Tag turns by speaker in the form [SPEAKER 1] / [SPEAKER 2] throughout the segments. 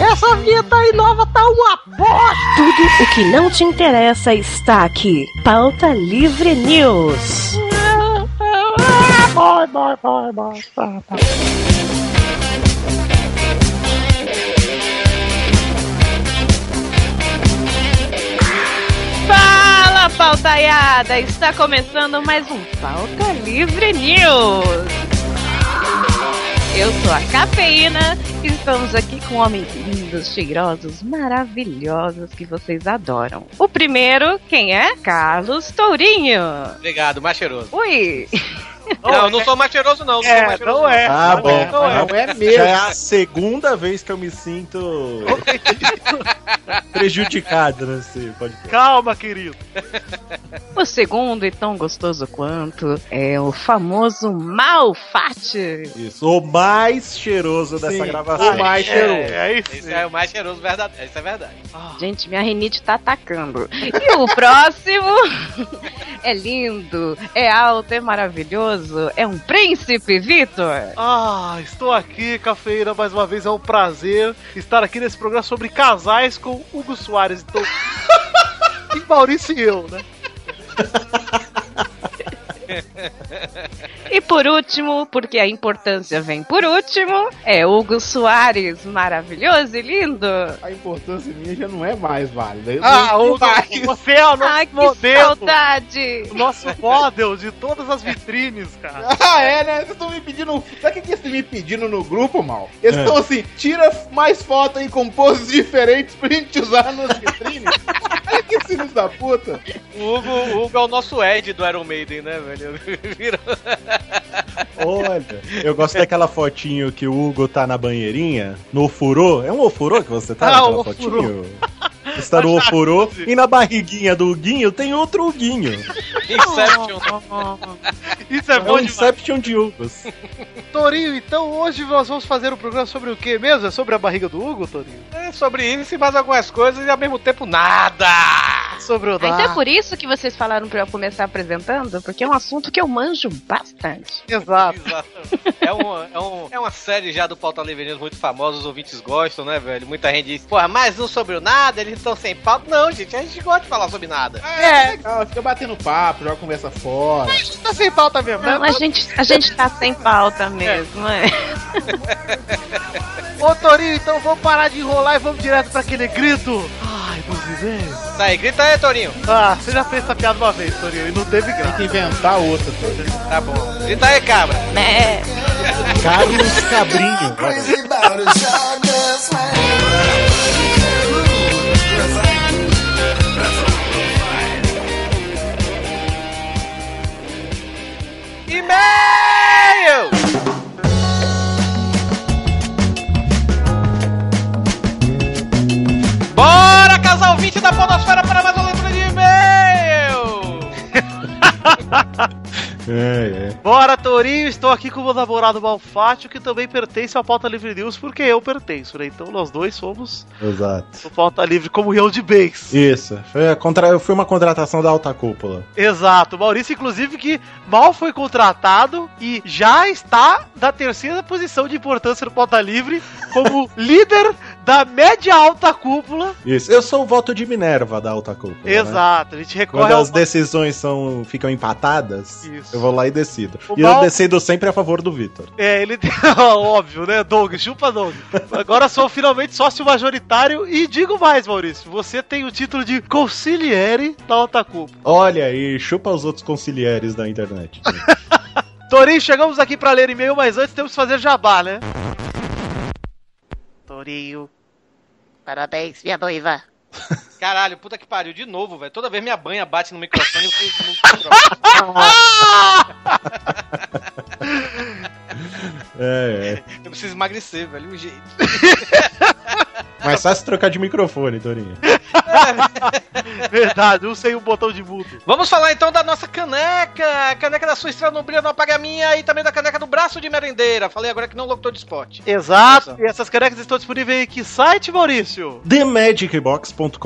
[SPEAKER 1] Essa vinheta aí nova tá uma bosta!
[SPEAKER 2] Tudo o que não te interessa está aqui. Pauta Livre News.
[SPEAKER 1] Ah, Boy, boy, boy, boy. Tá, tá.
[SPEAKER 3] Fala, pautaiada! Está começando mais um Pauta Livre News. Eu sou a Cafeína e estamos aqui com homens lindos, cheirosos, maravilhosos que vocês adoram. O primeiro, quem é? Carlos Tourinho.
[SPEAKER 4] Obrigado, mais cheiroso.
[SPEAKER 3] Ui!
[SPEAKER 4] Não, não sou mais cheiroso, não. não sou mais cheiroso,
[SPEAKER 5] é.
[SPEAKER 6] Ah,
[SPEAKER 5] não
[SPEAKER 6] bom.
[SPEAKER 5] É, não é.
[SPEAKER 6] Não é mesmo. Já é a segunda vez que eu me sinto prejudicado nesse podcast.
[SPEAKER 5] Calma, querido.
[SPEAKER 3] O segundo, e tão gostoso quanto, é o famoso Malfate.
[SPEAKER 6] Isso. O mais cheiroso dessa
[SPEAKER 5] Sim,
[SPEAKER 6] gravação.
[SPEAKER 5] o mais cheiroso.
[SPEAKER 6] É,
[SPEAKER 5] É
[SPEAKER 4] não.
[SPEAKER 5] isso.
[SPEAKER 4] Esse é o mais cheiroso, verdade. Isso é verdade.
[SPEAKER 3] Gente, minha rinite tá atacando. E o próximo é lindo, é alto, é maravilhoso, é um príncipe, Vitor.
[SPEAKER 5] Ah, estou aqui, Cafeína, mais uma vez. É um prazer estar aqui nesse programa sobre casais com Hugo Soares. Então, e Maurício e eu, né?
[SPEAKER 3] E por último, porque a importância vem por último, é Hugo Soares, maravilhoso e lindo.
[SPEAKER 7] A importância minha já não é mais válida. Eu
[SPEAKER 5] Ah,
[SPEAKER 7] não-
[SPEAKER 5] Hugo, você é o nosso
[SPEAKER 3] Ai, que
[SPEAKER 5] modelo.
[SPEAKER 3] saudade!
[SPEAKER 5] O nosso model de todas as vitrines, cara.
[SPEAKER 7] Ah, é, né? Vocês estão me pedindo. Sabe o que que eles estão me pedindo no grupo, mal? Eles estão assim: tira mais foto aí com poses diferentes pra gente usar nas vitrines. Olha que filhos da puta.
[SPEAKER 4] O Hugo, o Hugo é o nosso Ed do Iron Maiden, né, velho? Virou.
[SPEAKER 6] Olha, eu gosto daquela fotinho que o Hugo tá na banheirinha, no ofurô. É um ofurô que você tá
[SPEAKER 5] Ah,
[SPEAKER 6] naquela
[SPEAKER 5] o ofurô.
[SPEAKER 6] fotinho? Você está no ofurô e na barriguinha do Huguinho tem outro Huguinho.
[SPEAKER 4] Inception.
[SPEAKER 5] Isso é
[SPEAKER 6] É
[SPEAKER 5] bom
[SPEAKER 6] um
[SPEAKER 5] demais.
[SPEAKER 6] Inception de Hugos.
[SPEAKER 5] Torinho, então hoje nós vamos fazer um programa sobre o que mesmo? É sobre a barriga do Hugo, Torinho?
[SPEAKER 4] É sobre isso e mais algumas coisas e ao mesmo tempo nada!
[SPEAKER 5] Sobre o
[SPEAKER 3] Ah, Então é
[SPEAKER 5] da...
[SPEAKER 3] por isso que vocês falaram pra eu começar apresentando, porque é um assunto que eu manjo bastante.
[SPEAKER 5] Exato.
[SPEAKER 4] Exato. É, uma, é, um- é uma série já do Pauta Livre News muito famosa, os ouvintes gostam, né, velho? Muita gente diz, porra, mais um sobre o nada, eles estão sem pauta. Não, gente, a gente gosta de falar sobre nada.
[SPEAKER 7] É, legal. Fica batendo papo, joga conversa fora.
[SPEAKER 5] Tá sem pauta mesmo, né?
[SPEAKER 3] Não, Então, a gente, a gente tá sem pauta mesmo, é.
[SPEAKER 5] Ô Torinho, então vamos parar de enrolar e vamos direto pra aquele grito. Ai, dos e-mails.
[SPEAKER 4] Tá aí, grita aí, Torinho.
[SPEAKER 5] Ah, você já fez essa piada uma vez, Torinho, e não teve
[SPEAKER 7] Tem
[SPEAKER 5] graça.
[SPEAKER 7] que inventar outra, Torinho.
[SPEAKER 4] Tá bom. Grita aí, cabra.
[SPEAKER 3] Né?
[SPEAKER 6] Carlos Cabrinho. Olha.
[SPEAKER 4] E-mail! Bora, casal 20 da Podosfera, para mais uma leitura de e-mail!
[SPEAKER 6] É, é.
[SPEAKER 5] Bora, Torinho, estou aqui com o meu namorado Malfátio, que também pertence ao Pauta Livre News, porque eu pertenço, né? Então nós dois somos
[SPEAKER 6] é, Exato.
[SPEAKER 5] o Pauta Livre Comunhão de Bens.
[SPEAKER 6] Isso. Foi, a contra... foi uma contratação da alta cúpula.
[SPEAKER 5] Exato, Maurício, inclusive, que mal foi contratado e já está na terceira posição de importância no Pauta Livre como líder da média alta cúpula.
[SPEAKER 6] Isso. Eu sou o voto de Minerva da alta cúpula. né?
[SPEAKER 5] Exato, a gente recorre
[SPEAKER 4] é
[SPEAKER 6] Quando
[SPEAKER 5] ao
[SPEAKER 6] as decisões são, ficam empatadas,
[SPEAKER 5] Isso.
[SPEAKER 6] eu vou lá e decido.
[SPEAKER 5] O
[SPEAKER 6] e
[SPEAKER 5] mal-
[SPEAKER 6] eu decido sempre a favor do Vitor.
[SPEAKER 5] É, ele tem. Óbvio, né, Doug? Chupa, Doug. Agora sou finalmente sócio majoritário e digo mais, Maurício. Você tem o título de consigliere da Otacupo.
[SPEAKER 6] Olha aí, chupa os outros conciliares da internet.
[SPEAKER 5] Torinho, chegamos aqui pra ler e-mail, mas antes temos que fazer jabá, né? Torinho.
[SPEAKER 8] Parabéns, minha noiva.
[SPEAKER 4] Caralho, puta que pariu, de novo, velho. Toda vez minha banha bate no microfone e eu fico muito
[SPEAKER 6] é, é.
[SPEAKER 4] Eu preciso emagrecer, velho, um jeito.
[SPEAKER 6] Mas só se trocar de microfone, Torinho.
[SPEAKER 5] Verdade, um sem um botão de mudo.
[SPEAKER 4] Vamos falar então da nossa caneca, a caneca da sua estrela no brilho, não apaga a minha, e também da caneca do braço de merendeira. Falei agora que não locutor de esporte.
[SPEAKER 5] Exato. E essas canecas estão disponíveis em que site, Maurício?
[SPEAKER 6] TheMagicBox.com.br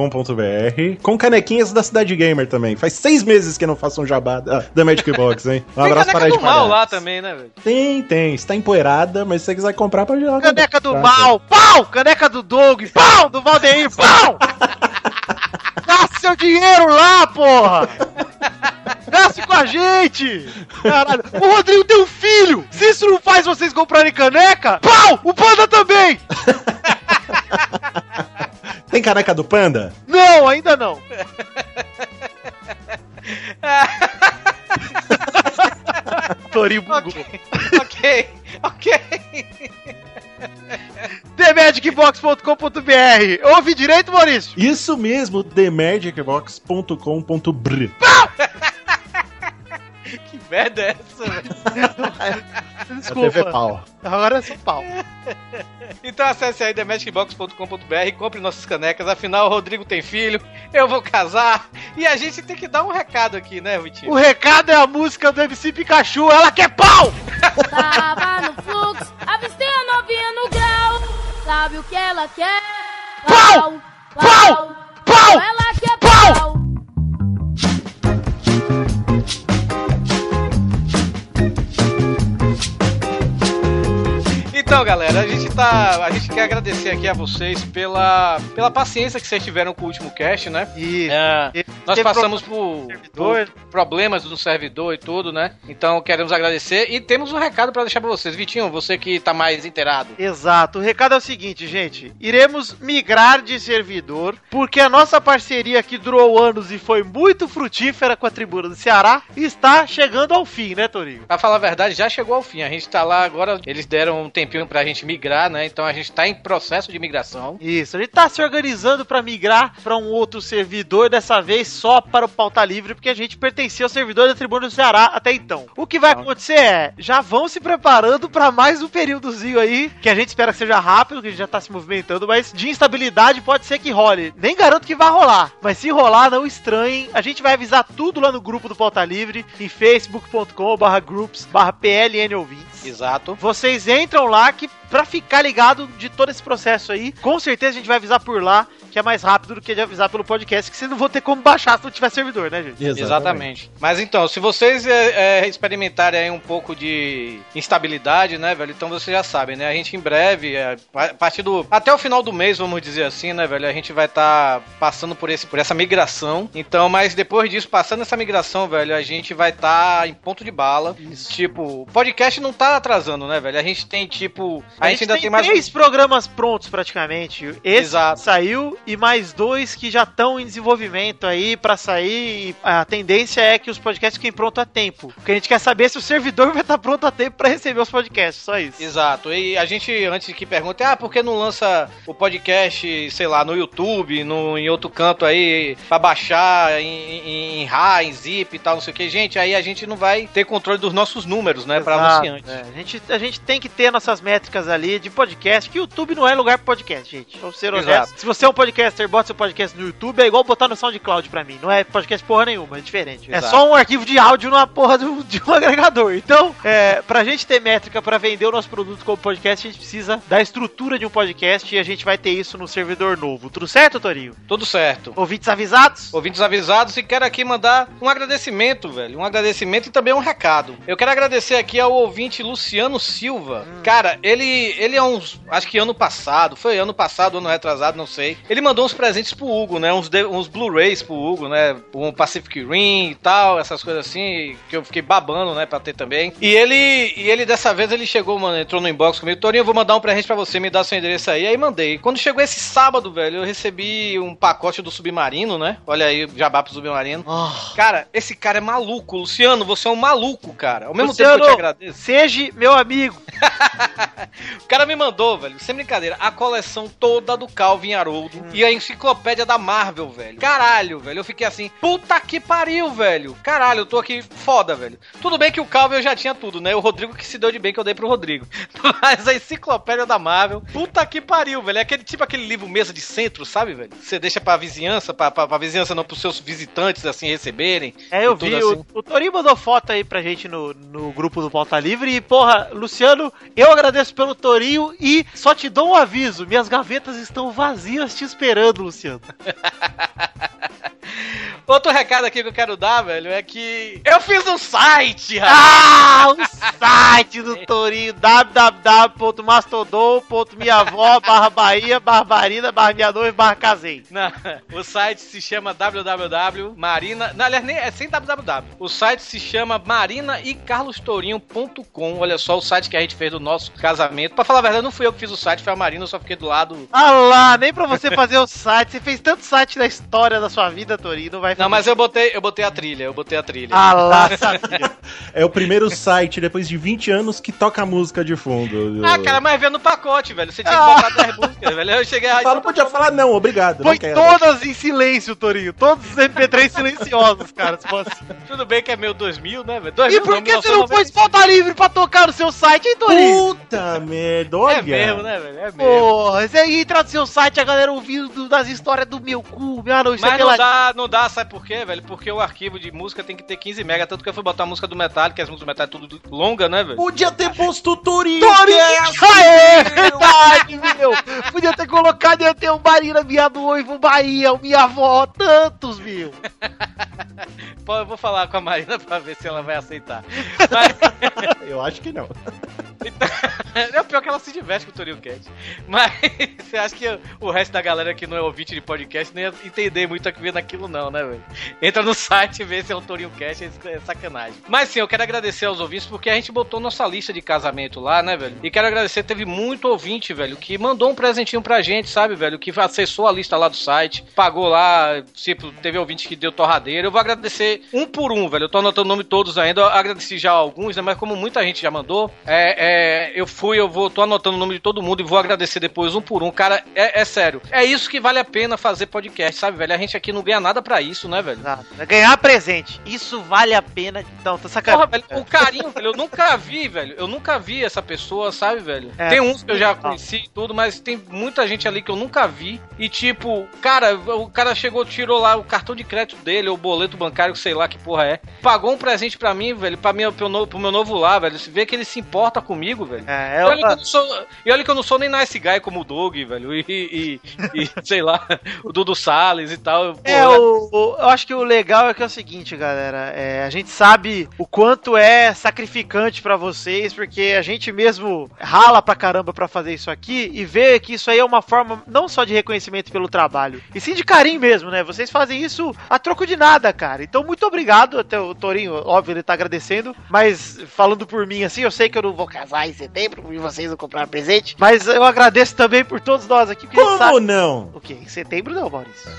[SPEAKER 6] com canequinhas da Cidade Gamer também. Faz seis meses que eu não faço um jabá da da Magic Box, hein? Um
[SPEAKER 4] Tem
[SPEAKER 6] abraço para a
[SPEAKER 4] caneca do
[SPEAKER 6] Ed
[SPEAKER 4] mal
[SPEAKER 6] Palhares.
[SPEAKER 4] lá também, né, velho?
[SPEAKER 6] Tem, tem. Está empoeirada, mas se você quiser comprar, pode ir lá. Tá,
[SPEAKER 5] Caneca do
[SPEAKER 6] comprar,
[SPEAKER 5] mal, pau! Caneca do Doug, pau! Do Valdeir, pau! Gasta seu dinheiro lá, porra! Gaste com a gente! Caralho, o Rodrigo tem um filho! Se isso não faz vocês comprarem caneca, pau! O Panda também!
[SPEAKER 6] tá? Tem caneca do Panda?
[SPEAKER 5] Não, ainda não. Toribugo.
[SPEAKER 4] ok, ok.
[SPEAKER 5] TheMagicBox.com.br Ouve direito, Maurício?
[SPEAKER 6] Isso mesmo, TheMagicBox.com.br.
[SPEAKER 4] Que merda é essa, velho?
[SPEAKER 5] Desculpa.
[SPEAKER 6] pau.
[SPEAKER 5] Agora é São Paulo.
[SPEAKER 4] Então acesse aí TheMagicBox.com.br, compre nossas canecas, afinal o Rodrigo tem filho, eu vou casar, e a gente tem que dar um recado aqui, né, Vitinho?
[SPEAKER 5] O recado é a música do MC Pikachu, ela quer pau!
[SPEAKER 9] Tava no fluxo, avistei a novinha no grau. Sabe o que ela quer?
[SPEAKER 5] Pau! Pau! Pau!
[SPEAKER 9] Ela quer
[SPEAKER 5] Pau!
[SPEAKER 9] pau!
[SPEAKER 4] Então, galera, a gente tá. A gente quer agradecer aqui a vocês pela, pela paciência que vocês tiveram com o último cast, né?
[SPEAKER 5] E
[SPEAKER 4] É,
[SPEAKER 5] e-
[SPEAKER 4] nós
[SPEAKER 5] teve
[SPEAKER 4] passamos por, por
[SPEAKER 5] servidor.
[SPEAKER 4] problemas no servidor e tudo, né? Então queremos agradecer e temos um recado pra deixar pra vocês. Vitinho, você que tá mais inteirado.
[SPEAKER 5] Exato. O recado é o seguinte, gente. Iremos migrar de servidor, porque a nossa parceria que durou anos e foi muito frutífera com a tribuna do Ceará está chegando ao fim, né, Torinho?
[SPEAKER 4] Pra falar a verdade, já chegou ao fim. A gente tá lá agora, eles deram um tempinho pra gente migrar, né? Então a gente tá em processo de migração.
[SPEAKER 5] Isso, a gente tá se organizando para migrar para um outro servidor, dessa vez só para o Pauta Livre, porque a gente pertencia ao servidor da Tribuna do Ceará até então. O que vai acontecer é, já vão se preparando para mais um períodozinho aí, que a gente espera que seja rápido, que a gente já tá se movimentando, mas de instabilidade pode ser que role. Nem garanto que vá rolar, mas se rolar, não estranhem. A gente vai avisar tudo lá no grupo do Pauta Livre, em facebook.com/barra groups barra PLN ouvintes.
[SPEAKER 4] Exato.
[SPEAKER 5] Vocês entram lá que pra ficar ligado de todo esse processo aí, com certeza a gente vai avisar por lá, que é mais rápido do que de avisar pelo podcast, que vocês não vão ter como baixar se não tiver servidor, né, gente?
[SPEAKER 6] Exatamente.
[SPEAKER 4] Exatamente. Mas então, se vocês é, é, experimentarem aí um pouco de instabilidade, né, velho? Então vocês já sabem, né? A gente em breve, é, a partir do. Até o final do mês, vamos dizer assim, né, velho? A gente vai estar passando por, esse, por essa migração. Então, mas depois disso, passando essa migração, velho, a gente vai estar em ponto de bala. Tipo, o podcast não tá atrasando, né, velho? A gente tem, tipo. A, gente, ainda tem, mais.
[SPEAKER 5] três programas prontos praticamente. Esse
[SPEAKER 4] Exato.
[SPEAKER 5] saiu e mais dois que já estão em desenvolvimento aí pra sair. E a tendência é que os podcasts fiquem prontos a tempo. Porque a gente quer saber se o servidor vai estar pronto a tempo pra receber os podcasts, só isso.
[SPEAKER 4] Exato. E a gente, antes que pergunte, ah, por que não lança o podcast, sei lá, no YouTube, no, em outro canto aí, pra baixar em, em, em RA, em zip e tal, não sei o que. Gente, aí a gente não vai ter controle dos nossos números, né, pra
[SPEAKER 5] Exato,
[SPEAKER 4] anunciantes.
[SPEAKER 5] é. A gente, a gente tem que ter nossas métricas ali de podcast, que o YouTube não é lugar pra podcast, gente. Vamos ser
[SPEAKER 4] Exato.
[SPEAKER 5] honestos. Se você é um podcaster, bota seu podcast no YouTube, é igual botar no SoundCloud pra mim. Não é podcast porra nenhuma, é diferente. É
[SPEAKER 4] Exato.
[SPEAKER 5] só um arquivo de áudio numa porra do- de um agregador. Então, é, pra gente ter métrica pra vender o nosso produto como podcast, a gente precisa da estrutura de um podcast e a gente vai ter isso no servidor novo. Tudo certo, Torinho?
[SPEAKER 4] Tudo certo.
[SPEAKER 5] Ouvintes avisados?
[SPEAKER 4] Ouvintes avisados e quero aqui mandar um agradecimento, velho. Um agradecimento e também um recado. Eu quero agradecer aqui ao ouvinte Luciano Silva. Cara, ele ele é uns. Acho que ano passado, foi ano passado, ano retrasado, não sei. Ele mandou uns presentes pro Hugo, né? Uns, de- uns Blu-rays pro Hugo, né? Um Pacific Rim e tal, essas coisas assim, que eu fiquei babando, né? Pra ter também. E ele, e ele dessa vez, ele chegou, mano, entrou no inbox comigo. Torinho, eu vou mandar um presente pra você, me dá seu endereço aí. Aí mandei. Quando chegou esse sábado, velho, eu recebi um pacote do Submarino, né? Olha aí, jabá pro Submarino. Cara, esse cara é maluco. Luciano, você é um maluco, cara. Ao mesmo tempo que eu te agradeço.
[SPEAKER 5] seja meu amigo.
[SPEAKER 4] O cara me mandou, velho, sem brincadeira, a coleção toda do Calvin Haroldo. e a enciclopédia da Marvel, velho. Caralho, velho. Eu fiquei assim, puta que pariu, velho. Caralho, eu tô aqui foda, velho. Tudo bem que o Calvin eu já tinha tudo, né? O Rodrigo que se deu de bem que eu dei pro Rodrigo. Mas a enciclopédia da Marvel, puta que pariu, velho. É aquele tipo aquele livro mesa de centro, sabe, velho? Você deixa pra vizinhança, pra, pra, pra vizinhança não, pros seus visitantes, assim, receberem.
[SPEAKER 5] É, eu
[SPEAKER 4] E tudo
[SPEAKER 5] vi.
[SPEAKER 4] assim.
[SPEAKER 5] O, o Torinho mandou foto aí pra gente no, no grupo do Pauta Livre. E, porra, Luciano, eu agradeço pelo Torinho e só te dou um aviso: minhas gavetas estão vazias te esperando, Luciano.
[SPEAKER 4] Outro recado aqui que eu quero dar, velho, é que eu fiz um site, rapaz.
[SPEAKER 5] Ah, o site do Torinho, www.mastodon.miavó barra Bahia, barra Marina, barra minha noiva, barra casei.
[SPEAKER 4] Não, o site se chama www.marina. Não, aliás, nem é sem www. O site se chama marinaecarlostourinho.com. Olha só o site que a gente fez do nosso casamento. Pra falar a verdade, não fui eu que fiz o site, foi a Marina, eu só fiquei do lado.
[SPEAKER 5] Ah lá, nem pra você fazer o site. Você fez tanto site da história da sua vida, Torinho, não vai fazer.
[SPEAKER 4] Não, mas eu botei, eu botei a trilha, eu botei a trilha.
[SPEAKER 5] Ah lá, sabia.
[SPEAKER 6] É o primeiro site depois de 20 anos que toca música de fundo.
[SPEAKER 4] Ah, cara, mas vendo o pacote, velho. Você tinha que
[SPEAKER 5] Ah.
[SPEAKER 4] botar 10 músicas, velho. Eu cheguei
[SPEAKER 6] Eu falo,
[SPEAKER 4] a.
[SPEAKER 6] não podia falar não, obrigado.
[SPEAKER 5] Põe
[SPEAKER 6] não quero.
[SPEAKER 5] todas em silêncio, Torinho. Todos os MP3 silenciosos, cara. se fosse. assim.
[SPEAKER 4] Tudo bem que é meu 2000, né, velho?
[SPEAKER 5] E
[SPEAKER 4] 2000,
[SPEAKER 5] por que você não
[SPEAKER 4] 1990.
[SPEAKER 5] pôs pauta livre pra tocar no seu site, hein, Torinho?
[SPEAKER 6] Puta merda, olha.
[SPEAKER 4] É mesmo, né, velho? É mesmo.
[SPEAKER 5] Porra, isso aí entra no seu site, a galera ouvindo do- das histórias do meu ah, cu, minha noite,
[SPEAKER 4] Mas
[SPEAKER 5] aquela-
[SPEAKER 4] não dá, não dá, sabe por quê, velho? Porque o arquivo de música tem que ter 15 mega, tanto que eu fui botar a música do Metallica, que as músicas do Metallica é tudo longa, né, velho?
[SPEAKER 6] Podia ter posto Turim.
[SPEAKER 5] Torinho!
[SPEAKER 6] que é-
[SPEAKER 5] Aê, verdade, meu! Podia ter colocado eu ter um Marina, minha noiva, Bahia, minha avó, tantos, meu!
[SPEAKER 4] Pô, eu vou falar com a Marina pra ver se ela vai aceitar.
[SPEAKER 6] Eu acho que não.
[SPEAKER 4] É o pior que ela se diverte com o Torinho Cat. Mas você acha que o resto da galera que não é ouvinte de podcast não ia entender muito o que vê naquilo, não, né, velho? Entra no site e vê se é o Torinho Cat, é sacanagem. Mas sim, eu quero agradecer aos ouvintes porque a gente botou nossa lista de casamento lá, né, velho? E quero agradecer, teve muito ouvinte, velho, que mandou um presentinho pra gente, sabe, velho? Que acessou a lista lá do site, pagou lá, tipo, teve ouvinte que deu torradeira. Eu vou agradecer um por um, velho. Eu tô anotando o nome de todos ainda. Eu agradeci já alguns, né? Mas como muita gente já mandou, é, é, eu fui, eu vou, tô anotando o nome de todo mundo e vou agradecer depois um por um. Cara, é, é sério. É isso que vale a pena fazer podcast, sabe, velho? A gente aqui não ganha nada pra isso, né, velho?
[SPEAKER 5] Ganhar presente, isso vale a pena. Não, tá
[SPEAKER 4] Porra,
[SPEAKER 5] sacanagem.
[SPEAKER 4] velho, o carinho, velho, eu nunca vi, velho. Eu nunca vi essa pessoa, sabe, velho?
[SPEAKER 5] É.
[SPEAKER 4] Tem uns que eu já
[SPEAKER 5] Ah.
[SPEAKER 4] conheci e tudo, mas tem muita gente ali que eu nunca vi. E tipo, cara, o cara chegou, tirou lá o cartão de crédito dele, ou o boleto bancário, sei lá que porra é. Pagou um presente pra mim, velho, pra minha, pro, no- pro meu novo lar, velho. Se vê que ele se importa comigo, velho.
[SPEAKER 5] É,
[SPEAKER 4] E
[SPEAKER 5] é
[SPEAKER 4] olha, que eu
[SPEAKER 5] uma...
[SPEAKER 4] não sou, e olha que eu não sou nem nice guy como o Doug, velho, e, e- e- sei lá, o Dudu Salles e tal. Pô, né?
[SPEAKER 5] É, o, o- eu acho que o legal é que é o seguinte, galera. é, a gente sabe o quanto é sacrificante pra vocês, porque a gente mesmo rala pra caramba pra fazer isso aqui e vê que isso aí é uma forma não só de reconhecimento pelo trabalho, e sim de carinho mesmo, né? Vocês fazem isso a troco de nada, cara. Então, muito obrigado. Até o Torinho, óbvio, ele tá agradecendo, mas falando por mim assim, eu sei que eu não vou casar em setembro e vocês não compraram presente, mas eu agradeço também por todos nós aqui, porque a gente
[SPEAKER 6] Como
[SPEAKER 5] sabe.
[SPEAKER 6] não?
[SPEAKER 5] O quê? Em setembro não, Maurício.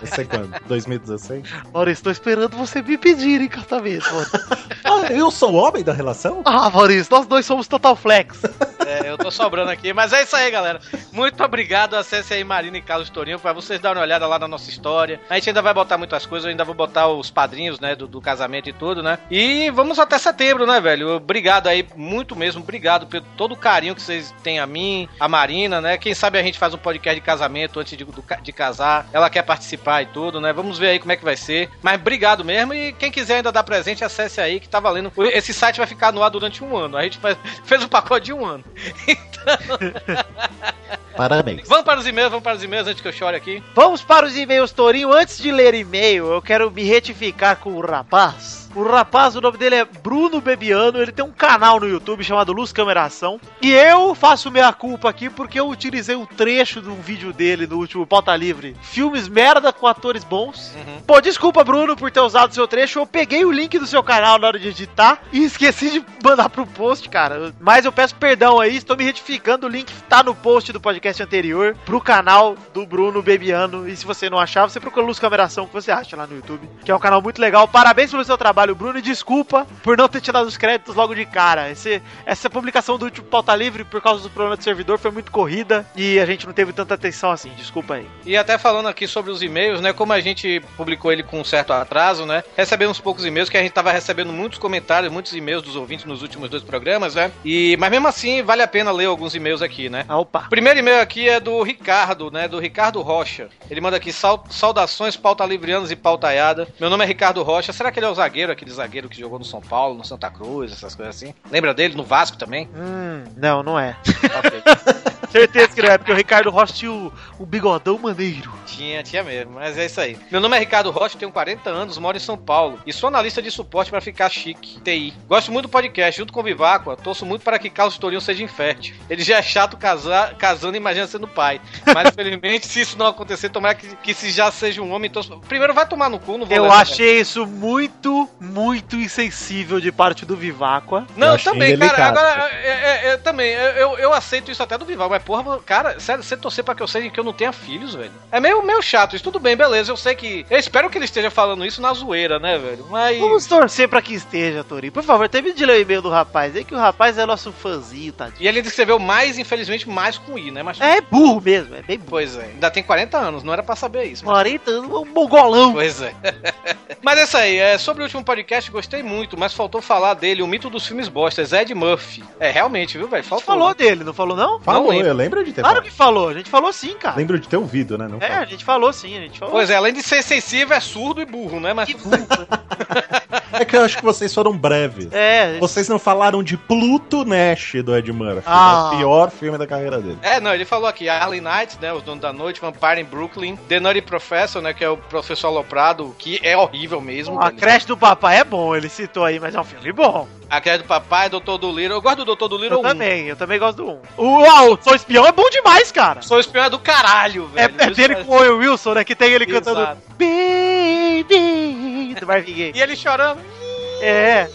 [SPEAKER 6] Eu sei quando. 2016?
[SPEAKER 5] Maurício, tô esperando você me pedir em casamento. Maurício.
[SPEAKER 6] Ah, eu sou o homem da relação?
[SPEAKER 5] ah, Maurício, nós dois somos total flex.
[SPEAKER 4] É, eu tô sobrando aqui, mas é isso aí, galera. Muito obrigado. Acesse aí Marina e Carlos Torinho pra vocês darem uma olhada lá na nossa história. A gente ainda vai botar muitas coisas, eu ainda vou botar os padrinhos, né, do, do casamento e tudo, né? E vamos até setembro, né, velho? Obrigado aí, muito mesmo. Obrigado pelo todo o carinho que vocês têm a mim, a Marina, né? Quem sabe a gente faz um podcast de casamento antes de, do ca- de casar. Ela quer participar e tudo, né? Vamos ver aí como é que vai ser. Mas obrigado mesmo. E quem quiser ainda dar presente, acesse aí que tá valendo. Esse site vai ficar no ar durante um ano. A gente faz- fez um pacote de um ano.
[SPEAKER 6] Parabéns.
[SPEAKER 4] Vamos para os e-mails, vamos para os e-mails antes que eu chore aqui.
[SPEAKER 5] Vamos para os e-mails, Torinho. Antes de ler e-mail, eu quero me retificar com o rapaz. O rapaz, o nome dele é Bruno Bebiano, ele tem um canal no YouTube chamado Luz Cameração. E eu faço minha culpa aqui porque eu utilizei um trecho de um vídeo dele do último Pauta Livre. Filmes merda com atores bons. Pô, desculpa, Bruno, por ter usado seu trecho. Eu peguei o link do seu canal na hora de editar e esqueci de mandar pro post, cara. Mas eu peço perdão aí, estou me retificando. O link tá no post do podcast anterior pro canal do Bruno Bebiano. E se você não achar, você procura Luz Cameração que você acha lá no YouTube, que é um canal muito legal. Parabéns pelo seu trabalho trabalho, Bruno, e desculpa por não ter tirado os créditos logo de cara. Esse- essa publicação do último pauta livre, por causa do problema do servidor, foi muito corrida e a gente não teve tanta atenção assim. Desculpa aí.
[SPEAKER 4] E até falando aqui sobre os e-mails, né? Como a gente publicou ele com um certo atraso, né? Recebemos poucos e-mails, que a gente tava recebendo muitos comentários, muitos e-mails dos ouvintes nos últimos dois programas, né? E, mas mesmo assim, vale a pena ler alguns e-mails aqui, né?
[SPEAKER 5] Ah, opa.
[SPEAKER 4] O primeiro e-mail aqui é do Ricardo, né? Do Ricardo Rocha. Ele manda aqui "Sau- saudações, pauta livrianos e pautaiada. Meu nome é Ricardo Rocha. Será que ele é o zagueiro, aquele zagueiro que jogou no São Paulo, no Santa Cruz, essas coisas assim? Lembra dele? No Vasco também?
[SPEAKER 5] Hum, não, não é.
[SPEAKER 4] Ok.
[SPEAKER 5] Certeza que não é, porque o Ricardo Rocha tinha o, o bigodão maneiro.
[SPEAKER 4] Tinha, tinha mesmo, mas é isso aí. Meu nome é Ricardo Rocha, tenho 40 anos, moro em São Paulo e sou analista de suporte para ficar chique, TI. Gosto muito do podcast, junto com o Viváqua, torço muito para que Carlos Torinho seja infértil. Ele já é chato casar, casando, imagina sendo pai. Mas infelizmente, se isso não acontecer, tomara que, que se já seja um homem. Então, primeiro vai tomar no cu, não vou
[SPEAKER 5] Eu
[SPEAKER 4] levar-
[SPEAKER 5] achei isso muito, muito insensível de parte do Viváqua.
[SPEAKER 6] Eu
[SPEAKER 4] Não,
[SPEAKER 6] achei
[SPEAKER 4] também, cara.
[SPEAKER 6] indelicado.
[SPEAKER 4] Agora, é, é, é, também, eu, eu- eu aceito isso até do Vival, mas porra, cara, sério, você torcer pra que eu seja que eu não tenha filhos, velho. É meio, meio chato isso. Tudo bem, beleza. Eu sei que. Eu espero que ele esteja falando isso na zoeira, né, velho? Mas.
[SPEAKER 5] Vamos torcer pra que esteja, Torinho. Por favor, termine de ler o e-mail do rapaz. É que o rapaz é nosso fãzinho, tadinho.
[SPEAKER 4] E ele escreveu mais, infelizmente, mais com I, né? Mas.
[SPEAKER 5] É burro mesmo, é bem burro.
[SPEAKER 4] Pois é. Ainda tem 40 anos, não era pra saber isso. mas-
[SPEAKER 5] 40 anos, um mongolão.
[SPEAKER 4] Pois é. mas é isso aí. É, sobre o último podcast, gostei muito, mas faltou falar dele, o mito dos filmes bostas, Ed Murphy. É, realmente, viu, velho? Faltou.
[SPEAKER 5] Falou dele, não falou não?
[SPEAKER 6] Falou,
[SPEAKER 4] lembro.
[SPEAKER 6] eu lembro de ter
[SPEAKER 5] Claro
[SPEAKER 6] falado.
[SPEAKER 5] que falou, a gente falou sim, cara.
[SPEAKER 6] Lembro de ter ouvido, né? Não
[SPEAKER 5] É, a
[SPEAKER 6] falado.
[SPEAKER 5] gente falou sim, a gente falou.
[SPEAKER 4] Pois é, além de ser sensível, é surdo e burro, né? Mas
[SPEAKER 5] então. Que burro.
[SPEAKER 6] é que eu acho que vocês foram breves.
[SPEAKER 5] É, a gente-
[SPEAKER 6] Vocês não falaram de Pluto Nash do Ed Murphy.
[SPEAKER 5] Ah.
[SPEAKER 6] né? O pior filme da carreira dele.
[SPEAKER 4] É, não, ele falou aqui, Harley Knight, né, Os Donos da Noite, Vampire em Brooklyn, The Nutty Professor, né, que é o professor aloprado, que é horrível mesmo.
[SPEAKER 5] a
[SPEAKER 4] Ele-
[SPEAKER 5] creche do papai é bom, ele citou aí, mas é um filme bom.
[SPEAKER 4] A Creche do Papai, Doutor do Liro, eu gosto do Doutor do um. Liro
[SPEAKER 5] Eu
[SPEAKER 4] 1.
[SPEAKER 5] também, eu também gosto do 1. Uau, Sou Espião é bom demais, cara.
[SPEAKER 4] Sou espião é do caralho,
[SPEAKER 5] É,
[SPEAKER 4] velho.
[SPEAKER 5] é dele com o Owen Wilson, né? Que tem ele
[SPEAKER 4] Exato.
[SPEAKER 5] cantando Baby do Marvin Gaye.
[SPEAKER 4] E ele chorando.
[SPEAKER 5] É.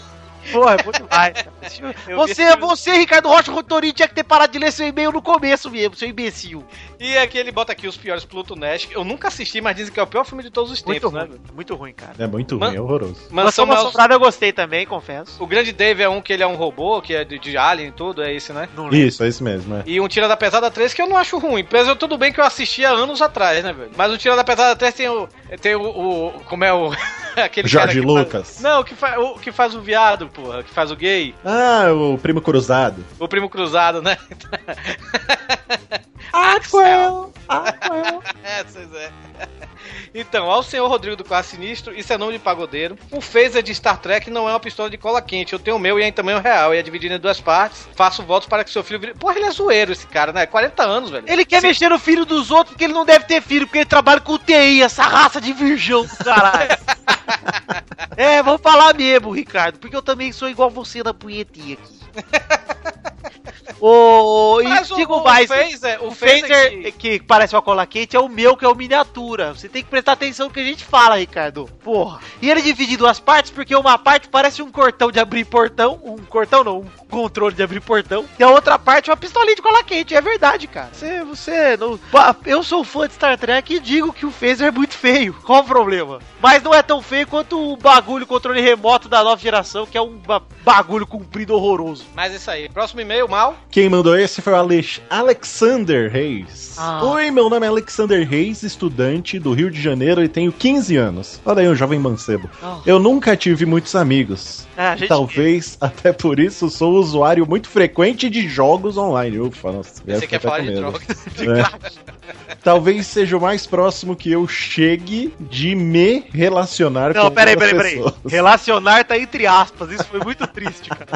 [SPEAKER 5] Porra, é bom demais. cara.
[SPEAKER 4] Eu vi
[SPEAKER 5] Você,
[SPEAKER 4] esse-
[SPEAKER 5] você, Ricardo Rocha Rotorinho, tinha que ter parado de ler seu e-mail no começo mesmo, seu imbecil.
[SPEAKER 4] E aqui ele bota aqui os piores Pluto Nash. Eu nunca assisti, mas dizem que é o pior filme de todos os
[SPEAKER 5] Muito
[SPEAKER 4] tempos, né?
[SPEAKER 5] ruim, muito ruim, cara.
[SPEAKER 6] É muito
[SPEAKER 4] Man-
[SPEAKER 6] ruim, é horroroso.
[SPEAKER 5] Mansão
[SPEAKER 4] Mansão Mal...
[SPEAKER 5] Assombrada eu gostei também, confesso.
[SPEAKER 4] O Grande Dave é um que ele é um robô, que é de, de alien e tudo, é esse, né?
[SPEAKER 5] Não lembro.
[SPEAKER 6] Isso, é isso mesmo, é.
[SPEAKER 4] E um Tira da Pesada 3 que eu não acho ruim. Apesar de tudo bem que eu assisti há anos atrás, né, velho? Mas o Tira da Pesada 3 tem o. Tem o. o- como é o. aquele cara
[SPEAKER 6] Jorge
[SPEAKER 4] que Faz,
[SPEAKER 6] Lucas.
[SPEAKER 4] não, que fa- o que faz o viado, porra. Que faz o gay.
[SPEAKER 6] Ah, o Primo Cruzado.
[SPEAKER 4] O primo cruzado, né?
[SPEAKER 5] Ah,
[SPEAKER 6] Aquel, Aquel.
[SPEAKER 4] É, pois é. Então, ao senhor Rodrigo do Quarto Sinistro, isso é nome de pagodeiro. O phaser de Star Trek não é uma pistola de cola quente. Eu tenho o meu e é em tamanho real. E é dividido em duas partes. Faço votos para que seu filho vire. Porra, ele é zoeiro esse cara, né? 40 anos, velho.
[SPEAKER 5] Ele quer mexer no filho dos outros porque ele não deve ter filho, porque ele trabalha com TI, essa raça de virgão, do caralho. é, vamos falar mesmo, Ricardo, porque eu também sou igual você na punhetinha aqui. Ô, e
[SPEAKER 4] Mas o,
[SPEAKER 5] digo
[SPEAKER 4] o
[SPEAKER 5] mais,
[SPEAKER 4] phaser, o
[SPEAKER 5] o phaser
[SPEAKER 4] phaser que-
[SPEAKER 5] que... parece uma cola quente é o meu, que é o miniatura. Você tem que prestar atenção no que a gente fala, Ricardo. Porra. E ele divide em duas partes, porque uma parte parece um cortão de abrir portão. Um cortão não, um controle de abrir portão. E a outra parte é uma pistolinha de cola quente. É verdade, cara. Você, você não... Pá, Eu sou fã de Star Trek e digo que o phaser é muito feio. Qual o problema? Mas não é tão feio quanto o bagulho controle remoto da nova geração, que é um ba- bagulho comprido horroroso.
[SPEAKER 4] Mas é isso aí. Próximo e-mail, mal.
[SPEAKER 6] Quem mandou esse foi o Alex Alexander Reis.
[SPEAKER 5] Ah.
[SPEAKER 6] Oi, meu nome é Alexander Reis, estudante do Rio de Janeiro e tenho 15 anos. Olha aí, um jovem mancebo.
[SPEAKER 5] Ah.
[SPEAKER 6] Eu nunca tive muitos amigos.
[SPEAKER 5] É, a gente-
[SPEAKER 6] Então, Talvez até por isso sou um usuário muito frequente de jogos online. Ufa, nossa. eu ia
[SPEAKER 4] Você quer
[SPEAKER 6] ficar
[SPEAKER 4] falar
[SPEAKER 6] com
[SPEAKER 4] de
[SPEAKER 6] medo.
[SPEAKER 4] droga?
[SPEAKER 6] É. Talvez seja o mais próximo que eu chegue de me relacionar
[SPEAKER 5] Não,
[SPEAKER 6] com
[SPEAKER 5] peraí,
[SPEAKER 6] outras
[SPEAKER 5] peraí, peraí.
[SPEAKER 6] pessoas.
[SPEAKER 5] Relacionar tá entre aspas. Isso foi muito triste, cara.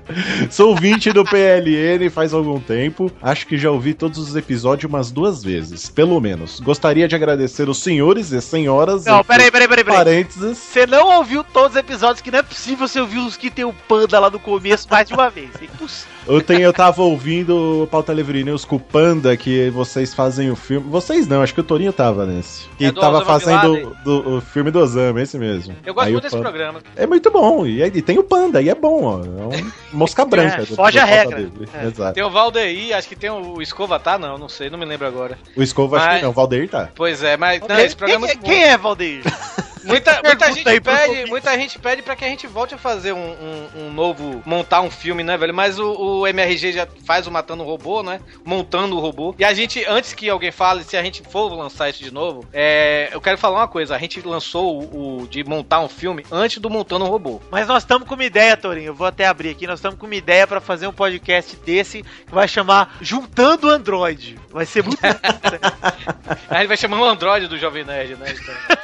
[SPEAKER 6] Sou 20 do PLN faz algum tempo. Acho que já ouvi todos os episódios umas duas vezes, pelo menos. Gostaria de agradecer os senhores e senhoras.
[SPEAKER 5] Não,
[SPEAKER 6] entre
[SPEAKER 5] peraí, peraí, peraí, peraí.
[SPEAKER 6] Parênteses.
[SPEAKER 5] Você não ouviu todos os episódios, que não é possível você ouvir os que tem o panda lá no começo mais de uma vez. É impossível.
[SPEAKER 6] Ontem eu tava ouvindo o Pauta Livre News com o Panda, que vocês fazem o filme. Vocês não, acho que o Torinho tava nesse. Que
[SPEAKER 4] É do
[SPEAKER 6] tava
[SPEAKER 4] Osama Bin
[SPEAKER 6] fazendo do, o filme do Osama, esse mesmo.
[SPEAKER 4] Eu gosto
[SPEAKER 6] Aí
[SPEAKER 4] muito
[SPEAKER 6] o
[SPEAKER 4] desse
[SPEAKER 6] Panda-
[SPEAKER 4] programa.
[SPEAKER 6] É muito bom. E, aí tem o Panda, e é bom, ó. É um mosca branca. do-
[SPEAKER 5] foge
[SPEAKER 6] do
[SPEAKER 5] a
[SPEAKER 6] Pauta
[SPEAKER 5] regra.
[SPEAKER 6] Livre.
[SPEAKER 5] É.
[SPEAKER 6] Exato.
[SPEAKER 4] Tem o Valdeir, acho que tem o Escova, tá? Não, não sei, não me lembro agora.
[SPEAKER 6] O Escova, acho
[SPEAKER 4] Mas-
[SPEAKER 6] que não. O Valdeir tá.
[SPEAKER 4] Pois é, mas não,
[SPEAKER 5] Quem-
[SPEAKER 4] esse programa é
[SPEAKER 5] quem,
[SPEAKER 4] muito
[SPEAKER 5] quem é, Valdeir?
[SPEAKER 4] bom. Muita,
[SPEAKER 5] Pergunta
[SPEAKER 4] muita, gente
[SPEAKER 5] aí pros
[SPEAKER 4] pede,
[SPEAKER 5] ouvintes.
[SPEAKER 4] muita gente pede pra que a gente volte a fazer um, um- um novo. montar um filme, né, velho? Mas o, o MRG já faz o Matando o Robô, né? Montando o robô. E a gente, antes que alguém fale, se a gente for lançar isso de novo, é, eu quero falar uma coisa. A gente lançou o, o de montar um filme antes do Montando o Robô.
[SPEAKER 5] Mas nós estamos com uma ideia, Torinho. Eu vou até abrir aqui. Nós estamos com uma ideia pra fazer um podcast desse que vai chamar Juntando Android. Vai ser muito.
[SPEAKER 4] A gente vai chamar o Android do Jovem Nerd, né? Então,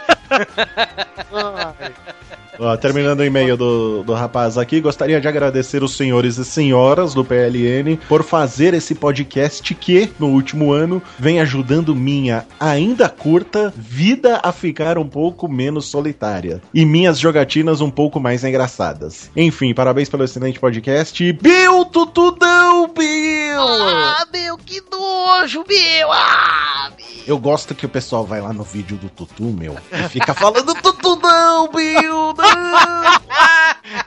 [SPEAKER 6] Ó, terminando o e-mail do, do rapaz aqui, gostaria de agradecer os senhores e senhoras do PLN por fazer esse podcast que, no último ano, vem ajudando minha ainda curta vida a ficar um pouco menos solitária e minhas jogatinas um pouco mais engraçadas. Enfim, parabéns pelo excelente podcast. e Bill Tutudão, Bill!
[SPEAKER 8] Ah, meu, que nojo, meu! Ah,
[SPEAKER 6] Eu gosto que o pessoal vai lá no vídeo do Tutu, meu, e fica falando Tutudão, Bill! Não!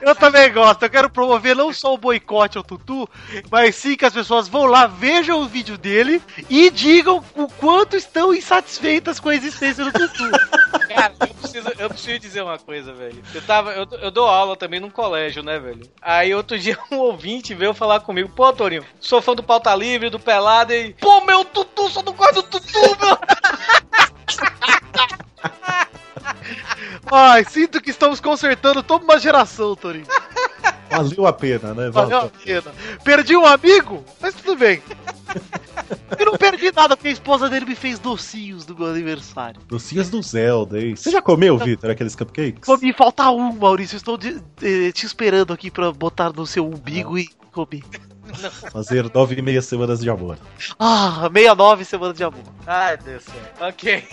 [SPEAKER 5] Eu também gosto. Eu quero promover não só o boicote ao Tutu, mas sim que as pessoas vão lá, vejam o vídeo dele e digam o quanto estão insatisfeitas com a existência do Tutu.
[SPEAKER 4] Cara, eu preciso, eu preciso dizer uma coisa, velho. Eu, tava, eu, eu dou aula também num colégio, né, velho? Aí outro dia um ouvinte veio falar comigo, pô, Torinho, sou fã do pauta livre, do pelado e. Pô, meu tutu, só não gosto do tutu, meu!
[SPEAKER 5] Ai, sinto que estamos consertando toda uma geração, Torinho.
[SPEAKER 6] Valeu a pena, né?
[SPEAKER 5] Valeu a pena. Perdi um amigo, mas tudo bem. Eu não perdi nada porque a esposa dele me fez docinhos do meu aniversário.
[SPEAKER 6] Docinhos do Zelda, hein? Você já comeu, Vitor, aqueles cupcakes?
[SPEAKER 5] Só me falta um, Maurício. Estou de- eh, te esperando aqui pra botar no seu umbigo e comer.
[SPEAKER 6] Fazer nove e meia semanas de amor.
[SPEAKER 5] Ah, 69 semana de amor.
[SPEAKER 4] Ai, Deus do céu. Ok.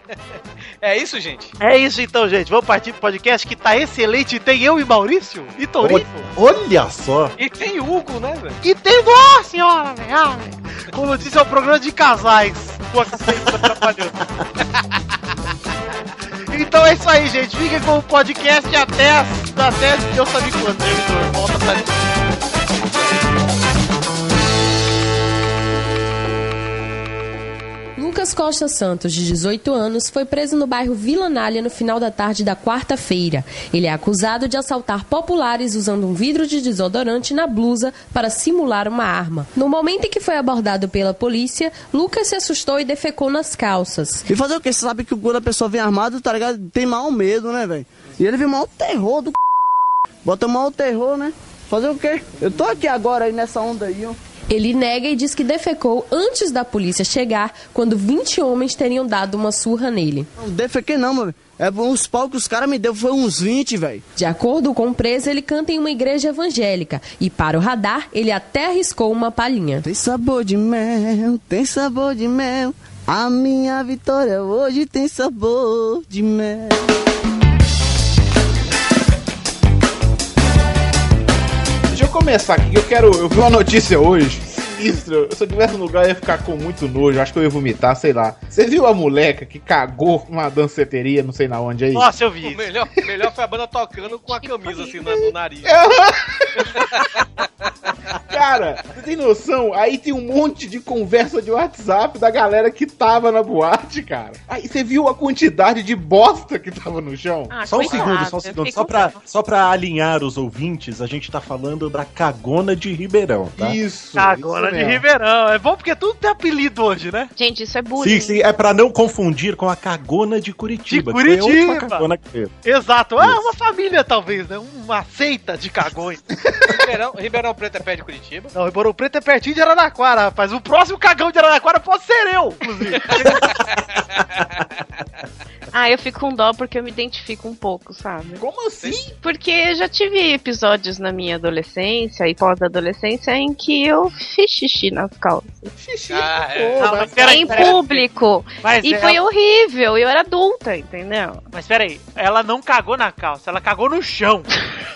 [SPEAKER 4] é isso, gente?
[SPEAKER 5] É isso então, gente. Vamos partir pro podcast que tá excelente. Tem eu e Maurício e Torinho.
[SPEAKER 6] Olha só!
[SPEAKER 4] E tem Hugo, né, velho?
[SPEAKER 5] E tem Nossa Senhora, velho. Ah, velho. Como eu disse, é um programa de casais. Com a cabeça atrapalhando. Então é isso aí, gente. Fiquem com o podcast até, as- até Deus sabe quando. né, Vitor? Volta pra gente.
[SPEAKER 10] Lucas Costa Santos, de 18 anos, foi preso no bairro Vila Nália no final da tarde da quarta-feira. Ele é acusado de assaltar populares usando um vidro de desodorante na blusa para simular uma arma. No momento em que foi abordado pela polícia, Lucas se assustou e defecou nas calças.
[SPEAKER 11] E fazer o quê? Você sabe que quando a pessoa vem armada, tá ligado? Tem maior medo, né, velho? E ele vem maior terror do c... Bota maior terror, né? Fazer o quê? Eu tô aqui agora aí nessa onda aí, ó.
[SPEAKER 10] Ele nega e diz que defecou antes da polícia chegar, quando 20 homens teriam dado uma surra nele.
[SPEAKER 11] Não defequei não, mano. É os pau que os caras me deu, foi uns 20, velho.
[SPEAKER 10] De acordo com o preso, ele canta em uma igreja evangélica e, para o radar, ele até arriscou uma palhinha.
[SPEAKER 11] Tem sabor de mel, tem sabor de mel. A minha vitória hoje tem sabor de mel.
[SPEAKER 7] Deixa eu começar aqui, que eu quero. Eu vi uma notícia hoje. Sinistro. Se eu tivesse no lugar, eu ia ficar com muito nojo. Acho que eu ia vomitar, sei lá. Você viu a moleca que cagou uma danceteria, não sei na onde é aí?
[SPEAKER 5] Nossa, eu
[SPEAKER 4] O
[SPEAKER 5] vi.
[SPEAKER 4] melhor, o melhor foi a banda tocando com a camisa assim no, no nariz.
[SPEAKER 7] Cara, você tem noção? Aí tem um monte de conversa de WhatsApp da galera que tava na boate, cara. Aí você viu a quantidade de bosta que tava no chão?
[SPEAKER 3] Ah,
[SPEAKER 6] Só um
[SPEAKER 3] coitado,
[SPEAKER 6] segundo, só um
[SPEAKER 3] eu
[SPEAKER 6] segundo.
[SPEAKER 3] fiquei
[SPEAKER 6] Só
[SPEAKER 3] com
[SPEAKER 6] pra,
[SPEAKER 3] dó.
[SPEAKER 6] só pra alinhar os ouvintes, a gente tá falando da cagona de Ribeirão, tá?
[SPEAKER 7] Isso.
[SPEAKER 5] Agora
[SPEAKER 7] isso
[SPEAKER 5] de
[SPEAKER 7] mesmo.
[SPEAKER 5] Ribeirão. É bom porque tudo tem apelido hoje, né?
[SPEAKER 3] Gente, isso é
[SPEAKER 6] Sim,
[SPEAKER 3] bullying.
[SPEAKER 6] sim, é pra não confundir com a cagona de Curitiba.
[SPEAKER 5] De
[SPEAKER 6] que foi a última
[SPEAKER 5] Curitiba!
[SPEAKER 6] cagona que teve.
[SPEAKER 5] Exato. Ah,
[SPEAKER 6] Isso.
[SPEAKER 5] uma família talvez, né? Uma seita de cagões.
[SPEAKER 4] Ribeirão, Ribeirão Preto é pé de Curitiba.
[SPEAKER 5] Não, Ribeirão Preto é pertinho de Araraquara, rapaz. O próximo cagão de Araraquara pode ser eu, inclusive.
[SPEAKER 3] Ah, eu fico com dó porque eu me identifico um pouco, sabe?
[SPEAKER 7] Como assim?
[SPEAKER 3] Porque eu já tive episódios na minha adolescência e pós-adolescência em que eu fiz xixi nas calças.
[SPEAKER 7] Xixi.
[SPEAKER 4] Ah, é.
[SPEAKER 7] pô,
[SPEAKER 5] Não,
[SPEAKER 7] vai-
[SPEAKER 5] mas peraí,
[SPEAKER 3] em
[SPEAKER 5] peraí.
[SPEAKER 3] público.
[SPEAKER 5] Mas, é,
[SPEAKER 3] E
[SPEAKER 5] ela,
[SPEAKER 3] foi horrível. E eu era adulta, entendeu?
[SPEAKER 5] mas peraí, ela não cagou na calça, ela cagou no chão.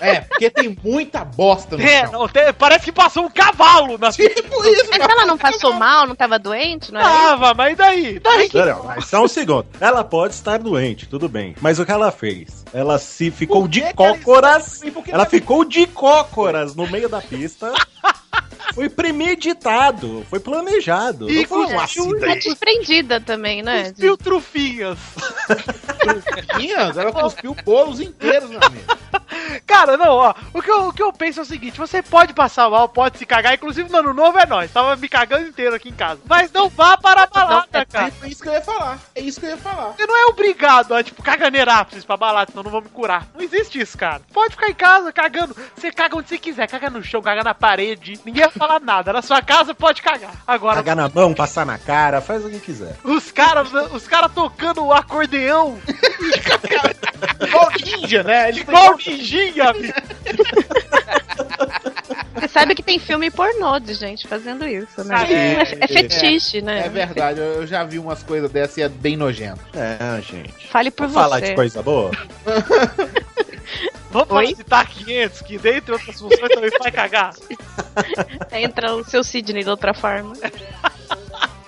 [SPEAKER 7] É, porque tem muita bosta no
[SPEAKER 5] É,
[SPEAKER 7] chão.
[SPEAKER 5] não, É. tem- parece que passou um cavalo na
[SPEAKER 7] Tipo isso,
[SPEAKER 3] Mas ela não passou mal, não tava doente, não era?
[SPEAKER 5] tava, mas e daí? daí que-
[SPEAKER 6] Não, não, mas só um segundo. Ela pode estar doente, tudo bem. Mas o que ela fez? Ela se ficou
[SPEAKER 7] Por
[SPEAKER 6] de
[SPEAKER 7] que que ela está
[SPEAKER 6] cócoras.
[SPEAKER 7] E por que
[SPEAKER 6] Ela
[SPEAKER 7] tá-
[SPEAKER 6] ficou de cócoras no meio da pista Foi premeditado, foi planejado.
[SPEAKER 3] E
[SPEAKER 6] Não foi um
[SPEAKER 7] assim,
[SPEAKER 3] com tá
[SPEAKER 6] acidente.
[SPEAKER 3] desprendida também, né?
[SPEAKER 5] Cuspiu trufinhas.
[SPEAKER 7] trufinhas? Ela cuspiu bolos inteiros na mesa.
[SPEAKER 5] Cara, não, ó. O que, eu, o que eu penso é o seguinte: você pode passar mal, pode se cagar. Inclusive, no ano novo é nós. Tava me cagando inteiro aqui em casa. Mas não vá para a balada, cara.
[SPEAKER 7] É isso que eu ia falar. É isso que eu ia falar.
[SPEAKER 5] Você não é obrigado a, tipo, caganeira pra vocês pra balada, senão não vão me curar. Não existe isso, cara. Pode ficar em casa cagando. Você caga onde você quiser. Caga no chão, caga na parede. Ninguém vai falar nada. Na sua casa, pode cagar. Agora,
[SPEAKER 6] Cagar na mão, passar na cara, faz o que quiser.
[SPEAKER 5] os caras os cara tocando o acordeão.
[SPEAKER 7] Igual ninja, né? Ele
[SPEAKER 5] Igual ninjinha, amigo.
[SPEAKER 3] Você sabe que tem filme pornô de gente fazendo isso, né?
[SPEAKER 7] Sim.
[SPEAKER 3] É, é
[SPEAKER 7] É,
[SPEAKER 3] fetiche, né?
[SPEAKER 7] É verdade, eu eu já vi umas coisas dessas e é bem nojento.
[SPEAKER 6] É, gente.
[SPEAKER 3] Fale por
[SPEAKER 6] Vamos falar
[SPEAKER 3] você.
[SPEAKER 6] de coisa boa?
[SPEAKER 5] Vamos
[SPEAKER 3] Oi?
[SPEAKER 5] parar de citar 500, que dentre outras funções também vai cagar.
[SPEAKER 3] Entra o seu Sidney de outra forma.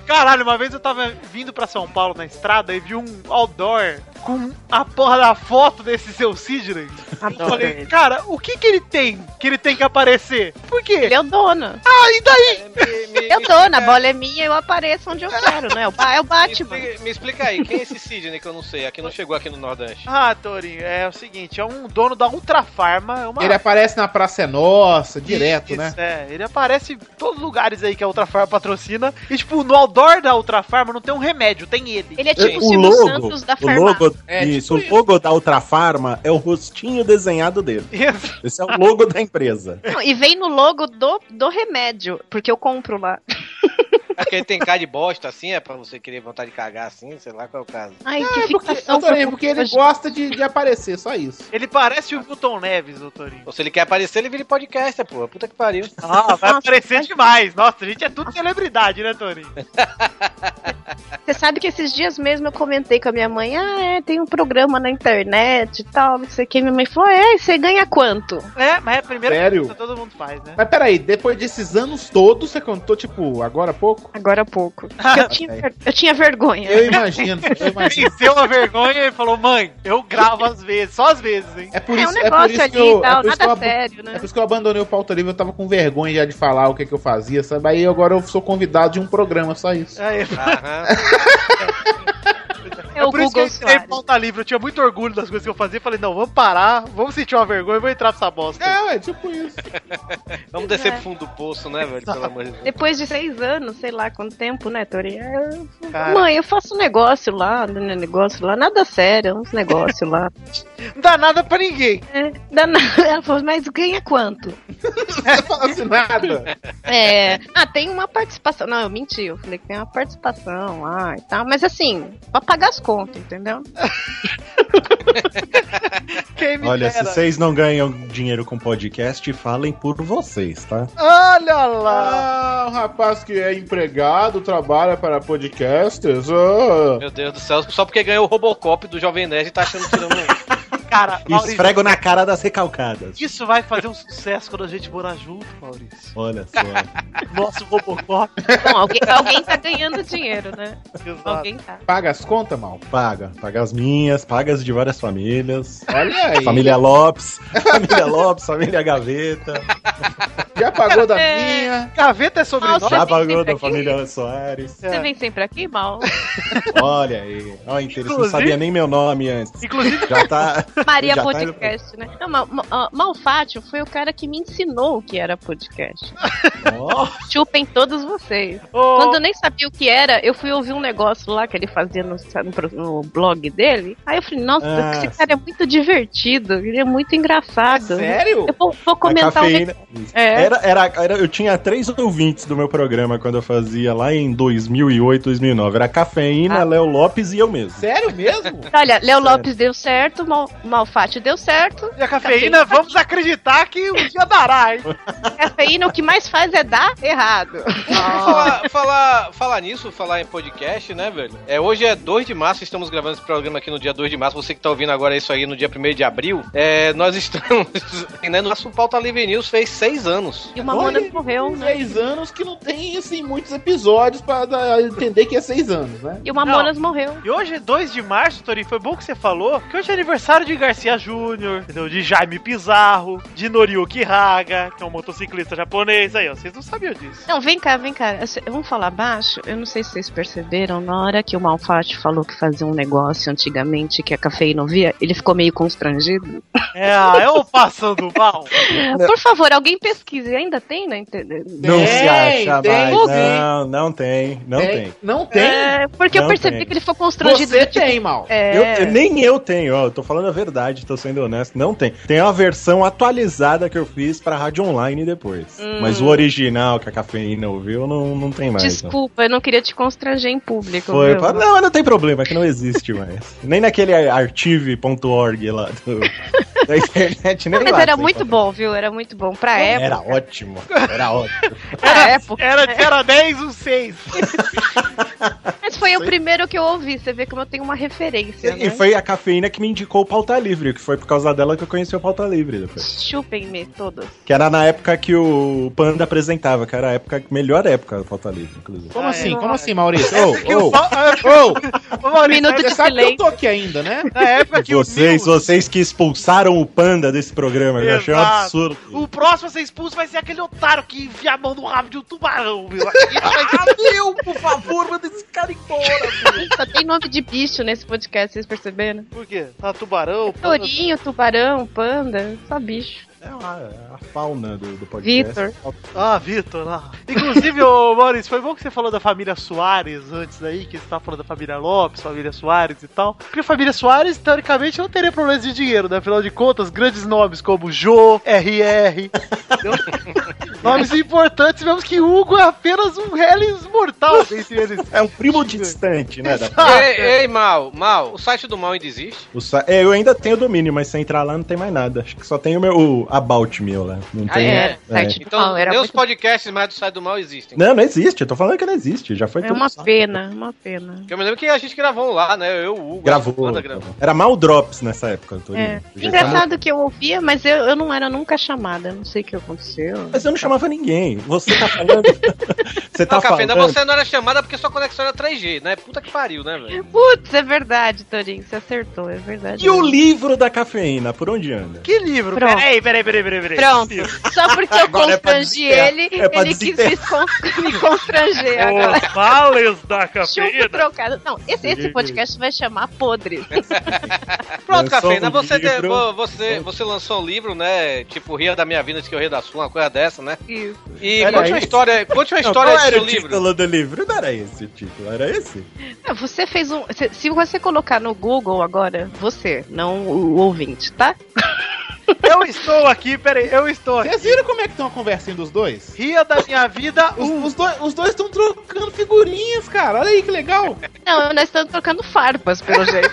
[SPEAKER 5] Caralho, uma vez eu tava vindo pra São Paulo na estrada e vi um outdoor com a porra da foto desse seu Sidney. Eu falei, cara, o que que ele tem que ele tem que aparecer? Por
[SPEAKER 3] Ele
[SPEAKER 5] quê?
[SPEAKER 3] é o dono.
[SPEAKER 5] Ah, e daí?
[SPEAKER 3] Eu dono, a bola é minha, eu apareço onde eu quero, né? O ba- É o Batman.
[SPEAKER 4] Me, me explica aí, quem é esse Sidney que eu não sei? Aqui não chegou aqui no Nordeste.
[SPEAKER 5] Ah, Torinho, é o seguinte, é um dono da Ultra Farma, é uma...
[SPEAKER 7] Ele aparece na Praça é Nossa, direto,
[SPEAKER 5] Isso,
[SPEAKER 7] né?
[SPEAKER 5] É, ele aparece em todos os lugares aí que a Ultra Farma patrocina. E, tipo, no outdoor da Ultra Farma não tem um remédio, tem ele.
[SPEAKER 3] Ele é tipo o
[SPEAKER 6] o
[SPEAKER 3] Silvio
[SPEAKER 6] logo,
[SPEAKER 3] Santos da
[SPEAKER 6] o
[SPEAKER 3] farmácia.
[SPEAKER 6] logo,
[SPEAKER 7] É,
[SPEAKER 6] isso,
[SPEAKER 7] tipo
[SPEAKER 6] o logo da Ultra Farma é o rostinho desenhado dele.
[SPEAKER 5] Isso.
[SPEAKER 6] Esse é o logo da empresa.
[SPEAKER 3] Não, e vem no logo do, do remédio, porque eu compro lá.
[SPEAKER 4] É que ele tem cara de bosta, assim, é pra você querer vontade de cagar, assim, sei lá qual é o caso.
[SPEAKER 3] Ai,
[SPEAKER 7] É,
[SPEAKER 3] que
[SPEAKER 7] porque,
[SPEAKER 3] fixação.
[SPEAKER 7] Antônio,
[SPEAKER 3] por
[SPEAKER 7] porque ele
[SPEAKER 3] hoje.
[SPEAKER 7] gosta de, de aparecer, só isso.
[SPEAKER 5] Ele parece o Milton Neves, ô Torinho.
[SPEAKER 4] Ou se ele quer aparecer, ele vira podcast, pô. Puta que pariu.
[SPEAKER 5] Ah, vai aparecer demais. Nossa, a gente é tudo celebridade, né, Torinho?
[SPEAKER 3] Você sabe que esses dias mesmo eu comentei com a minha mãe, ah, é, tem um programa na internet e tal, não sei o que. Minha mãe falou, é, e você ganha quanto?
[SPEAKER 5] É, mas é a primeira
[SPEAKER 7] Sério?
[SPEAKER 5] coisa que todo mundo faz, né?
[SPEAKER 7] Mas peraí, depois desses anos todos, você contou, tipo, agora há pouco?
[SPEAKER 3] Agora há pouco. Eu tinha,
[SPEAKER 7] Ah,
[SPEAKER 3] ver- eu tinha vergonha.
[SPEAKER 7] Eu imagino, eu imagino.
[SPEAKER 5] Venceu a vergonha e falou, mãe, eu gravo às vezes, só às vezes, hein?
[SPEAKER 7] É por
[SPEAKER 3] é
[SPEAKER 7] isso,
[SPEAKER 3] um
[SPEAKER 7] é por
[SPEAKER 3] negócio
[SPEAKER 7] isso
[SPEAKER 3] ali
[SPEAKER 7] que eu,
[SPEAKER 3] e
[SPEAKER 7] é
[SPEAKER 3] tal,
[SPEAKER 7] por isso que eu
[SPEAKER 3] nada
[SPEAKER 7] ab-
[SPEAKER 3] sério, né?
[SPEAKER 7] É por isso que eu abandonei o pauta livre, eu tava com vergonha já de falar o que, que eu fazia, sabe? Aí agora eu sou convidado de um programa, só isso.
[SPEAKER 5] Aí,
[SPEAKER 4] Aham.
[SPEAKER 3] É o
[SPEAKER 5] por isso que
[SPEAKER 3] Google
[SPEAKER 5] eu entrei em
[SPEAKER 3] Soares.
[SPEAKER 5] pauta livre. Eu tinha muito orgulho das coisas que eu fazia. Falei, não, vamos parar, vamos sentir uma vergonha, vamos entrar nessa bosta.
[SPEAKER 7] É, ué, tipo isso.
[SPEAKER 4] Vamos descer pro fundo do poço, né, velho? Pelo amor de Deus.
[SPEAKER 3] Depois de seis anos, sei lá quanto tempo, né, Tori? Eu-
[SPEAKER 5] Cara.
[SPEAKER 3] Mãe, eu faço um negócio lá, um negócio lá, nada sério, uns negócios lá.
[SPEAKER 5] Não dá nada pra ninguém.
[SPEAKER 3] É, dana- Ela falou, mas ganha quanto?
[SPEAKER 7] Não falasse assim, nada.
[SPEAKER 3] É. Ah, tem uma participação. Não, eu menti. Eu falei que tem uma participação lá e tal. Mas assim, pra pagar as contas, entendeu?
[SPEAKER 5] Quem me
[SPEAKER 6] Olha, se
[SPEAKER 5] dera.
[SPEAKER 6] vocês não ganham dinheiro com podcast, falem por vocês, tá?
[SPEAKER 5] Olha lá.
[SPEAKER 7] Ah, um rapaz que é empregado, trabalha para podcasters. ah.
[SPEAKER 4] Meu Deus do céu, só porque ganhou o Robocop do Jovem Nerd tá achando que não.
[SPEAKER 5] Ah, Cara, Maurício,
[SPEAKER 6] Esfrego na cara das recalcadas.
[SPEAKER 5] isso vai fazer um sucesso quando a gente morar junto, Maurício.
[SPEAKER 6] Olha só.
[SPEAKER 5] Nosso Robocop.
[SPEAKER 3] Bom, alguém, alguém tá ganhando dinheiro, né?
[SPEAKER 5] Exato.
[SPEAKER 3] Alguém tá.
[SPEAKER 7] Paga as contas, mal?
[SPEAKER 6] Paga. Paga as minhas, paga as de várias famílias.
[SPEAKER 7] Olha aí.
[SPEAKER 6] Família Lopes, família Lopes, família Gaveta.
[SPEAKER 7] Já pagou da
[SPEAKER 3] É.
[SPEAKER 7] minha.
[SPEAKER 5] Gaveta é sobre
[SPEAKER 3] Nossa.
[SPEAKER 5] nós.
[SPEAKER 6] Já
[SPEAKER 3] vem
[SPEAKER 6] pagou
[SPEAKER 3] sempre
[SPEAKER 6] da
[SPEAKER 3] aqui?
[SPEAKER 6] família Soares.
[SPEAKER 3] Você vem sempre aqui, mal?
[SPEAKER 6] Olha aí. Ó, interessante. Não
[SPEAKER 5] Inclusive-
[SPEAKER 6] sabia nem meu nome antes.
[SPEAKER 5] Inclusive,
[SPEAKER 6] Já tá.
[SPEAKER 3] Maria
[SPEAKER 6] Já tá indo-
[SPEAKER 3] Podcast, né? Não, Ma- Ma- ah, Malfátio foi o cara que me ensinou o que era podcast.
[SPEAKER 6] Ó,
[SPEAKER 3] Chupem todos vocês.
[SPEAKER 5] ô,
[SPEAKER 3] Quando eu nem sabia o que era, eu fui ouvir um negócio lá que ele fazia no, no blog dele. Aí eu falei, nossa,
[SPEAKER 6] Ah,
[SPEAKER 3] esse cara é muito divertido, ele é muito engraçado.
[SPEAKER 7] Sério?
[SPEAKER 3] Eu vou, vou
[SPEAKER 6] a
[SPEAKER 3] comentar um
[SPEAKER 6] cafeína.
[SPEAKER 3] É.
[SPEAKER 6] Era, era, era, eu tinha três ouvintes do meu programa quando eu fazia lá em 2008, 2009. Era a Cafeína,
[SPEAKER 3] Ah.
[SPEAKER 6] Léo Lopes e eu mesmo.
[SPEAKER 7] Sério mesmo?
[SPEAKER 3] Olha, Léo Lopes deu certo, Mal, Malfatti deu certo.
[SPEAKER 5] e a cafeína, vamos acreditar que um dia dará, hein?
[SPEAKER 3] Cafeína, o que mais faz é dar errado.
[SPEAKER 4] falar, falar, falar, falar nisso, falar em podcast, né, velho? É, hoje é 2 de março, estamos gravando esse programa aqui no dia 2 de março. Você que tá ouvindo agora isso aí no dia 1 de abril, é, nós estamos. Né, nosso pauta Livre News fez 6 anos.
[SPEAKER 3] E o Mamonas morreu, né?
[SPEAKER 7] Seis anos que não tem, assim, muitos episódios pra dar- entender que é seis anos, né?
[SPEAKER 3] E o Mamonas morreu.
[SPEAKER 5] E hoje, 2 de março, Tori, foi bom que você falou que hoje é aniversário de Garcia Júnior, entendeu? de Jaime Pizarro, de Noriyuki Haga, que é um motociclista japonês. Aí, ó, vocês não sabiam disso.
[SPEAKER 3] Não, vem cá, vem cá. Assim, Vamos falar baixo? Eu não sei se vocês perceberam, na hora que o Malfatti falou que fazia um negócio antigamente que a cafeína ouvia, ele ficou meio constrangido.
[SPEAKER 5] É, é o passando mal.
[SPEAKER 3] É, Por favor, alguém pesquise. Ainda tem né? na internet?
[SPEAKER 6] Não se acha
[SPEAKER 7] tem,
[SPEAKER 6] mais.
[SPEAKER 7] tem.
[SPEAKER 6] Não, não tem, não tem.
[SPEAKER 7] Não tem.
[SPEAKER 3] É, porque eu
[SPEAKER 6] Não
[SPEAKER 3] percebi
[SPEAKER 6] tem.
[SPEAKER 3] que ele ficou constrangido.
[SPEAKER 7] Você
[SPEAKER 3] do tipo,
[SPEAKER 7] tem, mal.
[SPEAKER 3] É,
[SPEAKER 6] Eu- eu- nem eu tenho, ó, eu tô falando a verdade, tô sendo honesto, não tem. Tem uma versão atualizada que eu fiz pra rádio online depois.
[SPEAKER 3] Hum.
[SPEAKER 6] Mas o original que a cafeína ouviu não, não tem mais. não.
[SPEAKER 3] Desculpa, eu não queria te constranger em público.
[SPEAKER 6] Foi,
[SPEAKER 3] viu?
[SPEAKER 6] pra- não, não tem problema, é que não existe mais. nem naquele archive.org lá do- da internet, nem
[SPEAKER 3] Mas
[SPEAKER 6] lá
[SPEAKER 3] era
[SPEAKER 6] você
[SPEAKER 3] muito
[SPEAKER 6] encontra.
[SPEAKER 3] bom, né? viu? Era muito bom. Pra época.
[SPEAKER 6] Era ótimo, era ótimo.
[SPEAKER 3] Pra época.
[SPEAKER 5] Era, era 10 ou 6.
[SPEAKER 3] Mas foi o primeiro que eu ouvi. Você vê como eu tenho uma referência.
[SPEAKER 6] e
[SPEAKER 3] né?
[SPEAKER 6] foi a cafeína que me indicou o Pauta Livre, que foi por causa dela que eu conheci o Pauta Livre depois.
[SPEAKER 3] Chupem-me todos.
[SPEAKER 6] Que era na época que o Panda apresentava, que era a época, melhor época do Falta Livre, inclusive.
[SPEAKER 7] Como
[SPEAKER 5] Ah,
[SPEAKER 7] assim?
[SPEAKER 5] é.
[SPEAKER 7] Como assim, Maurício?
[SPEAKER 6] Ô, ô,
[SPEAKER 7] Ô,
[SPEAKER 5] Ô, Maurício,
[SPEAKER 3] um Minuto
[SPEAKER 7] você
[SPEAKER 3] de
[SPEAKER 7] sabe que eu
[SPEAKER 3] silêncio.
[SPEAKER 7] tô aqui ainda, né?
[SPEAKER 5] na época que
[SPEAKER 6] vocês,
[SPEAKER 5] o News...
[SPEAKER 6] vocês que expulsaram o Panda desse programa, eu achei um
[SPEAKER 5] Exato.
[SPEAKER 6] absurdo.
[SPEAKER 5] O próximo a ser expulso vai ser aquele otário que enfia a mão no rabo de um tubarão, meu. Aquele vai ser-
[SPEAKER 3] Só tem nome de bicho nesse podcast, vocês perceberam?
[SPEAKER 5] Por quê? Tá tubarão, panda-
[SPEAKER 3] Tourinho, tubarão, panda, só bicho.
[SPEAKER 6] É a, a fauna do, do podcast. Vitor.
[SPEAKER 5] Ah, Vitor, ah. Inclusive, ô Maurício, foi bom que você falou da família Soares antes aí, que você tava falando da família Lopes, família Soares e tal. Porque a família Soares, teoricamente, não teria problemas de dinheiro, né? Afinal de contas, grandes nomes como Jô, RR, entendeu? nomes importantes, mesmo que Hugo é apenas um reles mortal entre eles.
[SPEAKER 6] É um primo distante, né? da-
[SPEAKER 4] ei, ei, Mal, Mal, o site do Mal ainda existe?
[SPEAKER 6] o sa- é, eu ainda tenho o domínio, mas se entrar lá não tem mais nada. Acho que só tem o meu o About meu lá. Não
[SPEAKER 4] Ah,
[SPEAKER 6] tem.
[SPEAKER 4] é?
[SPEAKER 3] Site do
[SPEAKER 4] Então,
[SPEAKER 3] mal, era
[SPEAKER 4] meus
[SPEAKER 3] muito...
[SPEAKER 4] podcasts mais do site do Mal existem.
[SPEAKER 6] Não, não existe. Eu tô falando que não existe. Já foi
[SPEAKER 3] É
[SPEAKER 6] tudo
[SPEAKER 3] uma
[SPEAKER 6] só.
[SPEAKER 3] pena, uma pena.
[SPEAKER 4] Porque eu me lembro que a gente gravou um lá, né? Eu, o Hugo, a
[SPEAKER 6] Gravou.
[SPEAKER 4] banda gravou.
[SPEAKER 6] Era mal drops nessa época, Torino.
[SPEAKER 3] É.
[SPEAKER 6] Já tava-
[SPEAKER 3] Engraçado que eu ouvia, mas eu, eu não era nunca chamada, não sei o que aconteceu.
[SPEAKER 6] Mas eu não chamava ninguém. Você tá falando. você tá
[SPEAKER 4] Não, Café, ainda
[SPEAKER 6] falando.
[SPEAKER 4] você não era chamada porque sua conexão era 3G, né? Puta que pariu, né, velho?
[SPEAKER 3] Putz, é verdade, Torinho, você acertou, é verdade.
[SPEAKER 6] E o livro da cafeína, por onde anda?
[SPEAKER 5] Que livro?
[SPEAKER 3] Pronto.
[SPEAKER 5] Peraí, peraí, peraí, peraí, peraí.
[SPEAKER 3] Pronto, só porque eu
[SPEAKER 6] Agora é pra
[SPEAKER 3] constrangi
[SPEAKER 6] desenterrar.
[SPEAKER 3] ele,
[SPEAKER 6] É pra
[SPEAKER 3] ele quis me, con- me constranger agora.
[SPEAKER 5] Os males da
[SPEAKER 6] tá
[SPEAKER 3] Chumbo
[SPEAKER 5] cafeína.
[SPEAKER 3] trocado. Não, esse, esse podcast vai chamar Podres.
[SPEAKER 4] Pronto,
[SPEAKER 6] Lançou
[SPEAKER 4] Cafeína,
[SPEAKER 6] um
[SPEAKER 4] você, de-
[SPEAKER 6] livro.
[SPEAKER 4] vo- você, você lançou um livro, né? Tipo, Ria da Minha Vida, Antes que eu Ria da Sua, uma coisa dessa, né?
[SPEAKER 3] Isso.
[SPEAKER 4] E
[SPEAKER 6] Era
[SPEAKER 4] conte uma
[SPEAKER 6] isso?
[SPEAKER 4] história, conte uma
[SPEAKER 6] Não,
[SPEAKER 4] história
[SPEAKER 6] qual
[SPEAKER 4] do
[SPEAKER 6] era
[SPEAKER 4] seu
[SPEAKER 6] o
[SPEAKER 4] livro.
[SPEAKER 6] título do livro? Não era esse o título, era esse.
[SPEAKER 3] Ah, Você fez um. Se, se você colocar no Google agora, você, não o ouvinte, tá?
[SPEAKER 5] Eu estou aqui, peraí, eu estou aqui.
[SPEAKER 7] Vocês viram como é que estão a conversinha dos dois?
[SPEAKER 5] Ria da minha vida,
[SPEAKER 7] Os,
[SPEAKER 3] Hum.
[SPEAKER 7] os dois os dois estão trocando figurinhas, cara. Olha aí que legal.
[SPEAKER 3] Não, nós estamos trocando farpas, pelo jeito.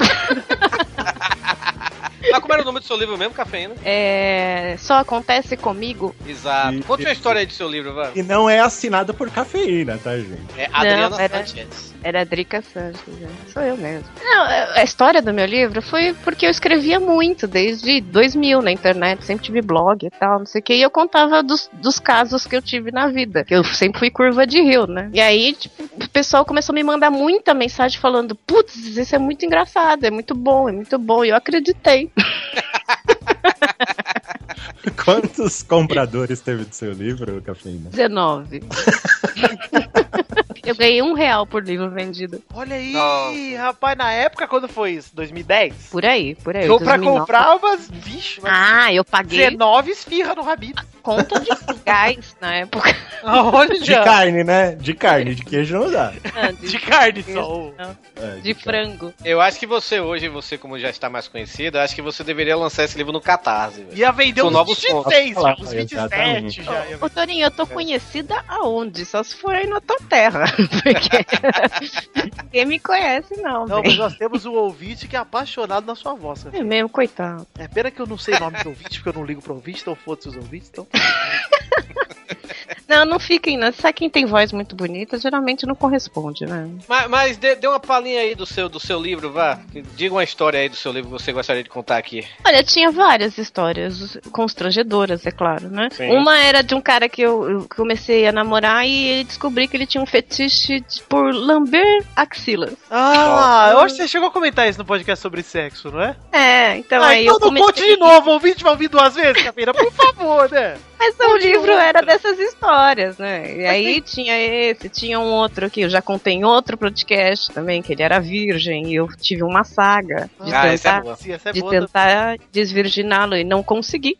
[SPEAKER 4] Ah, como era o nome do seu livro mesmo, Cafeína?
[SPEAKER 3] É, só acontece comigo.
[SPEAKER 4] Exato.
[SPEAKER 6] E-
[SPEAKER 4] Conte uma história aí do seu livro, vai.
[SPEAKER 6] E não é assinado por cafeína, tá, gente?
[SPEAKER 4] É Adriana
[SPEAKER 3] era-
[SPEAKER 4] Sanchez.
[SPEAKER 3] Era a Drica Sanches, né? sou eu mesmo. Não, é, a a história do meu livro foi porque eu escrevia muito, desde 2000 na internet, sempre tive blog e tal, não sei o que, e eu contava dos, dos casos que eu tive na vida, que eu sempre fui curva de rio, né? E aí, tipo, o pessoal começou a me mandar muita mensagem falando, putz, isso é muito engraçado, é muito bom, é muito bom, e eu acreditei.
[SPEAKER 6] Quantos compradores teve do seu livro, cafeína?
[SPEAKER 3] 19. eu ganhei um real por livro vendido.
[SPEAKER 5] Olha aí,
[SPEAKER 4] Não.
[SPEAKER 5] rapaz, na época quando foi isso? 2010?
[SPEAKER 3] Por aí, por aí.
[SPEAKER 5] Deu pra
[SPEAKER 3] 2009.
[SPEAKER 5] comprar umas, vixe, umas
[SPEAKER 3] Ah, eu paguei
[SPEAKER 5] 19 esfirra no rabito.
[SPEAKER 3] conta de gás né? na época.
[SPEAKER 5] Olha,
[SPEAKER 6] De carne, né? De carne, de queijo não dá.
[SPEAKER 5] de carne só.
[SPEAKER 6] É,
[SPEAKER 3] De
[SPEAKER 6] carne.
[SPEAKER 3] frango.
[SPEAKER 4] Eu acho que você hoje, você como já está mais conhecida, acho que você deveria lançar esse livro no Catarse, velho.
[SPEAKER 5] Ia vender
[SPEAKER 4] Com
[SPEAKER 5] uns
[SPEAKER 4] novos
[SPEAKER 5] 26,
[SPEAKER 6] pontos.
[SPEAKER 5] uns
[SPEAKER 6] Ah,
[SPEAKER 5] 27
[SPEAKER 6] exatamente.
[SPEAKER 5] já. ia
[SPEAKER 3] Ô, Torinho, eu tô conhecida aonde? Só se for aí na tua terra. Porque ninguém me conhece, não.
[SPEAKER 5] Não,
[SPEAKER 3] bem.
[SPEAKER 5] mas nós temos um ouvinte que é apaixonado na sua voz. cara.
[SPEAKER 3] É mesmo, coitado.
[SPEAKER 5] É pena que eu não sei o nome do ouvinte, porque eu não ligo pro ouvinte, então foda-se os ouvintes. Então.
[SPEAKER 3] Não, não fiquem, não. Sabe quem tem voz muito bonita, geralmente não corresponde, né?
[SPEAKER 4] Mas, mas dê, dê uma palhinha aí do seu, do seu livro, vá. Diga uma história aí do seu livro que você gostaria de contar aqui.
[SPEAKER 3] Olha, tinha várias histórias constrangedoras, é claro, né?
[SPEAKER 4] Sim.
[SPEAKER 3] Uma era de um cara que eu eu comecei a namorar e ele descobri que ele tinha um fetiche de- por lamber axilas.
[SPEAKER 5] Ah, eu acho que você chegou a comentar isso no podcast sobre sexo, não é?
[SPEAKER 3] É, então
[SPEAKER 5] ah,
[SPEAKER 3] aí
[SPEAKER 5] então
[SPEAKER 3] eu
[SPEAKER 5] não
[SPEAKER 3] comecei...
[SPEAKER 5] conte de novo, o ouvinte vai ouvir duas vezes, Capira, por favor, né?
[SPEAKER 3] Mas o livro era dessas histórias, né? E aí tinha esse, tinha um outro que eu já contei em outro podcast também, que ele era virgem e eu tive uma saga de
[SPEAKER 4] Ah, essa é
[SPEAKER 3] tentar,
[SPEAKER 4] boa.
[SPEAKER 5] Sim, essa é
[SPEAKER 3] de
[SPEAKER 5] boa
[SPEAKER 3] tentar desvirginá-lo e não consegui.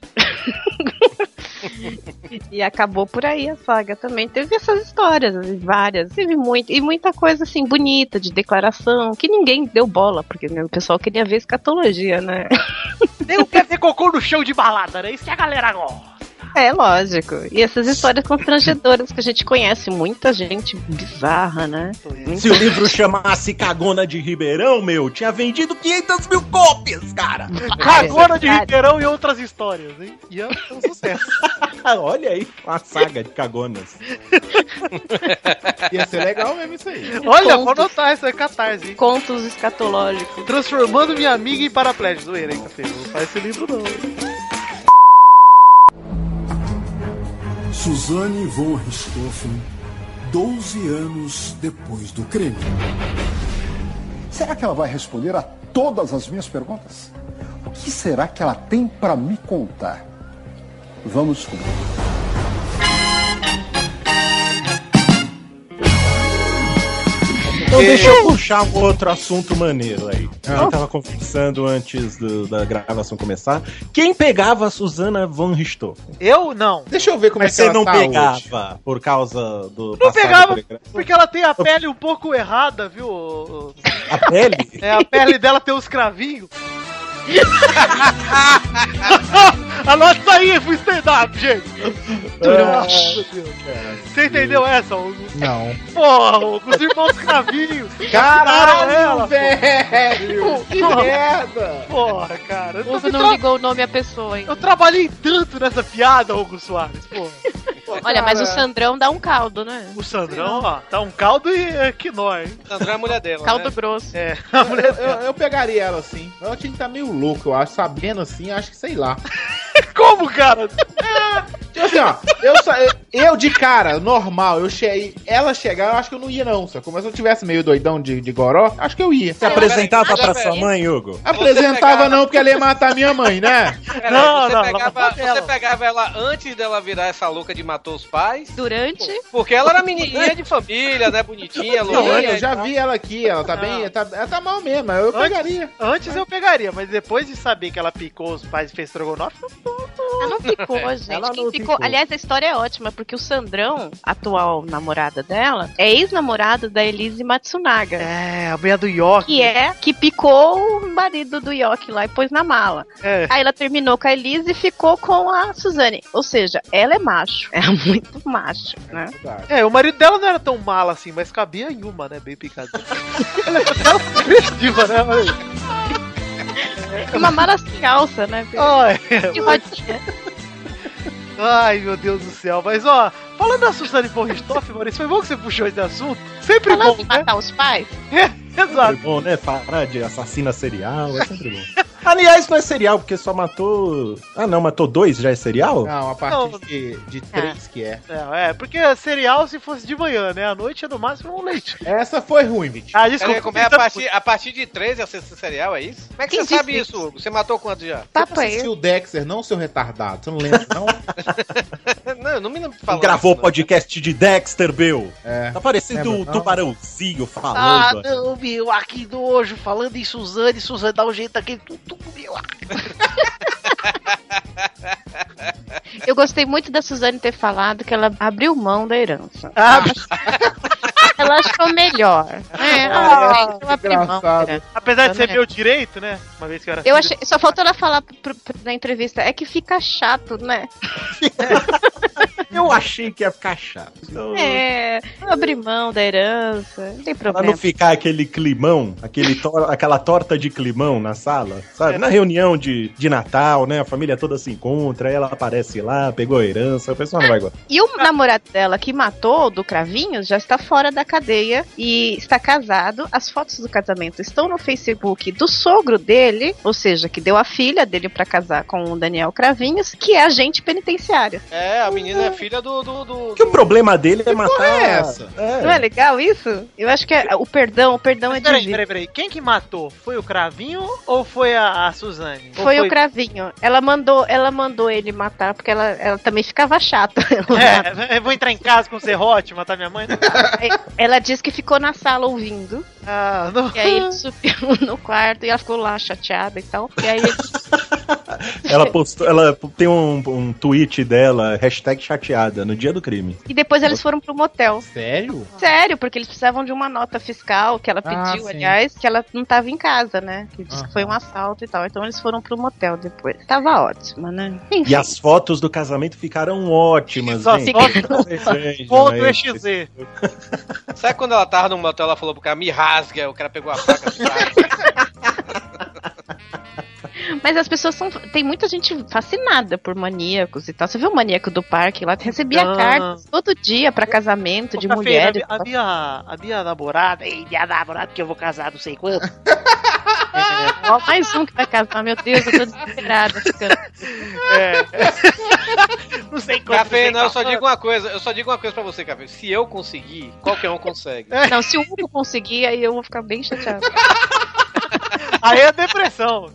[SPEAKER 3] e acabou por aí a saga também. Teve essas histórias, várias, teve muito, e muita coisa assim bonita de declaração, que ninguém deu bola, porque né, o pessoal queria ver escatologia, né?
[SPEAKER 5] Eu quero ter cocô no chão de balada, né? Isso que a galera gosta.
[SPEAKER 3] É, lógico. E essas histórias constrangedoras que a gente conhece, muita gente bizarra, né?
[SPEAKER 6] Se o livro chamasse Cagona de Ribeirão, meu, tinha vendido 500 mil cópias, cara.
[SPEAKER 7] é
[SPEAKER 5] Cagona de Ribeirão e outras histórias, hein? E é um sucesso.
[SPEAKER 6] Ah, Olha aí, uma saga de cagonas.
[SPEAKER 7] Ia ser legal mesmo isso aí.
[SPEAKER 5] Olha,
[SPEAKER 3] Contos.
[SPEAKER 5] vou anotar, isso é catarse, hein?
[SPEAKER 3] Contos escatológicos.
[SPEAKER 5] Transformando minha amiga em paraplégico. Zoeira, hein, Capira? Não faz esse livro, não.
[SPEAKER 12] Suzanne von Richthofen, 12 anos depois do crime. Será que ela vai responder a todas as minhas perguntas? O que será que ela tem para me contar? Vamos descobrir.
[SPEAKER 6] Então deixa eu puxar um outro assunto maneiro aí.
[SPEAKER 7] Ah.
[SPEAKER 6] Eu tava conversando antes do- da gravação começar. Quem pegava a Susana von Richthofen?
[SPEAKER 5] Eu não.
[SPEAKER 7] Deixa eu ver como
[SPEAKER 6] Mas você
[SPEAKER 7] é que ela
[SPEAKER 6] não
[SPEAKER 7] tá
[SPEAKER 6] pegava
[SPEAKER 7] hoje.
[SPEAKER 6] por causa do
[SPEAKER 5] Não
[SPEAKER 6] passado
[SPEAKER 5] pegava,
[SPEAKER 6] pregressa?
[SPEAKER 5] porque ela tem a pele um pouco errada, viu? ô- ô-
[SPEAKER 6] a pele?
[SPEAKER 5] É, a pele dela tem uns cravinhos. Anota aí pro stand-up, gente. Nossa, meu Deus. Você entendeu essa? Hugo?
[SPEAKER 7] Não.
[SPEAKER 5] Porra, Hugo, os irmãos cravinhos. Tiraram
[SPEAKER 7] Caralho,
[SPEAKER 5] ela,
[SPEAKER 7] velho! Que merda!
[SPEAKER 5] Porra, cara. Eu,
[SPEAKER 3] O Uvo
[SPEAKER 5] também
[SPEAKER 3] não
[SPEAKER 5] tra-
[SPEAKER 3] ligou o nome à pessoa, hein?
[SPEAKER 5] eu trabalhei tanto nessa piada, Hugo Soares, porra.
[SPEAKER 3] Olha, mas o
[SPEAKER 5] Sandrão...
[SPEAKER 3] Sandrão dá um caldo, né?
[SPEAKER 5] O Sandrão, ó, tá um caldo e é, que nóis. hein?
[SPEAKER 4] Sandrão é a mulher dela.
[SPEAKER 3] Caldo
[SPEAKER 4] né?
[SPEAKER 3] grosso.
[SPEAKER 5] É, a
[SPEAKER 7] Eu,
[SPEAKER 5] mulher...
[SPEAKER 7] eu- eu pegaria ela assim. Ela tinha que estar meio louca, eu acho. Sabendo assim, acho que sei lá.
[SPEAKER 5] Como, cara?
[SPEAKER 7] Tipo assim, ó. Eu, sa- eu de cara, normal, eu cheguei. Ela chegar, eu acho que eu não ia, não. Sacou? Mas se eu tivesse meio doidão de, de goró, acho que eu ia.
[SPEAKER 6] Você apresentava
[SPEAKER 3] Peraí,
[SPEAKER 6] pra
[SPEAKER 3] peraí.
[SPEAKER 6] sua mãe, Hugo?
[SPEAKER 7] Apresentava
[SPEAKER 4] pegava-
[SPEAKER 7] não, porque ela ia matar minha mãe, né?
[SPEAKER 4] Peraí,
[SPEAKER 5] Não,
[SPEAKER 4] você,
[SPEAKER 5] não,
[SPEAKER 4] pegava,
[SPEAKER 5] ela-
[SPEAKER 4] você pegava ela antes dela virar essa louca de matou os pais?
[SPEAKER 3] Durante.
[SPEAKER 4] Porque ela era menininha de família, né? Bonitinha,
[SPEAKER 7] Não,
[SPEAKER 4] louquinha.
[SPEAKER 7] eu já vi ela aqui, ela tá bem. Tá, ela tá mal mesmo, mas eu
[SPEAKER 5] é, Antes-
[SPEAKER 7] pegaria.
[SPEAKER 5] Antes eu pegaria, mas depois de saber que ela picou os pais e fez estrogonofe,
[SPEAKER 3] Ela não ficou, gente.
[SPEAKER 6] Ela
[SPEAKER 3] Quem
[SPEAKER 6] não
[SPEAKER 3] ficou...
[SPEAKER 6] ficou.
[SPEAKER 3] Aliás, a história é ótima, porque o Sandrão, atual namorada dela, é ex-namorado da Elise Matsunaga.
[SPEAKER 5] É, a mulher do York.
[SPEAKER 3] Que é que picou o marido do Yoki lá e pôs na mala.
[SPEAKER 5] É.
[SPEAKER 3] Aí ela terminou com a Elise e ficou com a Suzane. Ou seja, ela é macho. É muito macho, né?
[SPEAKER 5] É, o marido dela não era tão mal assim, mas cabia em uma, né? Bem picadinha. ela era até agressiva, né? Olha
[SPEAKER 3] É uma mala sem alça, né?
[SPEAKER 5] aí.
[SPEAKER 3] De rodinha.
[SPEAKER 5] Ai, meu Deus do céu. Mas, ó, falando da Suzane von Richthofen, Maurício, foi bom que você puxou esse assunto. Sempre
[SPEAKER 3] Falando
[SPEAKER 5] bom,
[SPEAKER 3] em
[SPEAKER 5] né?
[SPEAKER 3] matar os pais,
[SPEAKER 5] Exato.
[SPEAKER 6] Sempre bom, né? Parar de assassina serial, é sempre bom. Aliás, não é serial, porque só matou. Ah, não, matou dois já é serial?
[SPEAKER 7] Não, a
[SPEAKER 5] Não.
[SPEAKER 7] partir de, de três que é.
[SPEAKER 5] É, é, porque cereal se fosse de manhã, né? À noite é no máximo um leite.
[SPEAKER 7] Essa foi ruim, bicho.
[SPEAKER 5] Ah,
[SPEAKER 4] Peraí,
[SPEAKER 5] desculpa.
[SPEAKER 4] como é a partir, a partir de 13 é esse serial, é isso? Como é que
[SPEAKER 3] Quem
[SPEAKER 4] você sabe
[SPEAKER 3] disse
[SPEAKER 4] isso, Hugo? Você matou quanto já?
[SPEAKER 3] papai.
[SPEAKER 7] Assistiu o Dexter, não seu retardado. Você não lembra, não?
[SPEAKER 4] Não, eu não me lembro de
[SPEAKER 6] Quem
[SPEAKER 4] falar.
[SPEAKER 6] Gravou o
[SPEAKER 4] isso, não.
[SPEAKER 6] podcast de Dexter, Bill.
[SPEAKER 7] É.
[SPEAKER 6] Tá parecendo
[SPEAKER 7] É,
[SPEAKER 6] o
[SPEAKER 7] mas não.
[SPEAKER 6] tubarãozinho
[SPEAKER 8] Ah,
[SPEAKER 6] falando.
[SPEAKER 8] não, meu, ah, que nojo. Falando em Suzane, Suzane dá um jeito aqui. Tu, tu, meu. ah.
[SPEAKER 3] Eu gostei muito da Suzane ter falado que ela abriu mão da herança.
[SPEAKER 5] Ah,
[SPEAKER 3] Ela achou melhor. É,
[SPEAKER 7] Ah,
[SPEAKER 3] ela, ela abriu mão da
[SPEAKER 7] engraçado.
[SPEAKER 5] é.
[SPEAKER 3] herança.
[SPEAKER 5] apesar de ser meu direito, né? Uma vez que eu era
[SPEAKER 3] Eu
[SPEAKER 5] filho-
[SPEAKER 3] achei, só faltou ela falar pro- pro- na entrevista, é que fica chato, né?
[SPEAKER 7] Eu achei que ia ficar chato. Então,
[SPEAKER 3] É, abrir mão da herança, não tem
[SPEAKER 6] Pra
[SPEAKER 3] problema.
[SPEAKER 6] não ficar aquele climão, aquele tor- aquela torta de climão na sala, sabe? Na reunião de, de Natal, né? A família toda se encontra, aí ela aparece lá, pegou a herança, o pessoal não vai gostar.
[SPEAKER 3] E
[SPEAKER 5] Ah.
[SPEAKER 3] o namorado dela que matou do Cravinhos já está fora da cadeia e está casado. As fotos do casamento estão no Facebook do sogro dele, ou seja, que deu a filha dele para casar com o Daniel Cravinhos, que é agente penitenciário.
[SPEAKER 4] É, a menina é filha do. do, do-
[SPEAKER 6] Que o problema dele é matar.
[SPEAKER 4] é essa?
[SPEAKER 3] Não é legal isso? Eu acho que é- o perdão, o perdão é de
[SPEAKER 5] Peraí,
[SPEAKER 3] vida.
[SPEAKER 5] peraí, peraí. Quem que matou? Foi o Cravinho ou foi a, a Suzane? Ou
[SPEAKER 3] Foi o Cravinho. Ela mandou, ela mandou ele matar porque ela, ela também ficava chata.
[SPEAKER 5] É, eu vou entrar em casa com o serrote, matar minha mãe?
[SPEAKER 3] ela disse que ficou na sala ouvindo.
[SPEAKER 5] Ah,
[SPEAKER 3] E aí
[SPEAKER 5] Hum.
[SPEAKER 3] ele subiu no quarto e ela ficou lá chateada e tal. E aí ele
[SPEAKER 6] Ela postou, ela tem um, um tweet dela, hashtag chateada, no dia do crime.
[SPEAKER 3] E depois eles foram pro motel.
[SPEAKER 7] Sério?
[SPEAKER 3] Sério, porque eles precisavam de uma nota fiscal que ela
[SPEAKER 7] Ah,
[SPEAKER 3] pediu,
[SPEAKER 7] sim.
[SPEAKER 3] aliás, que ela não tava em casa, né? Que disse que foi um assalto e tal. Então eles foram pro motel depois. Tava ótima, né?
[SPEAKER 6] E as fotos do casamento ficaram ótimas,
[SPEAKER 3] Só
[SPEAKER 6] gente. Gente,
[SPEAKER 5] Ponto
[SPEAKER 6] mas-
[SPEAKER 5] XZ.
[SPEAKER 4] Sabe quando ela tava no motel, ela falou pro cara, me rasga, o cara pegou a faca.
[SPEAKER 3] Mas as pessoas são. Tem muita gente fascinada por maníacos e tal. Você viu o maníaco do parque lá? Recebia
[SPEAKER 5] Ah.
[SPEAKER 3] cartas todo dia pra casamento é de né?
[SPEAKER 5] Sexta-feira,
[SPEAKER 3] mulheres.
[SPEAKER 5] A, minha, a minha namorada, ei, minha namorada que eu vou casar não sei quanto.
[SPEAKER 7] né?
[SPEAKER 3] Ó, mais um que vai casar, meu Deus, eu tô desesperada ficando.
[SPEAKER 5] É. não sei quanto.
[SPEAKER 4] Café,
[SPEAKER 5] sei
[SPEAKER 4] não, eu só
[SPEAKER 5] quanto.
[SPEAKER 4] digo uma coisa, eu só digo uma coisa pra você, Café. Se eu conseguir, qualquer um consegue.
[SPEAKER 3] Não, se o Hugo conseguir, aí eu vou ficar bem chateada.
[SPEAKER 5] Aí é depressão.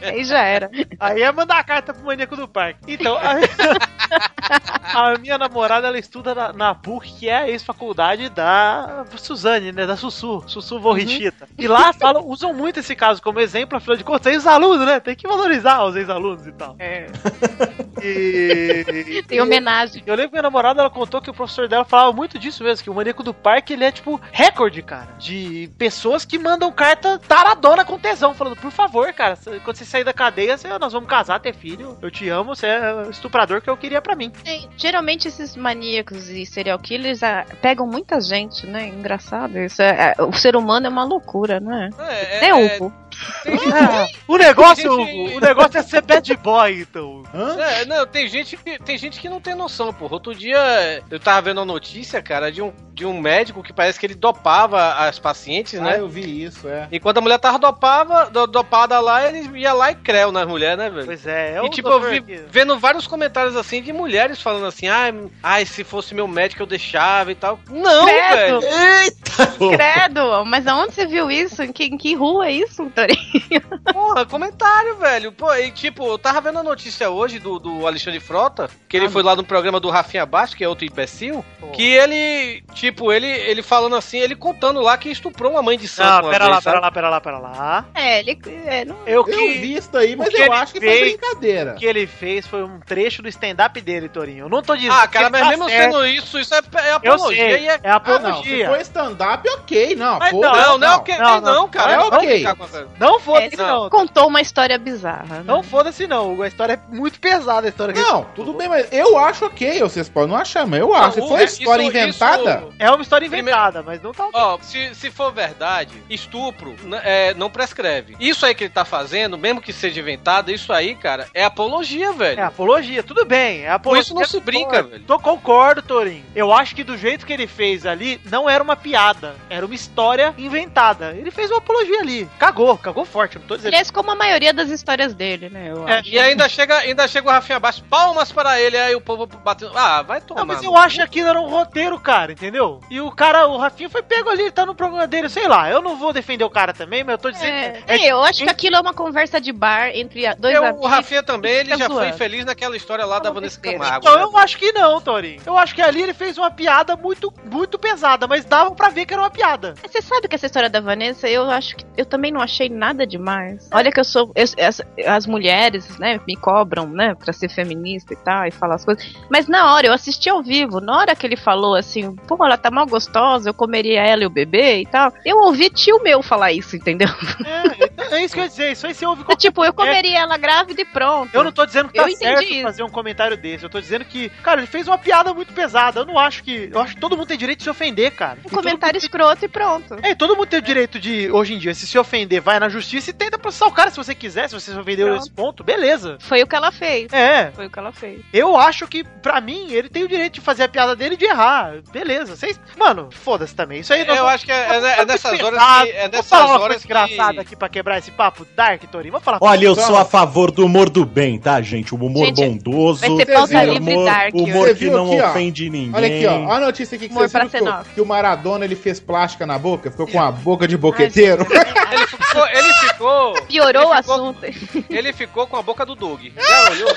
[SPEAKER 3] Aí já era.
[SPEAKER 5] Aí é mandar a carta pro maníaco do parque. Então, a, a minha namorada, ela estuda na, na PUC, que é a ex-faculdade da Suzane, né? Da Sussu, Sussu Vorrichita.
[SPEAKER 4] Uhum.
[SPEAKER 5] E lá falam, usam muito esse caso como exemplo, afinal de contas, ex-alunos, né? Tem que valorizar os ex-alunos e tal.
[SPEAKER 3] É.
[SPEAKER 5] E...
[SPEAKER 3] Tem um homenagem.
[SPEAKER 5] Eu lembro que minha namorada, ela contou que o professor dela falava muito disso mesmo, que o maníaco do parque, ele é tipo recorde, cara, de pessoas que mandam carta taradona com tesão, falando, por favor, cara, cê- quando você sair da cadeia, cê- nós vamos casar, ter filho, eu te amo, você é o estuprador que eu queria pra mim.
[SPEAKER 3] Tem- geralmente esses maníacos e serial killers ah, pegam muita gente, né? Engraçado isso. É, é, o ser humano é uma loucura, né?
[SPEAKER 4] É,
[SPEAKER 5] um
[SPEAKER 3] né, Hugo?
[SPEAKER 5] O negócio,
[SPEAKER 4] Tem gente-
[SPEAKER 5] Hugo, o negócio é ser bad boy, então.
[SPEAKER 4] É, não, tem gente, que, tem gente que não tem noção, porra. Outro dia eu tava vendo uma notícia, cara, de um, de um médico que parece que ele dopava as pacientes, né?
[SPEAKER 7] Ah, eu vi isso, é.
[SPEAKER 4] Enquanto a mulher tava dopava, do- dopada lá, ele ia lá e creu nas mulheres, né, velho?
[SPEAKER 5] Pois é, é
[SPEAKER 4] E
[SPEAKER 5] o
[SPEAKER 4] tipo, eu
[SPEAKER 5] doutor
[SPEAKER 4] vi
[SPEAKER 5] aqui.
[SPEAKER 4] vendo vários comentários assim de mulheres falando assim, ai, ai se fosse meu médico eu deixava e tal. Não,
[SPEAKER 3] Credo!
[SPEAKER 4] velho!
[SPEAKER 3] Credo! Mas aonde você viu isso? Em que, em que rua é isso, Torinho?
[SPEAKER 4] Porra, comentário, velho. Pô, e tipo, eu tava vendo a notícia hoje do, do Alexandre Frota, que
[SPEAKER 5] Ah.
[SPEAKER 4] ele foi lá no programa do Rafinha Baixo, que é outro imbecil, que ele, tipo, ele, ele falando assim, ele contando lá que estuprou uma mãe de santo.
[SPEAKER 5] Ah,
[SPEAKER 4] uma
[SPEAKER 5] pera
[SPEAKER 4] vez,
[SPEAKER 5] lá, pera
[SPEAKER 4] sabe?
[SPEAKER 5] lá, pera lá, pera lá.
[SPEAKER 3] É, ele. É, não...
[SPEAKER 5] Eu,
[SPEAKER 7] Eu vi isso daí,
[SPEAKER 5] o
[SPEAKER 7] mas
[SPEAKER 5] que
[SPEAKER 7] eu
[SPEAKER 5] ele
[SPEAKER 7] acho que foi
[SPEAKER 5] fez-
[SPEAKER 7] brincadeira.
[SPEAKER 5] O que ele fez foi um trecho do stand-up dele, Torinho. Eu não tô dizendo.
[SPEAKER 4] Ah,
[SPEAKER 5] que
[SPEAKER 4] cara,
[SPEAKER 5] ele
[SPEAKER 4] mas
[SPEAKER 5] tá
[SPEAKER 4] mesmo
[SPEAKER 5] certo.
[SPEAKER 4] sendo isso, isso é, é
[SPEAKER 5] Eu
[SPEAKER 4] apologia
[SPEAKER 5] sei,
[SPEAKER 4] e é.
[SPEAKER 5] é apologia.
[SPEAKER 7] Ah, não, se for stand-up, ok, não.
[SPEAKER 5] Mas
[SPEAKER 7] pô,
[SPEAKER 5] não,
[SPEAKER 4] Não, não é
[SPEAKER 5] não,
[SPEAKER 4] ok,
[SPEAKER 5] não,
[SPEAKER 4] não,
[SPEAKER 5] não,
[SPEAKER 4] cara.
[SPEAKER 7] não é
[SPEAKER 4] vamos
[SPEAKER 7] ok.
[SPEAKER 4] ficar com essa-
[SPEAKER 5] Não
[SPEAKER 3] é, Ele
[SPEAKER 5] foda-se, não.
[SPEAKER 3] contou uma história bizarra. Né?
[SPEAKER 5] Não foda-se, não, Hugo. A história é muito pesada, a história que
[SPEAKER 7] Não, tudo bem, mas eu acho ok, vocês podem não achar, mas eu acho. Se
[SPEAKER 4] Não,
[SPEAKER 7] foi
[SPEAKER 4] é-
[SPEAKER 7] história
[SPEAKER 4] isso-
[SPEAKER 7] inventada,
[SPEAKER 4] isso-
[SPEAKER 5] É uma história inventada, mas não tá.
[SPEAKER 4] Ó, se, se for verdade, estupro n- é, não prescreve. Isso aí que ele tá fazendo, mesmo que seja inventado, isso aí, cara, é apologia, velho.
[SPEAKER 5] É apologia, tudo bem. É
[SPEAKER 4] Com
[SPEAKER 5] apologia.
[SPEAKER 4] isso não se brinca,
[SPEAKER 5] concordo.
[SPEAKER 4] velho.
[SPEAKER 5] Eu concordo, Torinho. Eu acho que do jeito que ele fez ali, não era uma piada. Era uma história inventada. Ele fez uma apologia ali. Cagou, cagou forte. eu Não tô dizendo.
[SPEAKER 3] Aliás, como a maioria das histórias dele, né? Eu
[SPEAKER 5] É,
[SPEAKER 3] acho.
[SPEAKER 4] E ainda chega, ainda chega o Rafinha abaixo, palmas para ele, aí o povo batendo. Ah, vai tomar.
[SPEAKER 5] Não, mas
[SPEAKER 4] no
[SPEAKER 5] eu
[SPEAKER 4] cu.
[SPEAKER 5] acho que aquilo era um roteiro, cara, entendeu? E o cara, o Rafinha foi pego ali, ele tá no programa dele, sei lá. Eu não vou defender o cara também, mas eu tô dizendo.
[SPEAKER 3] É,
[SPEAKER 5] é
[SPEAKER 3] eu acho que aquilo é uma conversa de bar entre a- dois
[SPEAKER 4] Eu-
[SPEAKER 3] amigos.
[SPEAKER 4] o Rafinha também, ele
[SPEAKER 3] fica
[SPEAKER 4] já foi
[SPEAKER 3] zoando.
[SPEAKER 4] infeliz naquela história lá da Vanessa
[SPEAKER 3] besteira.
[SPEAKER 4] Camargo. né?
[SPEAKER 5] Então eu acho que não, Torinho. Eu acho que ali ele fez uma piada muito, muito pesada, mas dava pra ver que era uma piada.
[SPEAKER 3] Você sabe que essa história da Vanessa, eu acho que eu também não achei nada demais. Olha que eu sou. eu- as, as mulheres, né, me cobram, né, pra ser feminista e tal, e falar as coisas. Mas na hora, eu assisti ao vivo, na hora que ele falou assim, pô, ela tá mal gostosa, eu comeria ela e o bebê e tal, eu ouvi tio meu falar isso, entendeu?
[SPEAKER 5] É, então, é isso que eu ia dizer, isso aí você ouve qualquer
[SPEAKER 3] Tipo, eu comeria ela grávida e pronto.
[SPEAKER 5] Eu não tô dizendo que
[SPEAKER 3] Eu
[SPEAKER 5] tá
[SPEAKER 3] entendi
[SPEAKER 5] certo
[SPEAKER 3] isso.
[SPEAKER 5] fazer um comentário desse. Eu tô dizendo que, cara, ele fez uma piada muito pesada. Eu não acho que. Eu acho que todo mundo tem direito de se ofender, cara.
[SPEAKER 3] Um comentário escroto e pronto.
[SPEAKER 5] É, e todo mundo tem o direito de, hoje em dia, se se ofender, vai na justiça e tenta processar o cara se você quiser, se você se ofendeu
[SPEAKER 3] Pronto.
[SPEAKER 5] nesse ponto, beleza.
[SPEAKER 3] Foi o que ela fez.
[SPEAKER 5] É.
[SPEAKER 3] Foi o que ela fez.
[SPEAKER 5] Eu acho que, pra mim, ele tem o direito de fazer a piada dele e de errar. Beleza. Vocês. Mano, foda-se também. Isso aí
[SPEAKER 4] Eu acho que é- é- é nessas horas que- é
[SPEAKER 5] Vamos
[SPEAKER 4] nessas
[SPEAKER 5] Tá, falar uma
[SPEAKER 4] horas
[SPEAKER 5] coisa
[SPEAKER 4] que-
[SPEAKER 5] engraçada aqui pra quebrar esse papo Dark, Tori. Vamos falar.
[SPEAKER 6] Olha, eu sou a favor do humor do bem, tá, gente? O humor
[SPEAKER 5] Gente,
[SPEAKER 6] bondoso.
[SPEAKER 5] vai ser pauta
[SPEAKER 6] o
[SPEAKER 5] livre
[SPEAKER 6] humor,
[SPEAKER 5] dark
[SPEAKER 6] o humor
[SPEAKER 7] Você
[SPEAKER 6] que
[SPEAKER 7] viu
[SPEAKER 6] não
[SPEAKER 7] aqui, ó?
[SPEAKER 6] ofende ninguém.
[SPEAKER 7] Olha aqui, ó. Olha a notícia aqui que
[SPEAKER 3] Humor
[SPEAKER 7] você viu
[SPEAKER 3] pra
[SPEAKER 7] que, o-
[SPEAKER 3] Senov.
[SPEAKER 7] que o Maradona ele fez plástica na boca, ficou com a boca de boqueteiro.
[SPEAKER 4] Ficou- ele ficou.
[SPEAKER 3] Piorou o
[SPEAKER 4] ele ficou-
[SPEAKER 3] assunto.
[SPEAKER 4] Ele ficou com a boca do Doug. Já olhou?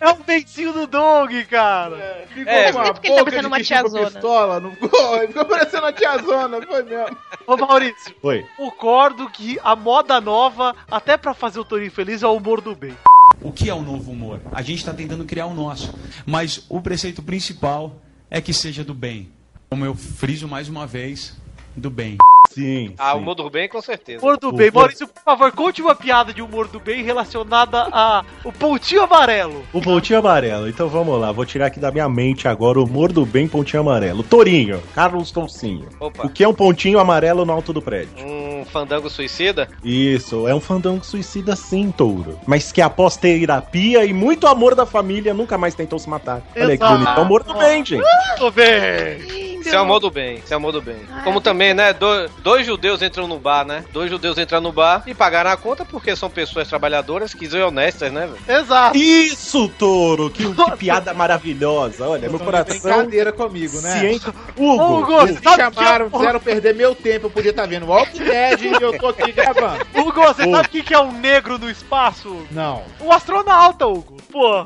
[SPEAKER 5] É um peitinho do Dog, cara.
[SPEAKER 7] Ficou
[SPEAKER 4] É,
[SPEAKER 7] com
[SPEAKER 4] por
[SPEAKER 7] a
[SPEAKER 4] isso que ele tá
[SPEAKER 7] boca
[SPEAKER 4] parecendo
[SPEAKER 7] de
[SPEAKER 4] uma
[SPEAKER 7] Cristina
[SPEAKER 4] tiazona.
[SPEAKER 7] pistola, não ficou? Ficou parecendo uma tiazona, foi mesmo.
[SPEAKER 5] Ô, Maurício.
[SPEAKER 6] Oi.
[SPEAKER 5] Concordo que a moda nova, até pra fazer o Torinho feliz, é o humor do bem.
[SPEAKER 13] O que é o novo humor? A gente está tentando criar o nosso. Mas o preceito principal é que seja do bem. Como eu friso mais uma vez, do bem.
[SPEAKER 6] Sim.
[SPEAKER 4] Ah, o Modo Bem com certeza.
[SPEAKER 5] Humor do bem. Maurício, por favor, conte uma piada de humor do bem relacionada a o pontinho amarelo.
[SPEAKER 6] O pontinho amarelo. Então vamos lá, vou tirar aqui da minha mente agora o humor do bem pontinho amarelo. Torinho, Carlos Toncinho.
[SPEAKER 4] Opa.
[SPEAKER 6] O que é um pontinho amarelo no alto do prédio?
[SPEAKER 4] Um fandango suicida?
[SPEAKER 6] Isso, é um fandango suicida sim, touro. Mas que após terapia e muito amor da família, nunca mais tentou se matar. Olha que
[SPEAKER 4] Exato.
[SPEAKER 6] bonito. É o humor do bem, gente.
[SPEAKER 5] Tô bem.
[SPEAKER 4] Isso é o humor do bem, isso é o humor do bem.
[SPEAKER 5] Ah,
[SPEAKER 4] Como também, né? do- dois judeus entram no bar, né? Dois judeus entram no bar e pagaram a conta porque são pessoas trabalhadoras que são honestas, né, velho?
[SPEAKER 5] Exato.
[SPEAKER 6] Isso, touro! Que, que piada maravilhosa. Olha, É meu
[SPEAKER 7] Tão de
[SPEAKER 6] coração.
[SPEAKER 7] Brincadeira comigo, né?
[SPEAKER 6] Ciente. Hugo,
[SPEAKER 7] Ô,
[SPEAKER 6] Hugo,
[SPEAKER 7] me
[SPEAKER 6] sabe
[SPEAKER 7] chamaram,
[SPEAKER 6] que
[SPEAKER 5] um-
[SPEAKER 6] é-
[SPEAKER 7] fizeram perder meu tempo, eu podia estar vendo o Walking Dead e eu tô aqui gravando.
[SPEAKER 5] Hugo, você sabe o que que é um negro no espaço?
[SPEAKER 7] Não.
[SPEAKER 5] Um astronauta, Hugo. Pô.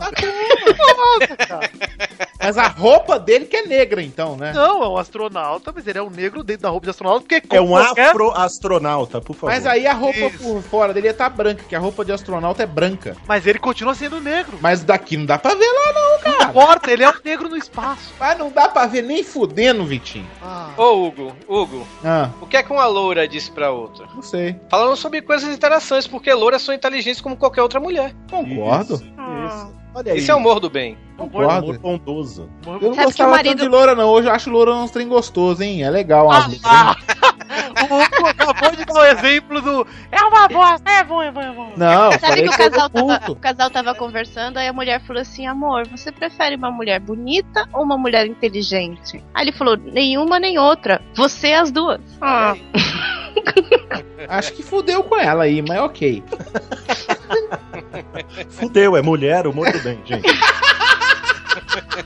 [SPEAKER 7] Mas a roupa dele que é negra, então, né?
[SPEAKER 5] Não, é um astronauta, mas ele é um negro dentro da roupa de astronauta, porque
[SPEAKER 6] É um
[SPEAKER 5] qualquer-
[SPEAKER 6] afroastronauta, por favor.
[SPEAKER 7] Mas aí é a roupa
[SPEAKER 5] Isso.
[SPEAKER 7] por fora dele ia tá branca, que a roupa de astronauta é branca.
[SPEAKER 5] Mas ele continua sendo negro.
[SPEAKER 7] Mas daqui não dá pra ver lá, não, cara. Não
[SPEAKER 5] importa, ele é um negro no espaço.
[SPEAKER 7] Mas não dá pra ver nem fudendo, Vitinho.
[SPEAKER 4] Ô, Hugo, Hugo,
[SPEAKER 7] Ah,
[SPEAKER 4] o que é que uma loura disse pra outra?
[SPEAKER 7] não sei.
[SPEAKER 4] Falando sobre coisas interessantes, porque louras são inteligentes como qualquer outra mulher.
[SPEAKER 7] Concordo. um Olha aí.
[SPEAKER 4] Isso é o humor do bem.
[SPEAKER 7] Concordo.
[SPEAKER 6] Humor bondoso.
[SPEAKER 7] Eu não
[SPEAKER 4] Sabe que
[SPEAKER 7] gostava
[SPEAKER 4] o marido-
[SPEAKER 7] tanto de loura, não. Hoje eu acho loura uns trem gostoso, hein? É legal.
[SPEAKER 3] Ah,
[SPEAKER 7] uma loura, hein?
[SPEAKER 5] O Hugo acabou de dar o exemplo do. É uma bosta, é bom, é bom, é bom.
[SPEAKER 7] Não,
[SPEAKER 3] Sabe
[SPEAKER 7] falei
[SPEAKER 3] que o
[SPEAKER 7] que eu
[SPEAKER 3] casal,
[SPEAKER 7] sou
[SPEAKER 3] tava,
[SPEAKER 7] culto.
[SPEAKER 3] o casal tava conversando, aí a mulher falou assim: amor, você prefere uma mulher bonita ou uma mulher inteligente? Aí ele falou: nenhuma nem outra. Você as duas. Ah,
[SPEAKER 5] É
[SPEAKER 7] Acho que fudeu com ela aí, mas ok.
[SPEAKER 6] Fudeu, é mulher, humor do bem, gente.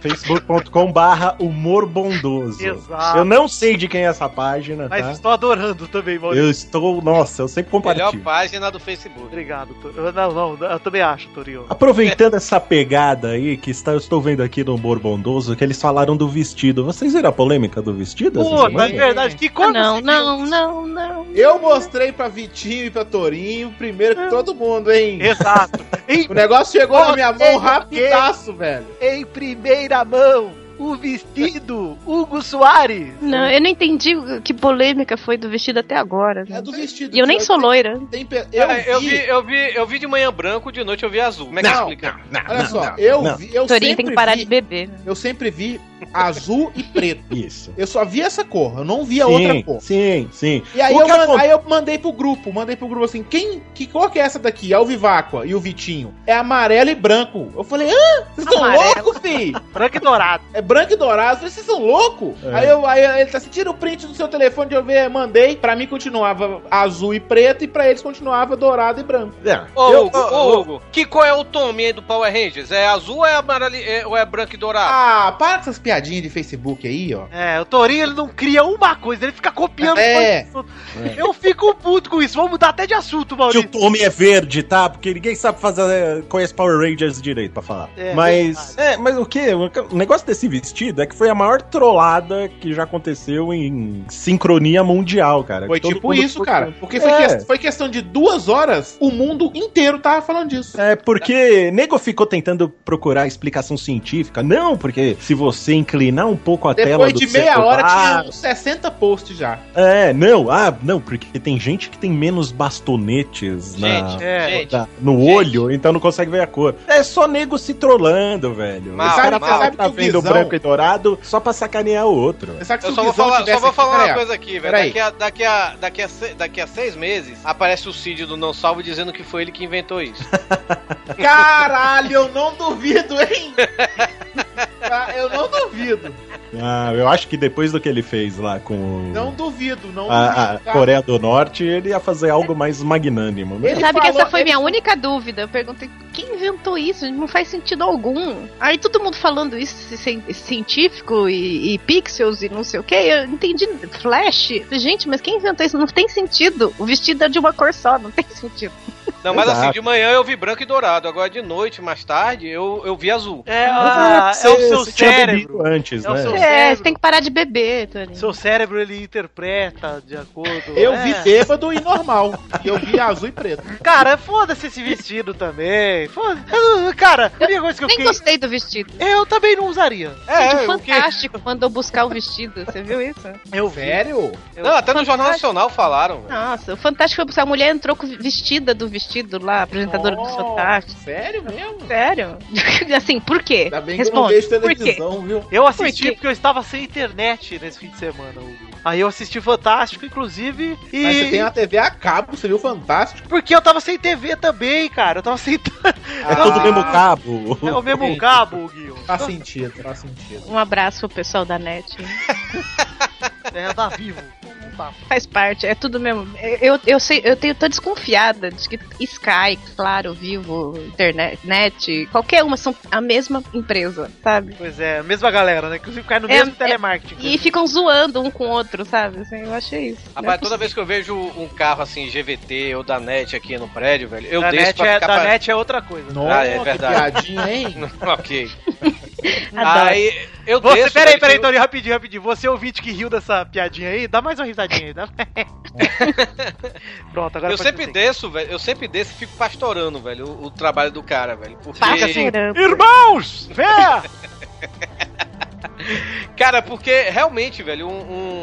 [SPEAKER 6] facebook.com barra humor bondoso.
[SPEAKER 5] Exato.
[SPEAKER 6] Eu não sei de quem é essa página,
[SPEAKER 5] Mas
[SPEAKER 6] tá?
[SPEAKER 5] estou adorando também, Maurício.
[SPEAKER 6] Eu estou, nossa, eu sempre
[SPEAKER 4] Melhor
[SPEAKER 6] compartilho.
[SPEAKER 4] página do Facebook.
[SPEAKER 5] Obrigado, Torinho. Eu- Ah, Não, não, eu também acho, Torinho.
[SPEAKER 6] Aproveitando essa pegada aí que está, eu estou vendo aqui no humor bondoso que eles falaram do vestido. Vocês viram a polêmica do vestido? essa
[SPEAKER 5] Pô, na
[SPEAKER 6] semana?
[SPEAKER 5] verdade, que
[SPEAKER 3] ah,
[SPEAKER 5] coisa.
[SPEAKER 3] não, não, não, não.
[SPEAKER 7] assim? Eu mostrei pra Vitinho e pra Torinho, primeiro que todo mundo, hein?
[SPEAKER 5] Exato.
[SPEAKER 7] O negócio chegou na minha mão
[SPEAKER 5] Vocês-
[SPEAKER 7] rapidaço, velho.
[SPEAKER 5] Em primeira mão, o vestido Hugo Soares.
[SPEAKER 3] Não, eu não entendi o- que polêmica foi do vestido até agora. né?
[SPEAKER 7] É do vestido.
[SPEAKER 3] E eu nem sou
[SPEAKER 7] Tem-
[SPEAKER 3] loira.
[SPEAKER 7] tem pe- Eu,
[SPEAKER 4] Cara, eu,
[SPEAKER 7] vi.
[SPEAKER 4] vi, eu, vi, eu vi de manhã branco, de noite eu vi azul. Como é que
[SPEAKER 7] Não,
[SPEAKER 4] explica?
[SPEAKER 7] Olha só, eu vi. Eu
[SPEAKER 3] Torinho
[SPEAKER 7] sempre
[SPEAKER 3] tem que parar
[SPEAKER 7] vi-
[SPEAKER 3] de beber.
[SPEAKER 7] Eu sempre vi azul e preto.
[SPEAKER 6] Isso.
[SPEAKER 7] Eu só vi essa cor, eu não vi a
[SPEAKER 6] sim,
[SPEAKER 7] outra cor.
[SPEAKER 6] Sim, sim.
[SPEAKER 7] E aí
[SPEAKER 6] O
[SPEAKER 7] eu,
[SPEAKER 6] que
[SPEAKER 7] man-
[SPEAKER 6] aconte-
[SPEAKER 7] aí eu mandei pro grupo, mandei pro grupo assim, quem, que cor que é essa daqui? É o Viváqua e o Vitinho. É amarelo e branco. Eu falei, hã? Vocês estão
[SPEAKER 5] Amarelo.
[SPEAKER 7] loucos, fi?
[SPEAKER 5] Branco e dourado.
[SPEAKER 7] É branco e dourado. Eu falei, vocês são loucos?
[SPEAKER 6] É.
[SPEAKER 7] Aí, eu, aí ele tá assim, tira o print do seu telefone de eu ver, mandei. Pra mim continuava azul e preto e pra eles continuava dourado e branco.
[SPEAKER 6] É.
[SPEAKER 4] Ô,
[SPEAKER 7] Eu-
[SPEAKER 4] Hugo, ô, Hugo, que cor é o Tommy aí do Power Rangers? É azul ou é, amarelo, é- ou é branco e dourado?
[SPEAKER 7] Ah, para com essas piadinhas de Facebook aí, ó.
[SPEAKER 5] É, o Torinho ele não cria uma coisa, ele fica copiando
[SPEAKER 7] É.
[SPEAKER 5] coisas. Eu fico puto com isso. Vamos mudar até de assunto,
[SPEAKER 6] Que
[SPEAKER 7] Tipo,
[SPEAKER 5] Maurício.
[SPEAKER 6] o homem é verde, tá? Porque ninguém sabe fazer. é, Conhece Power Rangers direito pra falar.
[SPEAKER 5] É,
[SPEAKER 6] mas. É, mas o que? O negócio desse vestido é que foi a maior trollada que já aconteceu em sincronia mundial, cara.
[SPEAKER 7] Foi
[SPEAKER 6] Todo
[SPEAKER 7] tipo
[SPEAKER 6] mundo
[SPEAKER 7] isso,
[SPEAKER 6] ficou-
[SPEAKER 7] cara. Porque foi,
[SPEAKER 6] É.
[SPEAKER 7] que- foi questão de duas horas, o mundo inteiro tava falando disso.
[SPEAKER 6] É, porque nego ficou tentando procurar explicação científica. Não, porque se você inclinar um pouco a tela
[SPEAKER 7] Depois
[SPEAKER 6] do tá-
[SPEAKER 7] de meia
[SPEAKER 6] celular.
[SPEAKER 7] hora tinha uns 60 posts já.
[SPEAKER 6] É, não, ah, não, porque tem gente que tem menos bastonetes na,
[SPEAKER 7] é, gente,
[SPEAKER 6] na- Tá no olho, então não consegue ver a cor. É só nego se trolando, velho.
[SPEAKER 4] Mal,
[SPEAKER 6] Os caras
[SPEAKER 4] mal. Sabe
[SPEAKER 6] tá
[SPEAKER 4] que o
[SPEAKER 6] vendo
[SPEAKER 4] Guizão-
[SPEAKER 6] branco e dourado só pra sacanear o outro.
[SPEAKER 4] Eu só vou falar, só vou falar uma coisa aqui, velho. Daqui a, daqui, a, daqui, a, se- daqui a seis meses aparece o Cid do Não Salvo dizendo que foi ele que inventou isso.
[SPEAKER 7] Caralho, eu não duvido, hein? Tá, Eu não duvido.
[SPEAKER 6] Ah, eu acho que depois do que ele fez lá com
[SPEAKER 7] Não duvido, não
[SPEAKER 6] a, a
[SPEAKER 7] duvido. tá?
[SPEAKER 6] Coreia do Norte, ele ia fazer algo mais magnânimo. né?
[SPEAKER 3] Sabe que essa foi minha única dúvida. Eu perguntei, quem inventou isso? Não faz sentido algum. Aí todo mundo falando isso, esse cien- esse científico e, e pixels e não sei o que. Eu entendi, flash. Gente, mas quem inventou isso? Não tem sentido. O vestido é de uma cor só, não tem sentido.
[SPEAKER 4] Não, mas
[SPEAKER 6] Exato.
[SPEAKER 4] assim, de manhã eu vi branco e dourado. Agora de noite, mais tarde, eu, eu vi azul.
[SPEAKER 5] É,
[SPEAKER 6] Ah,
[SPEAKER 5] ah,
[SPEAKER 6] você-
[SPEAKER 5] é o seu
[SPEAKER 6] você tinha
[SPEAKER 5] cérebro.
[SPEAKER 6] bebido antes,
[SPEAKER 5] É o
[SPEAKER 6] né?
[SPEAKER 5] seu
[SPEAKER 3] É,
[SPEAKER 5] cérebro.
[SPEAKER 3] você tem que parar de beber, Tony.
[SPEAKER 5] Seu cérebro ele interpreta de acordo.
[SPEAKER 7] Eu
[SPEAKER 5] é.
[SPEAKER 7] vi bêbado e normal. E eu vi azul e preto.
[SPEAKER 5] Cara, foda-se esse vestido também. Foda eu não- Cara, a única coisa que É, eu
[SPEAKER 3] Nem
[SPEAKER 5] fiquei.
[SPEAKER 3] gostei do vestido.
[SPEAKER 5] Eu também não usaria.
[SPEAKER 3] Gente, o
[SPEAKER 5] eu fiquei-
[SPEAKER 3] fantástico mandou buscar o vestido. Você viu isso?
[SPEAKER 5] Eu vi.
[SPEAKER 7] Sério?
[SPEAKER 4] Não, até no Jornal Nacional falaram. velho.
[SPEAKER 3] Nossa, o Fantástico foi buscar a mulher entrou com vestida do vestido lá, apresentadora do Fantástico.
[SPEAKER 7] Sério mesmo?
[SPEAKER 3] Sério? assim, por quê? Ainda
[SPEAKER 7] bem
[SPEAKER 3] Responde. por quê?
[SPEAKER 7] viu?
[SPEAKER 5] Eu assisti
[SPEAKER 3] Por quê?
[SPEAKER 5] porque eu estava sem internet nesse fim de semana, Hugo. Aí eu assisti Fantástico, inclusive, e.
[SPEAKER 7] Mas você tem a TV a cabo, você viu Fantástico?
[SPEAKER 5] Porque eu tava sem TV também, cara. Eu tava
[SPEAKER 7] Ah,
[SPEAKER 5] sem.
[SPEAKER 6] É tudo mesmo cabo.
[SPEAKER 5] É o mesmo cabo, Guilherme.
[SPEAKER 4] Tá
[SPEAKER 7] Faz
[SPEAKER 4] assim.
[SPEAKER 7] sentido, faz sentido.
[SPEAKER 3] Um abraço pro pessoal da net. né?
[SPEAKER 5] É, tá vivo. Não tá.
[SPEAKER 3] Faz parte, é tudo mesmo. Eu, eu sei, eu tenho, tô desconfiada de que Sky, claro, Vivo, Internet, net, qualquer uma são a mesma empresa, sabe?
[SPEAKER 5] Pois é, mesma galera, né? Inclusive cai no
[SPEAKER 3] É,
[SPEAKER 5] mesmo
[SPEAKER 3] é-
[SPEAKER 5] telemarketing.
[SPEAKER 3] E ficam zoando um com o outro, sabe? Assim, eu achei isso. Não é
[SPEAKER 4] Rapaz, toda vez que eu vejo um carro assim, GVT ou da NET aqui no prédio, velho, eu
[SPEAKER 5] da
[SPEAKER 4] desço
[SPEAKER 5] net
[SPEAKER 4] pra
[SPEAKER 5] é,
[SPEAKER 4] ficar
[SPEAKER 5] da
[SPEAKER 4] pra-
[SPEAKER 5] net é outra coisa.
[SPEAKER 4] Ah, é verdade.
[SPEAKER 7] piadinha, hein?
[SPEAKER 4] ok.
[SPEAKER 3] Adoro.
[SPEAKER 4] Aí eu
[SPEAKER 5] Você,
[SPEAKER 4] desço.
[SPEAKER 5] peraí,
[SPEAKER 4] velho,
[SPEAKER 5] peraí, então,
[SPEAKER 4] eu-
[SPEAKER 5] Tony, rapidinho, rapidinho. Você ouvinte que riu dessa piadinha aí, dá mais uma risadinha aí. Dá... Pronto, agora
[SPEAKER 4] Eu
[SPEAKER 5] pode
[SPEAKER 4] sempre
[SPEAKER 5] dizer.
[SPEAKER 4] desço, velho. Eu sempre desço e fico pastorando, velho, o, o trabalho do cara, velho. Porque.
[SPEAKER 5] Fica assim,
[SPEAKER 3] Caramba.
[SPEAKER 5] Irmãos, vê!
[SPEAKER 4] Cara, porque realmente, velho, um, um-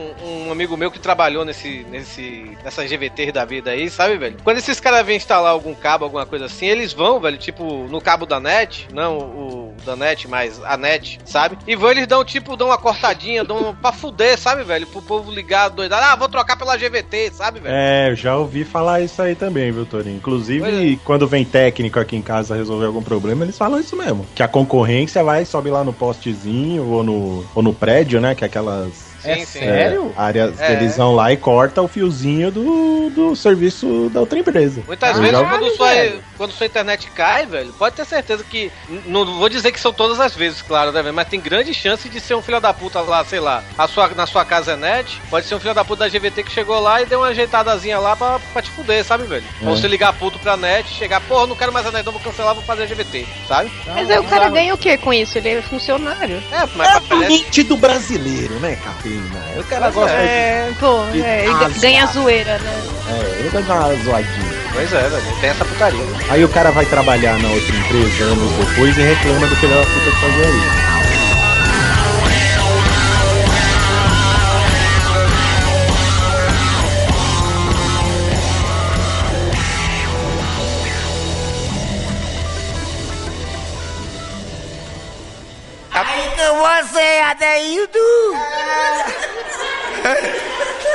[SPEAKER 4] um amigo meu que trabalhou nesse, nesse, nessa GVT da vida aí, sabe, velho? Quando esses caras vêm instalar algum cabo, alguma coisa assim, eles vão, velho, tipo, no cabo da net, não o da net, mas a net, sabe? E vão, eles dão, tipo, dão uma cortadinha, dão uma- pra fuder, sabe, velho? Pro povo ligar, doidado, ah, vou trocar pela GVT, sabe, velho?
[SPEAKER 6] É, eu já ouvi falar isso aí também, viu, Torinho? Inclusive, quando vem técnico aqui em casa resolver algum problema, eles falam isso mesmo. Que a concorrência vai, sobe lá no postezinho ou no, ou no prédio, né? Que é aquelas.
[SPEAKER 4] Sim, sim.
[SPEAKER 6] é, áreas
[SPEAKER 4] É.
[SPEAKER 6] que eles vão lá e corta o fiozinho do, do serviço da outra empresa.
[SPEAKER 4] Muitas
[SPEAKER 6] Eu
[SPEAKER 4] vezes,
[SPEAKER 6] já-
[SPEAKER 4] quando sua, quando sua internet cai, velho, pode ter certeza que. n- Não vou dizer que são todas as vezes, claro, né, velho? Mas tem grande chance de ser um filho da puta lá, sei lá, a sua, na sua casa é net. Pode ser um filho da puta da GVT que chegou lá e deu uma ajeitadazinha lá pra, pra te fuder, sabe, velho?
[SPEAKER 6] É.
[SPEAKER 4] Ou você ligar puto pra net, chegar, porra, não quero mais a net, não vou cancelar, vou fazer a GVT, sabe?
[SPEAKER 3] Mas aí o cara ganha o que com isso? Ele é funcionário.
[SPEAKER 4] É, mas aparece.
[SPEAKER 6] Mente do brasileiro, né, Capina? O cara
[SPEAKER 4] Pois
[SPEAKER 6] gosta de.
[SPEAKER 3] É, pô, é, ele
[SPEAKER 6] Asma.
[SPEAKER 3] ganha zoeira, né?
[SPEAKER 6] É, ele gosta de uma zoadinha.
[SPEAKER 4] Pois é, velho, tem essa putaria. né?
[SPEAKER 6] Aí o cara vai trabalhar na outra empresa anos depois e reclama do filho da puta que fazia isso.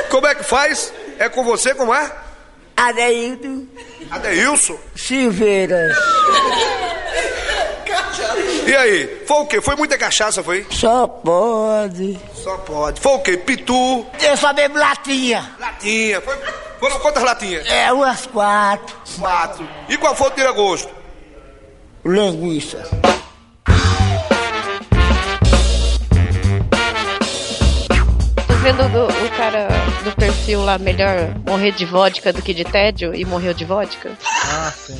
[SPEAKER 14] Como é que faz? É com você, como é? Adeildo. Adeilson?
[SPEAKER 15] Silveiras,
[SPEAKER 14] E aí? Foi o quê? Foi muita cachaça, foi?
[SPEAKER 15] só pode.
[SPEAKER 14] Só pode. Foi o quê? Pitu?
[SPEAKER 15] Eu só bebo latinha.
[SPEAKER 14] Latinha. Foi... Foram quantas latinhas?
[SPEAKER 15] É, umas quatro.
[SPEAKER 14] Quatro. E qual foi o tira-gosto?
[SPEAKER 15] Linguiça.
[SPEAKER 3] Tô vendo do- o cara do perfil lá, melhor morrer de vodka do que de tédio, e morreu de vodka.
[SPEAKER 7] Ah, sim.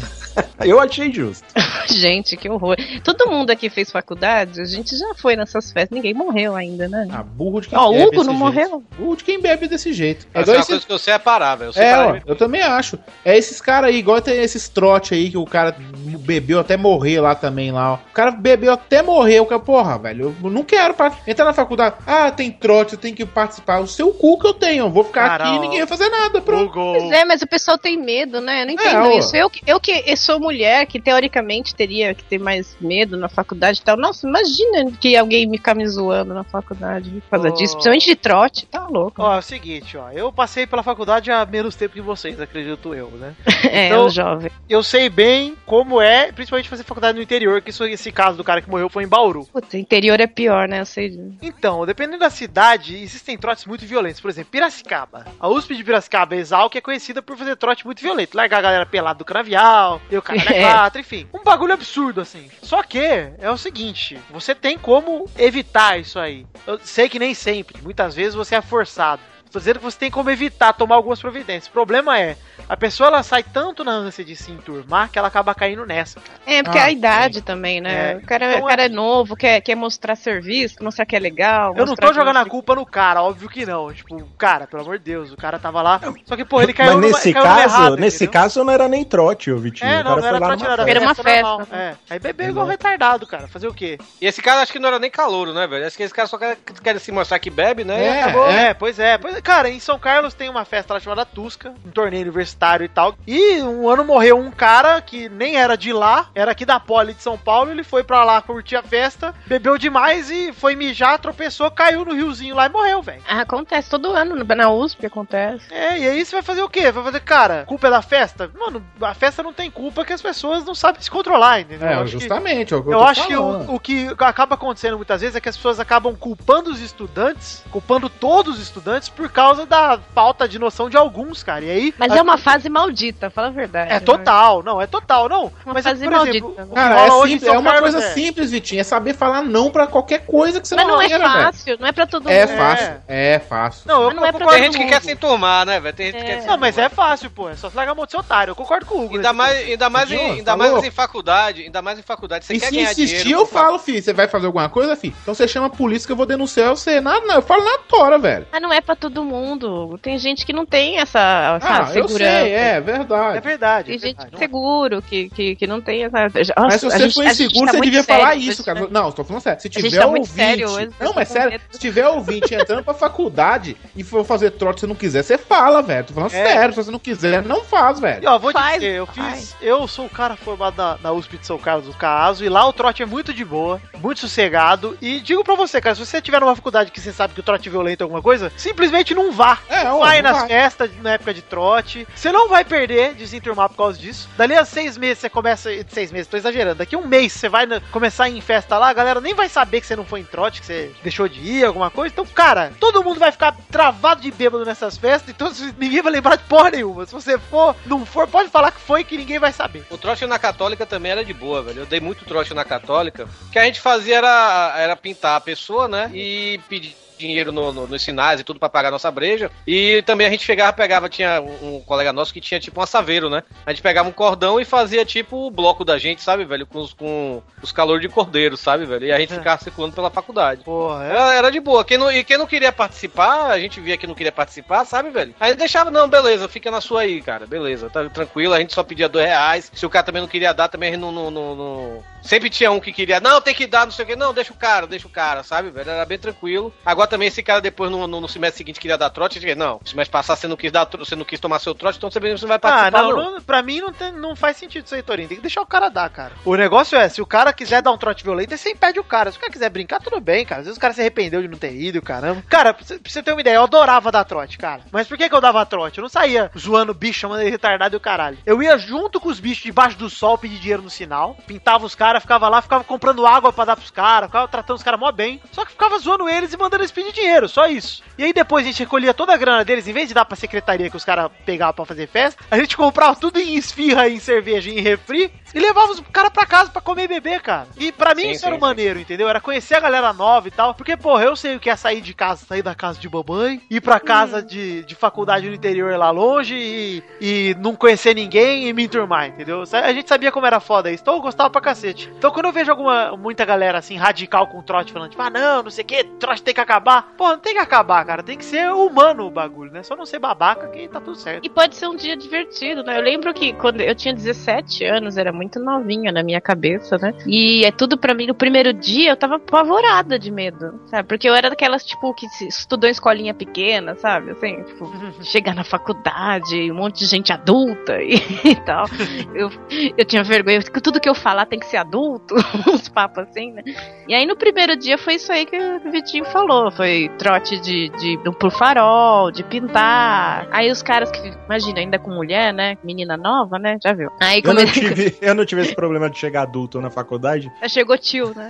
[SPEAKER 6] Eu achei justo.
[SPEAKER 3] Gente, que horror. Todo mundo aqui fez faculdade, a gente já foi nessas festas, ninguém morreu ainda, né?
[SPEAKER 7] Ah, burro de
[SPEAKER 3] quem Ó, o
[SPEAKER 7] bebe
[SPEAKER 3] Hugo
[SPEAKER 7] desse
[SPEAKER 3] não
[SPEAKER 7] jeito.
[SPEAKER 3] morreu?
[SPEAKER 7] Burro de quem bebe desse jeito.
[SPEAKER 4] Essa é
[SPEAKER 7] É igual
[SPEAKER 4] uma
[SPEAKER 7] esse-
[SPEAKER 4] coisa que eu sei é parar, velho. Eu sei
[SPEAKER 7] É,
[SPEAKER 4] parar.
[SPEAKER 7] ó, eu também acho. É esses caras aí, igual tem esses trote aí que o cara bebeu até morrer lá também lá, ó. O cara bebeu até morrer, o cara, porra, velho, eu não quero pra... entrar na faculdade. Ah, tem trote, eu tenho que participar. O seu cu que eu tenho, eu vou ficar
[SPEAKER 5] Cara,
[SPEAKER 7] aqui e
[SPEAKER 5] ó,
[SPEAKER 7] ninguém vai fazer nada, pronto.
[SPEAKER 3] Pois é, mas o pessoal tem medo, né? Eu não entendo
[SPEAKER 7] ó.
[SPEAKER 3] isso. Eu, que- eu que eu sou mulher, que teoricamente teria que ter mais medo na faculdade e tal. Nossa, imagina que alguém me ficar me zoando na faculdade por causa
[SPEAKER 5] Ô.
[SPEAKER 3] disso, principalmente de trote, tá louco.
[SPEAKER 5] Ó, é o seguinte, ó. Eu passei pela faculdade há menos tempo que vocês, acredito eu, né?
[SPEAKER 3] É,
[SPEAKER 5] Então,
[SPEAKER 3] o jovem.
[SPEAKER 5] Eu sei bem como é, principalmente fazer faculdade no interior, que isso, esse caso do cara que morreu foi em Bauru.
[SPEAKER 3] Puta, interior é pior, né? Eu sei disso.
[SPEAKER 5] Então, dependendo da cidade, existem trotes muito violentos. Por exemplo, Piracicaba. A USP de Piracicaba, Exalc, é conhecida por fazer trote muito violento. Largar a galera pelado do canavial, e o cara da
[SPEAKER 8] É.
[SPEAKER 5] quatro, enfim. Um bagulho absurdo, assim. Só que é o seguinte, você tem como evitar isso aí. Eu sei que nem sempre, muitas vezes você é forçado. Tô dizendo que você tem como evitar tomar algumas providências. O problema é, a pessoa ela sai tanto na ânsia de se enturmar que ela acaba caindo nessa, cara.
[SPEAKER 3] É, porque
[SPEAKER 5] Ah,
[SPEAKER 3] a idade também, né?
[SPEAKER 5] É.
[SPEAKER 3] O cara,
[SPEAKER 5] Então,
[SPEAKER 3] o cara é novo, quer, quer mostrar serviço, quer mostrar que é legal.
[SPEAKER 5] Eu não
[SPEAKER 3] mostrar
[SPEAKER 5] tô
[SPEAKER 3] que
[SPEAKER 5] jogando a culpa no cara, óbvio que não. Tipo, cara, pelo amor de Deus, o cara tava lá. Só que, porra, ele caiu
[SPEAKER 6] Mas
[SPEAKER 5] numa-
[SPEAKER 6] nesse
[SPEAKER 5] caiu numa
[SPEAKER 6] caso,
[SPEAKER 5] errada,
[SPEAKER 6] nesse
[SPEAKER 5] entendeu?
[SPEAKER 6] caso não era nem trote, ô Vitinho.
[SPEAKER 5] É, não,
[SPEAKER 6] o cara
[SPEAKER 5] não
[SPEAKER 6] foi
[SPEAKER 5] era
[SPEAKER 6] lá
[SPEAKER 5] pra
[SPEAKER 6] numa
[SPEAKER 5] tirar da
[SPEAKER 6] festa.
[SPEAKER 5] festa,
[SPEAKER 4] festa.
[SPEAKER 5] normal, É. Aí bebeu igual retardado, cara. Fazer o quê?
[SPEAKER 4] E esse cara acho que não era nem calouro, né, velho? Acho que esse cara só quer, quer se mostrar que bebe, né?
[SPEAKER 5] É, é, pois é. Pois, é. cara, em São Carlos tem uma festa lá chamada Tusca, um torneio universitário e tal. E um ano morreu um cara que nem era de lá, era aqui da Poli de São Paulo. Ele foi pra lá curtir a festa, bebeu demais e foi mijar, tropeçou, caiu no riozinho lá e morreu, velho.
[SPEAKER 3] Ah, Acontece todo ano, na USP acontece.
[SPEAKER 5] É, e aí você vai fazer o quê? Vai fazer, cara, culpa é da festa? Mano, a festa não tem culpa que as pessoas não sabem se controlar, entendeu?
[SPEAKER 7] É,
[SPEAKER 5] Eu acho que-
[SPEAKER 7] justamente, é o que eu
[SPEAKER 5] eu,
[SPEAKER 7] tô
[SPEAKER 5] acho que
[SPEAKER 7] falando.
[SPEAKER 5] o, o que acaba acontecendo muitas vezes é que as pessoas acabam culpando os estudantes, culpando todos os estudantes por causa da falta de noção de alguns, cara. E aí.
[SPEAKER 3] Mas
[SPEAKER 5] a-
[SPEAKER 3] é uma fase maldita, fala a verdade. né?
[SPEAKER 5] É total, não, é total, não.
[SPEAKER 3] Uma
[SPEAKER 5] Mas,
[SPEAKER 3] fase né?
[SPEAKER 5] por exemplo,
[SPEAKER 3] maldita.
[SPEAKER 5] o que
[SPEAKER 7] Cara, é,
[SPEAKER 5] rola hoje em
[SPEAKER 7] simples,
[SPEAKER 5] São
[SPEAKER 7] é uma
[SPEAKER 5] Carlos
[SPEAKER 7] coisa
[SPEAKER 5] é-
[SPEAKER 7] simples, Vitinho. É saber falar não pra qualquer coisa que você
[SPEAKER 3] Mas não é
[SPEAKER 7] maneira, velho.
[SPEAKER 3] fácil, não é pra todo
[SPEAKER 7] É
[SPEAKER 3] mundo.
[SPEAKER 7] fácil, é fácil.
[SPEAKER 5] Não, eu
[SPEAKER 3] Mas não é
[SPEAKER 5] concordo
[SPEAKER 3] pra todo
[SPEAKER 5] com
[SPEAKER 4] Tem gente que
[SPEAKER 5] o
[SPEAKER 4] quer
[SPEAKER 5] Hugo.
[SPEAKER 4] se enturmar, né, velho? Tem gente que quer se
[SPEAKER 5] Não, mas é fácil, pô. É só largar a mão de ser otário. Eu concordo com o Hugo.
[SPEAKER 4] Ainda mais, ainda mais, em,
[SPEAKER 7] Viu?
[SPEAKER 4] ainda
[SPEAKER 7] Falou.
[SPEAKER 4] mais em faculdade, ainda mais em faculdade. Você
[SPEAKER 7] e
[SPEAKER 4] quer
[SPEAKER 7] se
[SPEAKER 4] ganhar
[SPEAKER 7] insistir,
[SPEAKER 4] dinheiro.
[SPEAKER 7] eu falo, filho, você vai fazer alguma coisa, filho? Então você chama a polícia que eu vou denunciar você. Nada, não, eu falo na tora, velho.
[SPEAKER 3] Mas não é pra todo mundo. Tem gente que não tem essa, essa
[SPEAKER 7] Ah, eu
[SPEAKER 3] segurança.
[SPEAKER 7] sei, é verdade. É
[SPEAKER 5] verdade.
[SPEAKER 3] Tem gente seguro que, que, que não tem essa.
[SPEAKER 7] Mas se
[SPEAKER 3] Nossa, a
[SPEAKER 7] você
[SPEAKER 3] gente-
[SPEAKER 7] for
[SPEAKER 3] a gente
[SPEAKER 7] inseguro,
[SPEAKER 3] tá
[SPEAKER 7] você
[SPEAKER 3] muito
[SPEAKER 7] devia
[SPEAKER 3] sério,
[SPEAKER 7] falar
[SPEAKER 3] a gente
[SPEAKER 7] isso, cara.
[SPEAKER 3] tá-
[SPEAKER 7] Não, tô falando sério. Se
[SPEAKER 3] A gente
[SPEAKER 7] tiver
[SPEAKER 3] tá muito
[SPEAKER 7] ouvinte.
[SPEAKER 3] sério hoje, eu
[SPEAKER 7] não,
[SPEAKER 3] tô
[SPEAKER 7] mas
[SPEAKER 3] com
[SPEAKER 7] sério,
[SPEAKER 3] medo.
[SPEAKER 7] se tiver ouvinte entrando pra faculdade e for fazer trote, se não quiser, você fala, velho. Tô falando sério, se você não quiser, não faz, velho.
[SPEAKER 5] E ó, vou te dizer, eu fiz. Eu sou o cara formado na, na USP de São Carlos do Caso, e lá o trote é muito de boa, muito sossegado. E digo pra você, cara, se você tiver numa faculdade que você sabe que o trote é violento ou alguma coisa, simplesmente não vá. não
[SPEAKER 7] É, ó,
[SPEAKER 5] vai
[SPEAKER 7] não
[SPEAKER 5] nas
[SPEAKER 7] vai.
[SPEAKER 5] festas na época de trote. Você não vai perder de se enturmar por causa disso. Dali a seis meses você começa. Seis meses, tô exagerando. Daqui a um mês você vai na- começar a ir em festa lá, a galera nem vai saber que você não foi em trote, que você deixou de ir, alguma coisa. Então, cara, todo mundo vai ficar travado de bêbado nessas festas, então se- ninguém vai lembrar de porra nenhuma. Se você for, não for, pode falar que foi que ninguém vai saber.
[SPEAKER 4] O trote na católica também era de boa, velho. Eu dei muito trote na católica. O que a gente fazia era, era pintar a pessoa, né? E pedir dinheiro no- no- nos sinais e tudo pra pagar a nossa breja. E também a gente chegava, pegava, tinha um, um colega nosso que tinha tipo um assaveiro, né? A gente pegava um cordão e fazia tipo o bloco da gente, sabe, velho? Com os, com os calor de cordeiro, sabe, velho? E a gente ficava circulando pela faculdade.
[SPEAKER 5] Porra, é
[SPEAKER 4] era, era de boa. Quem não, e quem não queria participar, a gente via que não queria participar, sabe, velho? Aí deixava, não, beleza, fica na sua aí, cara, beleza, tá tranquilo, a gente só pedia dois reais. Se o cara também não queria dar, também a gente não. não- não- não- Sempre tinha um que queria, não, tem que dar, não sei o quê, não, deixa o cara, deixa o cara, sabe, velho? Era bem tranquilo. Agora também esse cara depois no, no, no semestre seguinte queria dar trote, eu dizia, não, se semestre passar você não quis dar, tro- você não quis tomar seu trote, então você mesmo não vai
[SPEAKER 5] Ah,
[SPEAKER 4] participar,
[SPEAKER 5] não,
[SPEAKER 4] não.
[SPEAKER 5] não- pra mim não, tem- não faz sentido isso aí, Torinho. Tem que deixar o cara dar, cara. O negócio é, se o cara quiser dar um trote violento, aí você impede o cara. Se o cara quiser brincar, tudo bem, cara. Às vezes o cara se arrependeu de não ter ido, caramba. Cara, pra você- pra você ter uma ideia, eu adorava dar trote, cara. Mas por que, que eu dava trote? Eu não saía zoando o bicho, chamando ele retardado e o caralho. Eu ia junto com os bichos debaixo do sol pedir dinheiro no sinal, pintava os caras, ficava lá, ficava comprando água pra dar pros caras, ficava tratando os caras mó bem. Só que ficava zoando eles e mandando eles pedir dinheiro, só isso. E aí depois a gente recolhia toda a grana deles, em vez de dar pra secretaria que os caras pegavam pra fazer festa, a gente comprava tudo em esfirra, em cerveja, em refri, e levava os caras pra casa pra comer e beber, cara. E pra mim
[SPEAKER 8] Sim,
[SPEAKER 5] isso era
[SPEAKER 8] sim,
[SPEAKER 5] uma maneiro, entendeu? Era conhecer a galera nova e tal. Porque, porra, eu sei o que é sair de casa, sair da casa de mamãe, ir pra casa de, de faculdade no interior lá longe e, e não conhecer ninguém e me enturmar, entendeu? Sa- A gente sabia como era foda isso. Então eu gostava pra cacete. Então quando eu vejo alguma, muita galera assim, radical com trote, falando, tipo, ah, não, não sei o que, trote tem que acabar. Porra, não tem que acabar, cara. Tem que ser humano o bagulho, né? Só não ser babaca que tá tudo certo.
[SPEAKER 3] E pode ser um dia divertido, né? Eu lembro que quando eu tinha 17 anos, era muito novinha na minha cabeça, né? E é tudo pra mim. No primeiro dia eu tava apavorada de medo, sabe? Porque eu era daquelas, tipo, que se- estudou em escolinha pequena, sabe? Assim, tipo, chegar na faculdade, um monte de gente adulta e, e tal. Eu, eu tinha vergonha, que tudo que eu falar tem que ser adulto, uns papos assim, né? E aí no primeiro dia foi isso aí que o Vitinho falou: foi trote de, de, do pro farol, de pintar. Aí os caras que, imagina, ainda com mulher, né? Menina nova, né? Já viu. Aí
[SPEAKER 6] Eu não,
[SPEAKER 3] comecei.
[SPEAKER 6] tive, eu não tive esse problema de chegar adulto na faculdade,
[SPEAKER 3] Aí Chegou tio, né?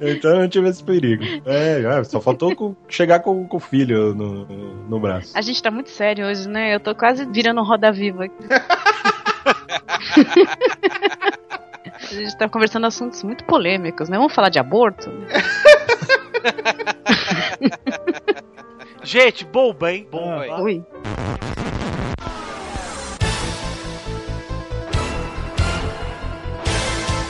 [SPEAKER 6] então eu não tive esse perigo. É, é, só faltou co- chegar com com o filho no, no braço.
[SPEAKER 3] A gente tá muito sério hoje, né? Eu tô quase virando roda viva aqui. A gente tá conversando assuntos muito polêmicos, né? Vamos falar de aborto?
[SPEAKER 5] Gente, bomba, hein? Bomba.
[SPEAKER 3] Ui.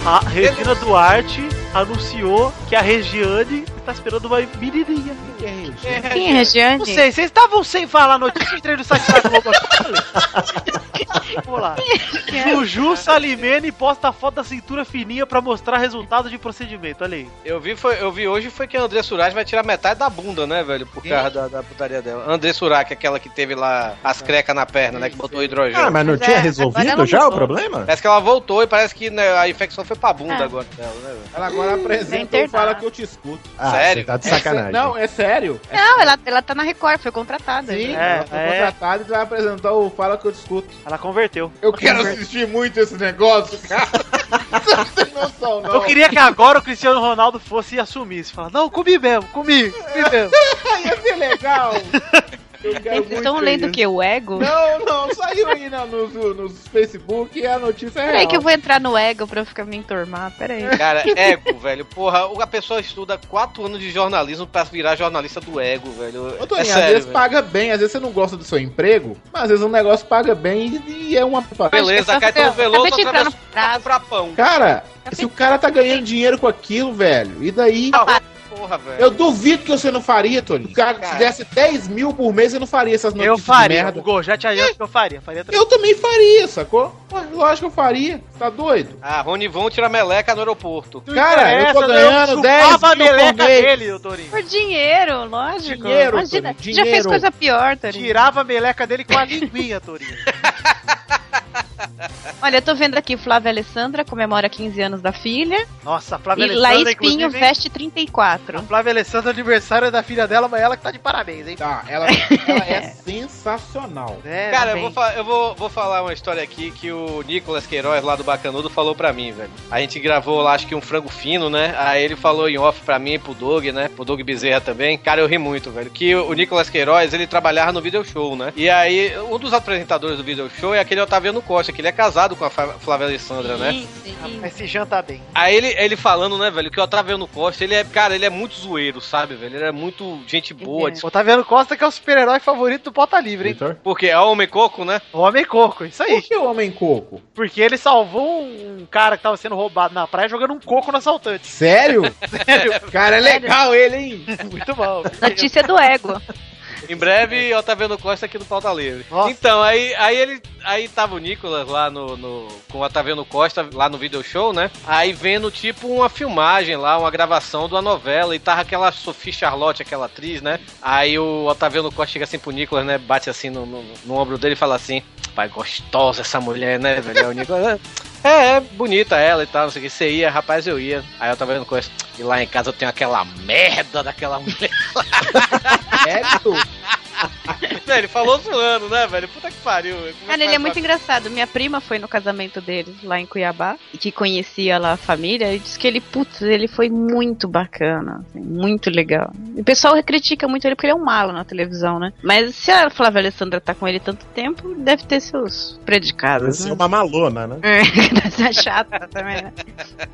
[SPEAKER 5] A Regina Duarte anunciou que a Regiane tá esperando uma menininha.
[SPEAKER 3] Quem é Regiane?
[SPEAKER 5] Não sei, vocês estavam sem falar a notícia, eu entrei no site da Globo aqui, falei. Vou lá.
[SPEAKER 7] é?
[SPEAKER 5] Juju Salimene posta a foto da cintura fininha pra mostrar resultado de procedimento, olha aí.
[SPEAKER 4] Eu vi, foi, eu vi hoje foi que a André Surak vai tirar metade da bunda, né, velho? Por causa da, da putaria dela. André Surak, aquela que teve lá as crecas na perna, né? Que botou hidrogênio.
[SPEAKER 6] Ah, mas não tinha resolvido já o problema?
[SPEAKER 4] Parece que ela voltou e parece que né, a infecção foi pra bunda
[SPEAKER 7] É.
[SPEAKER 4] agora dela, né, velho?
[SPEAKER 7] Ela agora apresenta e fala que eu te escuto.
[SPEAKER 6] Ah,
[SPEAKER 4] Sério?
[SPEAKER 6] você tá de
[SPEAKER 7] É
[SPEAKER 6] sacanagem.
[SPEAKER 7] sé- não, é sério.
[SPEAKER 3] Não, ela, ela tá na Record, foi contratada.
[SPEAKER 7] Sim,
[SPEAKER 3] já.
[SPEAKER 7] ela foi contratada e vai apresentar o Fala que eu te escuto.
[SPEAKER 5] Ela converteu.
[SPEAKER 7] Eu quero assistir muito esse negócio, cara. Não tem noção, não.
[SPEAKER 5] Eu queria que agora o Cristiano Ronaldo fosse e assumisse. Falar, não, comi mesmo, comi, comi mesmo.
[SPEAKER 7] Ia ser legal. Eu quero
[SPEAKER 3] Vocês estão
[SPEAKER 7] muito
[SPEAKER 3] lendo o
[SPEAKER 7] isso.
[SPEAKER 3] que? O ego?
[SPEAKER 7] né? Não, não, saiu aí na- nos, nos Facebook e a notícia é
[SPEAKER 3] Peraí
[SPEAKER 7] real.
[SPEAKER 3] que eu vou entrar no ego pra eu ficar me enturmar, peraí.
[SPEAKER 4] Cara, ego, velho. Porra, a pessoa estuda quatro anos de jornalismo pra virar jornalista do ego, velho.
[SPEAKER 7] Ô, Toninho,
[SPEAKER 4] é
[SPEAKER 7] às
[SPEAKER 4] sério,
[SPEAKER 7] vezes
[SPEAKER 4] velho.
[SPEAKER 7] paga bem, às vezes você não gosta do seu emprego, mas às vezes um negócio paga bem e, e é uma...
[SPEAKER 4] Beleza, Caetano Veloso
[SPEAKER 3] acabei de entrar
[SPEAKER 4] atravessou pra pão.
[SPEAKER 7] Cara, se o cara tá ganhando dinheiro com aquilo, velho, e daí...
[SPEAKER 4] Porra, velho.
[SPEAKER 7] Eu duvido que você não faria, Tony. Se o cara te desse 10 mil por mês, você não faria essas notícias
[SPEAKER 5] Eu faria,
[SPEAKER 7] de merda.
[SPEAKER 5] Hugo, já te adianto que eu faria. faria
[SPEAKER 7] Eu também faria, sacou? Mas Lógico que eu faria. Você Tá doido?
[SPEAKER 4] Ah, Rony Von tira meleca no aeroporto.
[SPEAKER 7] Cara, eu tô ganhando 10 mil por mês.
[SPEAKER 5] Torinho.
[SPEAKER 3] Por dinheiro, lógico.
[SPEAKER 7] Dinheiro,
[SPEAKER 3] Imagina,
[SPEAKER 7] Torinho,
[SPEAKER 3] já fez
[SPEAKER 7] dinheiro.
[SPEAKER 3] coisa pior, Torinho.
[SPEAKER 5] Tirava a meleca dele com a linguinha, Torinho.
[SPEAKER 3] Olha, eu tô vendo aqui, Flávia Alessandra comemora 15 anos da filha.
[SPEAKER 5] Nossa, a Flávia
[SPEAKER 3] E Laís
[SPEAKER 5] Alessandra,
[SPEAKER 3] Pinho
[SPEAKER 5] inclusive, hein?
[SPEAKER 3] veste 34.
[SPEAKER 5] A Flávia Alessandra, aniversário da filha dela, mas ela que tá de parabéns, hein?
[SPEAKER 7] Tá, ela, é sensacional.
[SPEAKER 3] É,
[SPEAKER 5] É,
[SPEAKER 3] tá
[SPEAKER 4] Cara, eu, vou, fa- eu vou, vou falar uma história aqui que o Nicolas Queiroz, lá do Bacanudo, falou pra mim, velho. A gente gravou lá, acho que um frango fino, né? Aí ele falou em off pra mim e pro Doug, né? Pro Doug Bezerra também. Cara, eu ri muito, velho. Que o Nicolas Queiroz, ele trabalhava no video show, né? E aí, um dos apresentadores do video show é aquele Otaviano Costa, que ele é casado com a Fa- Flávia Alessandra, né?
[SPEAKER 5] Mas se janta bem.
[SPEAKER 4] Aí ele, ele falando, né, velho, que o Otaviano Costa, ele é, cara, ele é muito zoeiro, sabe, velho? Ele é muito gente boa.
[SPEAKER 5] O Otaviano Costa que é o super-herói favorito do Pauta Livre, hein?
[SPEAKER 4] Porque é homem coco, né?
[SPEAKER 5] Homem Coco, isso aí.
[SPEAKER 7] Por que o Homem Coco?
[SPEAKER 5] Porque ele salvou um cara que tava sendo roubado na praia jogando um coco no assaltante.
[SPEAKER 7] Sério?
[SPEAKER 5] Sério?
[SPEAKER 7] Cara, é legal ele, hein?
[SPEAKER 5] Muito bom.
[SPEAKER 3] Notícia do ego.
[SPEAKER 4] Em breve, Otaviano Costa aqui no Pauta Livre. Então, aí, aí ele. Aí tava o Nicolas lá no, no. com o Otaviano Costa lá no video show, né? Aí vendo, tipo, uma filmagem lá, uma gravação de uma novela. E tava aquela Sophie Charlotte, aquela atriz, né? Aí o Otaviano Costa chega assim pro Nicolas, né? Bate assim no, no, no ombro dele e fala assim: Pai, gostosa essa mulher, né, velho? Aí o Nicolas. É, é bonita ela e tal, não sei o que. Você ia, rapaz, eu ia. Aí eu tava vendo coisa. E lá em casa eu tenho aquela merda daquela mulher.
[SPEAKER 7] Sério?
[SPEAKER 4] É, ele falou zoando, né, velho? Puta que pariu. velho. Como
[SPEAKER 3] Cara, ele
[SPEAKER 4] que
[SPEAKER 3] é
[SPEAKER 4] vai
[SPEAKER 3] muito
[SPEAKER 4] falar?
[SPEAKER 3] engraçado. Minha prima foi no casamento deles lá em Cuiabá, que conhecia lá a família, e disse que ele, putz, ele foi muito bacana, assim, muito legal. E o pessoal critica muito ele porque ele é um malo na televisão, né? Mas se a Flávia Alessandra tá com ele tanto tempo, deve ter seus predicados.
[SPEAKER 6] é
[SPEAKER 16] Parecia
[SPEAKER 3] né?
[SPEAKER 16] uma malona, né?
[SPEAKER 3] É, deve ser chata também, né?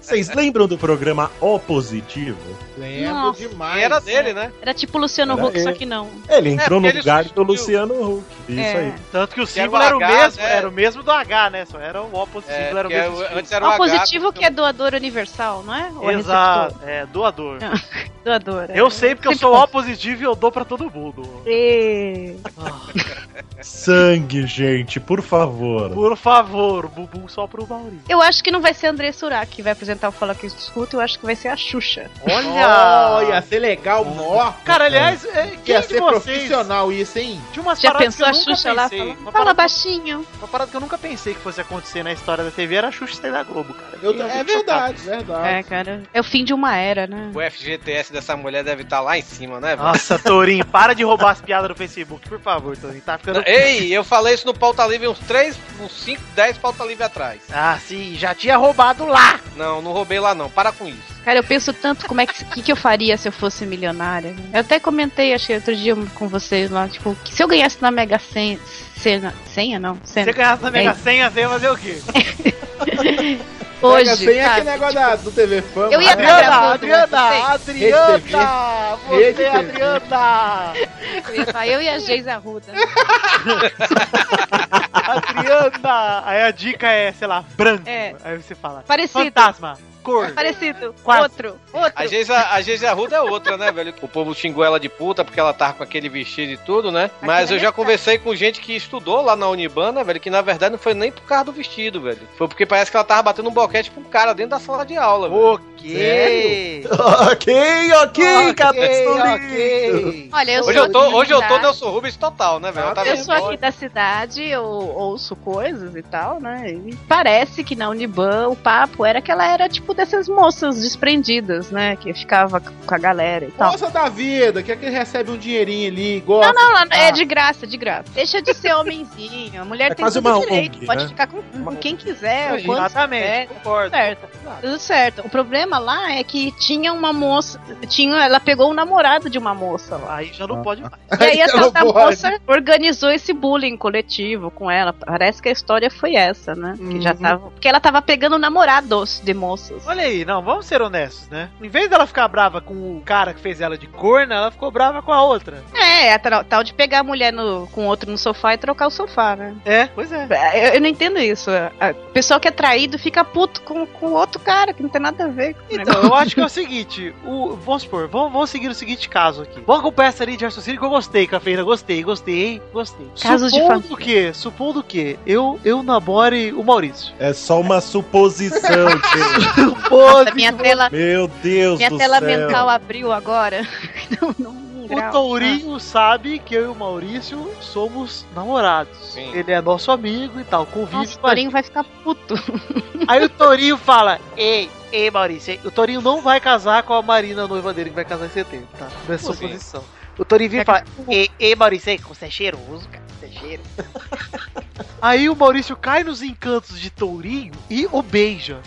[SPEAKER 16] Vocês lembram do programa O Positivo?
[SPEAKER 7] Lembro
[SPEAKER 3] Nossa.
[SPEAKER 7] demais.
[SPEAKER 4] Era dele, né?
[SPEAKER 3] Era tipo Luciano
[SPEAKER 16] Era
[SPEAKER 3] Huck, só
[SPEAKER 16] ele.
[SPEAKER 3] que não.
[SPEAKER 16] Ele entrou
[SPEAKER 5] porque
[SPEAKER 16] no
[SPEAKER 5] ele
[SPEAKER 16] lugar do Luciano Huck. Isso
[SPEAKER 3] É.
[SPEAKER 16] aí.
[SPEAKER 5] Tanto que o
[SPEAKER 4] era o
[SPEAKER 5] símbolo era o
[SPEAKER 4] H,
[SPEAKER 5] mesmo,
[SPEAKER 4] né?
[SPEAKER 5] era o mesmo do H, né? Só era o O positivo,
[SPEAKER 4] É,
[SPEAKER 5] era o
[SPEAKER 4] que é
[SPEAKER 5] mesmo.
[SPEAKER 4] o-
[SPEAKER 5] símbolo.
[SPEAKER 4] antes era
[SPEAKER 3] Ó, positivo que é doador universal, não é? Ou é
[SPEAKER 5] Exato, é, doador.
[SPEAKER 3] receptor? Doador. é.
[SPEAKER 5] Eu sei porque eu sou O positivo e eu dou pra todo mundo.
[SPEAKER 3] E-
[SPEAKER 16] Sangue, gente, por favor.
[SPEAKER 5] Por favor, bumbum só pro Maurício.
[SPEAKER 3] Eu acho que não vai ser André Surak que vai apresentar o Fala Que Eu Escuto, eu acho que vai ser a Xuxa.
[SPEAKER 5] Olha!
[SPEAKER 7] Oh, ia ser legal, mó.
[SPEAKER 5] Cara, aliás, é, quem
[SPEAKER 7] ia
[SPEAKER 5] de
[SPEAKER 7] ser
[SPEAKER 5] vocês-
[SPEAKER 7] profissional isso, hein?
[SPEAKER 5] Tinha umas
[SPEAKER 3] Já
[SPEAKER 5] paradas que
[SPEAKER 3] pensou
[SPEAKER 5] eu
[SPEAKER 3] a
[SPEAKER 5] nunca
[SPEAKER 3] Xuxa lá?
[SPEAKER 5] pensei.
[SPEAKER 3] Fala,
[SPEAKER 5] Uma
[SPEAKER 3] fala
[SPEAKER 5] parada,
[SPEAKER 3] baixinho.
[SPEAKER 5] uma parada que eu nunca pensei que fosse acontecer na história da TV era a Xuxa sair da Globo, cara.
[SPEAKER 7] Eu-
[SPEAKER 5] Fiquei
[SPEAKER 7] é
[SPEAKER 5] muito
[SPEAKER 7] verdade,
[SPEAKER 5] chocado.
[SPEAKER 7] verdade.
[SPEAKER 3] É, cara. É o fim de uma era, né?
[SPEAKER 4] O FGTS dessa mulher deve estar lá em cima,
[SPEAKER 5] É
[SPEAKER 4] né, velho?
[SPEAKER 5] Nossa, Torinho, para de roubar as piadas do Facebook, por favor, Torinho. Tá ficando.
[SPEAKER 4] Ei, eu falei isso no pauta livre uns 3, uns 5, 10 pauta livre atrás.
[SPEAKER 5] Ah, sim, já tinha roubado lá.
[SPEAKER 4] Não, não roubei lá não. Para com isso.
[SPEAKER 3] Cara, eu penso tanto como é que, que, que eu faria se eu fosse milionária. Eu até comentei, acho que outro dia com vocês lá, tipo, que se eu ganhasse na Mega Sen- Sena. Senha, não?
[SPEAKER 5] Se
[SPEAKER 3] Sena.
[SPEAKER 5] você ganhasse na Mega
[SPEAKER 3] É.
[SPEAKER 5] Senha, você ia fazer o quê?
[SPEAKER 3] Hoje,
[SPEAKER 7] Pega sem
[SPEAKER 3] sabe?
[SPEAKER 7] aquele
[SPEAKER 5] tipo,
[SPEAKER 7] negócio da, do TV Fama.
[SPEAKER 3] Eu ia
[SPEAKER 7] né?
[SPEAKER 3] dar gravando,
[SPEAKER 5] Adriana,
[SPEAKER 7] sei.
[SPEAKER 5] Adriana!
[SPEAKER 7] Rede
[SPEAKER 5] Você,
[SPEAKER 7] TV.
[SPEAKER 5] Adriana!
[SPEAKER 4] é
[SPEAKER 3] Eu, ia falar, eu e a Geisa Ruda.
[SPEAKER 5] Adriana! Aí a dica é, sei lá, branco.
[SPEAKER 3] É.
[SPEAKER 5] Aí você fala.
[SPEAKER 3] Parecido.
[SPEAKER 5] Fantasma, cor.
[SPEAKER 3] Parecido.
[SPEAKER 5] Quase.
[SPEAKER 3] Outro. Outro.
[SPEAKER 4] A Geisa, a Geisa Arruda é outra, né, velho? O povo xingou ela de puta porque ela tá com aquele vestido e tudo, né? Mas
[SPEAKER 3] Aquele
[SPEAKER 4] eu já
[SPEAKER 3] é
[SPEAKER 4] conversei com gente que estudou lá na Unibana, velho, que na verdade não foi nem por causa do vestido, velho. Foi porque parece que ela tava batendo um boquete pra um cara dentro da sala de aula, velho.
[SPEAKER 5] Ok!
[SPEAKER 16] ok, ok, cabeça
[SPEAKER 3] Olha, eu
[SPEAKER 4] Hoje
[SPEAKER 3] sou
[SPEAKER 4] eu tô,
[SPEAKER 3] aqui
[SPEAKER 4] hoje eu tô
[SPEAKER 3] da-
[SPEAKER 4] Nelson Rubens total, né,
[SPEAKER 7] Tá
[SPEAKER 4] velho? tava
[SPEAKER 3] Eu sou aqui
[SPEAKER 4] embora.
[SPEAKER 3] da cidade, eu ouço coisas e tal, né? E parece que na Uniban o papo era que ela era tipo dessas moças desprendidas, né? Que ficava c- com a galera e tal.
[SPEAKER 7] Moça da vida, que é que recebe um dinheirinho ali, gosta.
[SPEAKER 3] Não, não, ela- é
[SPEAKER 7] Ah.
[SPEAKER 3] de graça, de graça. Deixa de ser homenzinho. A mulher
[SPEAKER 7] É
[SPEAKER 3] tem
[SPEAKER 7] quase
[SPEAKER 3] todo
[SPEAKER 7] uma
[SPEAKER 3] direito.
[SPEAKER 7] ONG,
[SPEAKER 3] pode
[SPEAKER 7] né?
[SPEAKER 3] ficar com, com quem quiser, é, o quanto quiser.
[SPEAKER 5] Exatamente, concordo.
[SPEAKER 3] certo. Tudo certo. O problema lá é que tinha uma moça. Tinha, ela pegou o namorado de uma moça lá.
[SPEAKER 5] Aí já não pode mais.
[SPEAKER 3] E aí essa
[SPEAKER 7] Então,
[SPEAKER 5] Não
[SPEAKER 3] outra
[SPEAKER 5] pode.
[SPEAKER 3] moça organizou esse bullying coletivo com ela. Parece que a história foi essa, né? Que já tava. Porque ela tava pegando namorados de moças.
[SPEAKER 5] Olha aí, não, vamos ser honestos, né? Em vez dela ficar brava com o cara que fez ela de corna, ela ficou brava com a outra.
[SPEAKER 3] É, a tra- tal de pegar a mulher no- com outro no sofá e trocar o sofá, né?
[SPEAKER 5] É, pois é.
[SPEAKER 3] Eu, eu não entendo isso. A- a- O pessoal que é traído fica puto com o outro cara, que não tem nada a ver com o
[SPEAKER 5] Então,
[SPEAKER 3] negócio.
[SPEAKER 5] eu acho que é o seguinte, o, vamos supor, vamos, vamos seguir o seguinte caso aqui. Vamos com peça ali de raciocínio que eu gostei, Cafeína, gostei, gostei, hein? Gostei.
[SPEAKER 3] Casos de
[SPEAKER 5] supondo
[SPEAKER 3] família.
[SPEAKER 5] que, supondo que eu, eu namore o Maurício.
[SPEAKER 16] É só uma suposição, gente.
[SPEAKER 3] Nossa, minha tela,
[SPEAKER 16] Meu Deus
[SPEAKER 3] minha
[SPEAKER 16] do
[SPEAKER 3] tela
[SPEAKER 16] céu.
[SPEAKER 3] mental abriu agora. não, não, um
[SPEAKER 5] O
[SPEAKER 3] grau.
[SPEAKER 5] Tourinho sabe que eu e o Maurício somos namorados. Ele é nosso amigo e tal, convive
[SPEAKER 3] Nossa, o
[SPEAKER 5] com a
[SPEAKER 3] Tourinho vai ficar puto.
[SPEAKER 5] Aí o Torinho fala: Ei, ei, Maurício, ei." o Torinho não vai casar com a Marina, a noiva dele, que vai casar em setembro, tá? Não é
[SPEAKER 8] Pô,
[SPEAKER 5] suposição. O Torinho vem É tipo, e fala: Ei, ei, Maurício, ei, você é cheiroso, cara, você é cheiroso. Aí o Maurício cai nos encantos de Tourinho e o beija.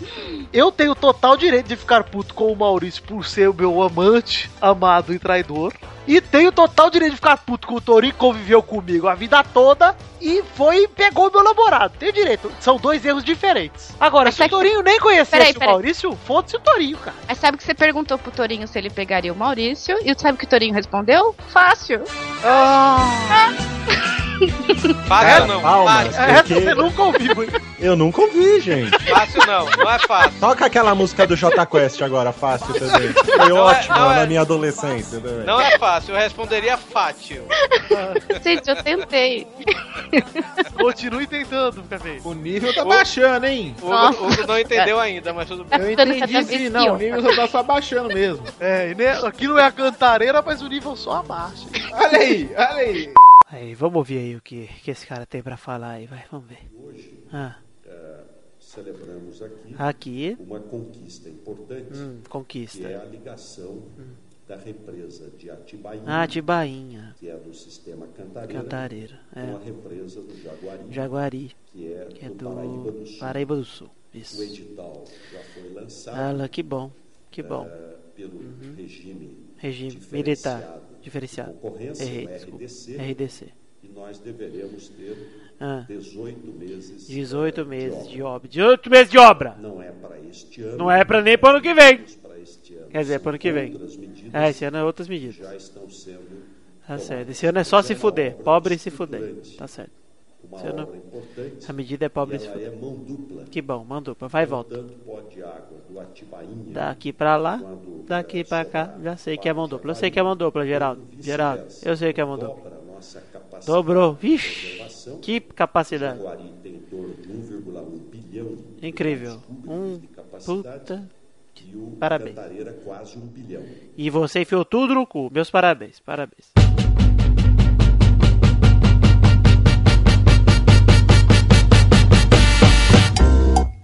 [SPEAKER 5] Eu tenho total direito de ficar puto com o Maurício por ser o meu amante, amado e traidor. E tenho total direito de ficar puto com o Tourinho, que conviveu comigo a vida toda e foi e pegou meu namorado. Tenho direito. São dois erros diferentes. Agora, se o Tourinho nem conhecesse
[SPEAKER 3] Peraí,
[SPEAKER 5] o
[SPEAKER 3] peraí.
[SPEAKER 5] Maurício, foda-se o Tourinho, cara.
[SPEAKER 3] Mas sabe que você perguntou pro Torinho se ele pegaria o Maurício, e sabe o que o Torinho respondeu? Fácil.
[SPEAKER 4] Fácil não,
[SPEAKER 16] palmas,
[SPEAKER 4] fácil.
[SPEAKER 3] É,
[SPEAKER 16] porque
[SPEAKER 5] nunca ouviu, hein?
[SPEAKER 16] Eu nunca ouvi, gente.
[SPEAKER 4] Fácil não, não é fácil.
[SPEAKER 16] Toca aquela música do Jota Quest agora, fácil também. Foi
[SPEAKER 4] Não é-
[SPEAKER 16] ótima
[SPEAKER 4] não é-
[SPEAKER 16] na minha adolescência também.
[SPEAKER 4] Não é fácil, eu responderia fácil.
[SPEAKER 3] Gente, eu tentei.
[SPEAKER 5] Continue tentando, Café.
[SPEAKER 7] O nível tá baixando, hein?
[SPEAKER 4] O Hugo, o Hugo não entendeu ainda, mas tudo bem.
[SPEAKER 3] Tá
[SPEAKER 7] Eu entendi sim, não. O nível só tá só baixando mesmo.
[SPEAKER 5] É, e né, aqui não é a cantareira, mas o nível só abaixa.
[SPEAKER 7] Olha aí, olha aí.
[SPEAKER 5] Aí, vamos ouvir aí o que, que esse cara tem pra falar aí, vai, vamos ver. Ah,
[SPEAKER 17] eh, celebramos aqui, é
[SPEAKER 5] Aqui.
[SPEAKER 17] uma conquista importante,
[SPEAKER 5] Hum, conquista.
[SPEAKER 17] que é a ligação da
[SPEAKER 10] da represa de Atibainha.
[SPEAKER 5] Ah, Atibainha.
[SPEAKER 10] Que é do sistema Cantareira.
[SPEAKER 5] Cantareira, é.
[SPEAKER 10] Com a represa do Jaguari.
[SPEAKER 5] Jaguari.
[SPEAKER 10] Que é,
[SPEAKER 5] que é
[SPEAKER 10] do,
[SPEAKER 5] do
[SPEAKER 10] Paraíba do Sul.
[SPEAKER 5] Paraíba do Sul, isso.
[SPEAKER 10] O edital já foi lançado.
[SPEAKER 5] Ela, que bom, que bom. Uhum.
[SPEAKER 10] eh, pelo regime.
[SPEAKER 5] Regime militar. Diferenciado.
[SPEAKER 10] Concorrência,
[SPEAKER 5] Errei,
[SPEAKER 10] o
[SPEAKER 5] desculpa.
[SPEAKER 10] RDC.
[SPEAKER 5] RDC.
[SPEAKER 10] E nós deveremos ter
[SPEAKER 5] Ah.
[SPEAKER 10] 18 meses.
[SPEAKER 5] 18 meses de obra. 18 meses de obra!
[SPEAKER 10] Não é para este ano.
[SPEAKER 5] Não é pra nem pro ano que vem.
[SPEAKER 10] Para este ano.
[SPEAKER 5] Quer dizer, pro ano que vem.
[SPEAKER 10] Outras medidas
[SPEAKER 5] É, esse ano é outras medidas.
[SPEAKER 10] já estão sendo
[SPEAKER 5] Tá certo. Esse ano é só se fuder. Pobre se fuder. Tá certo.
[SPEAKER 10] uma
[SPEAKER 5] Esse ano-
[SPEAKER 10] obra importante.
[SPEAKER 5] a medida é pobre
[SPEAKER 10] e
[SPEAKER 5] se
[SPEAKER 10] ela
[SPEAKER 5] fuder.
[SPEAKER 10] é mão dupla.
[SPEAKER 5] Que bom, mão dupla. Vai e volta.
[SPEAKER 10] Tanto pó de água do Atibainha.
[SPEAKER 5] Daqui pra lá, daqui pra cá. Já sei que é mão dupla. Eu sei que é mão dupla, Geraldo. Geraldo, eu sei que é mão dupla.
[SPEAKER 10] Dobra a nossa capacidade.
[SPEAKER 5] Dobrou.
[SPEAKER 10] de
[SPEAKER 5] Vixe,
[SPEAKER 10] preservação.
[SPEAKER 5] que capacidade.
[SPEAKER 10] Jaguari tem em torno de 1,1 bilhão. de
[SPEAKER 5] Incrível. Um puta. Parabéns.
[SPEAKER 10] Cantareira quase 1 bilhão.
[SPEAKER 5] E você enfiou tudo no cu. Meus parabéns, parabéns.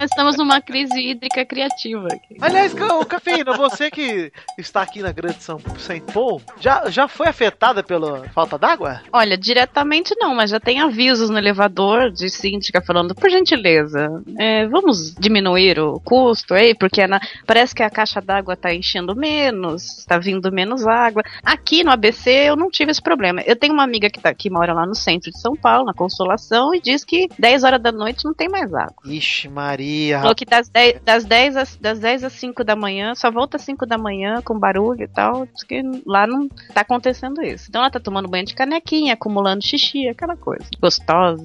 [SPEAKER 3] Nós estamos numa crise hídrica criativa aqui.
[SPEAKER 9] Aliás, Ca- ô, Cafeína, você que está aqui na Grande São, São Paulo, já, já foi afetada pela falta d'água?
[SPEAKER 3] Olha, diretamente não, mas já tem avisos no elevador de síndica falando, por gentileza, é, vamos diminuir o custo aí, porque na- parece que a caixa d'água tá enchendo menos, tá vindo menos água. Aqui no ABC eu não tive esse problema. Eu tenho uma amiga que, tá, que mora lá no centro de São Paulo, na Consolação, e diz que 10 horas da noite não tem mais água.
[SPEAKER 9] Ixi,
[SPEAKER 6] Tá.
[SPEAKER 9] Maria.
[SPEAKER 3] Falou que das 10, das 10 às, das 10 às 5 da manhã, só volta às 5 da manhã com barulho e tal. Diz que lá não tá acontecendo isso. Então ela tá tomando banho de canequinha, acumulando xixi, aquela coisa. Gostosa.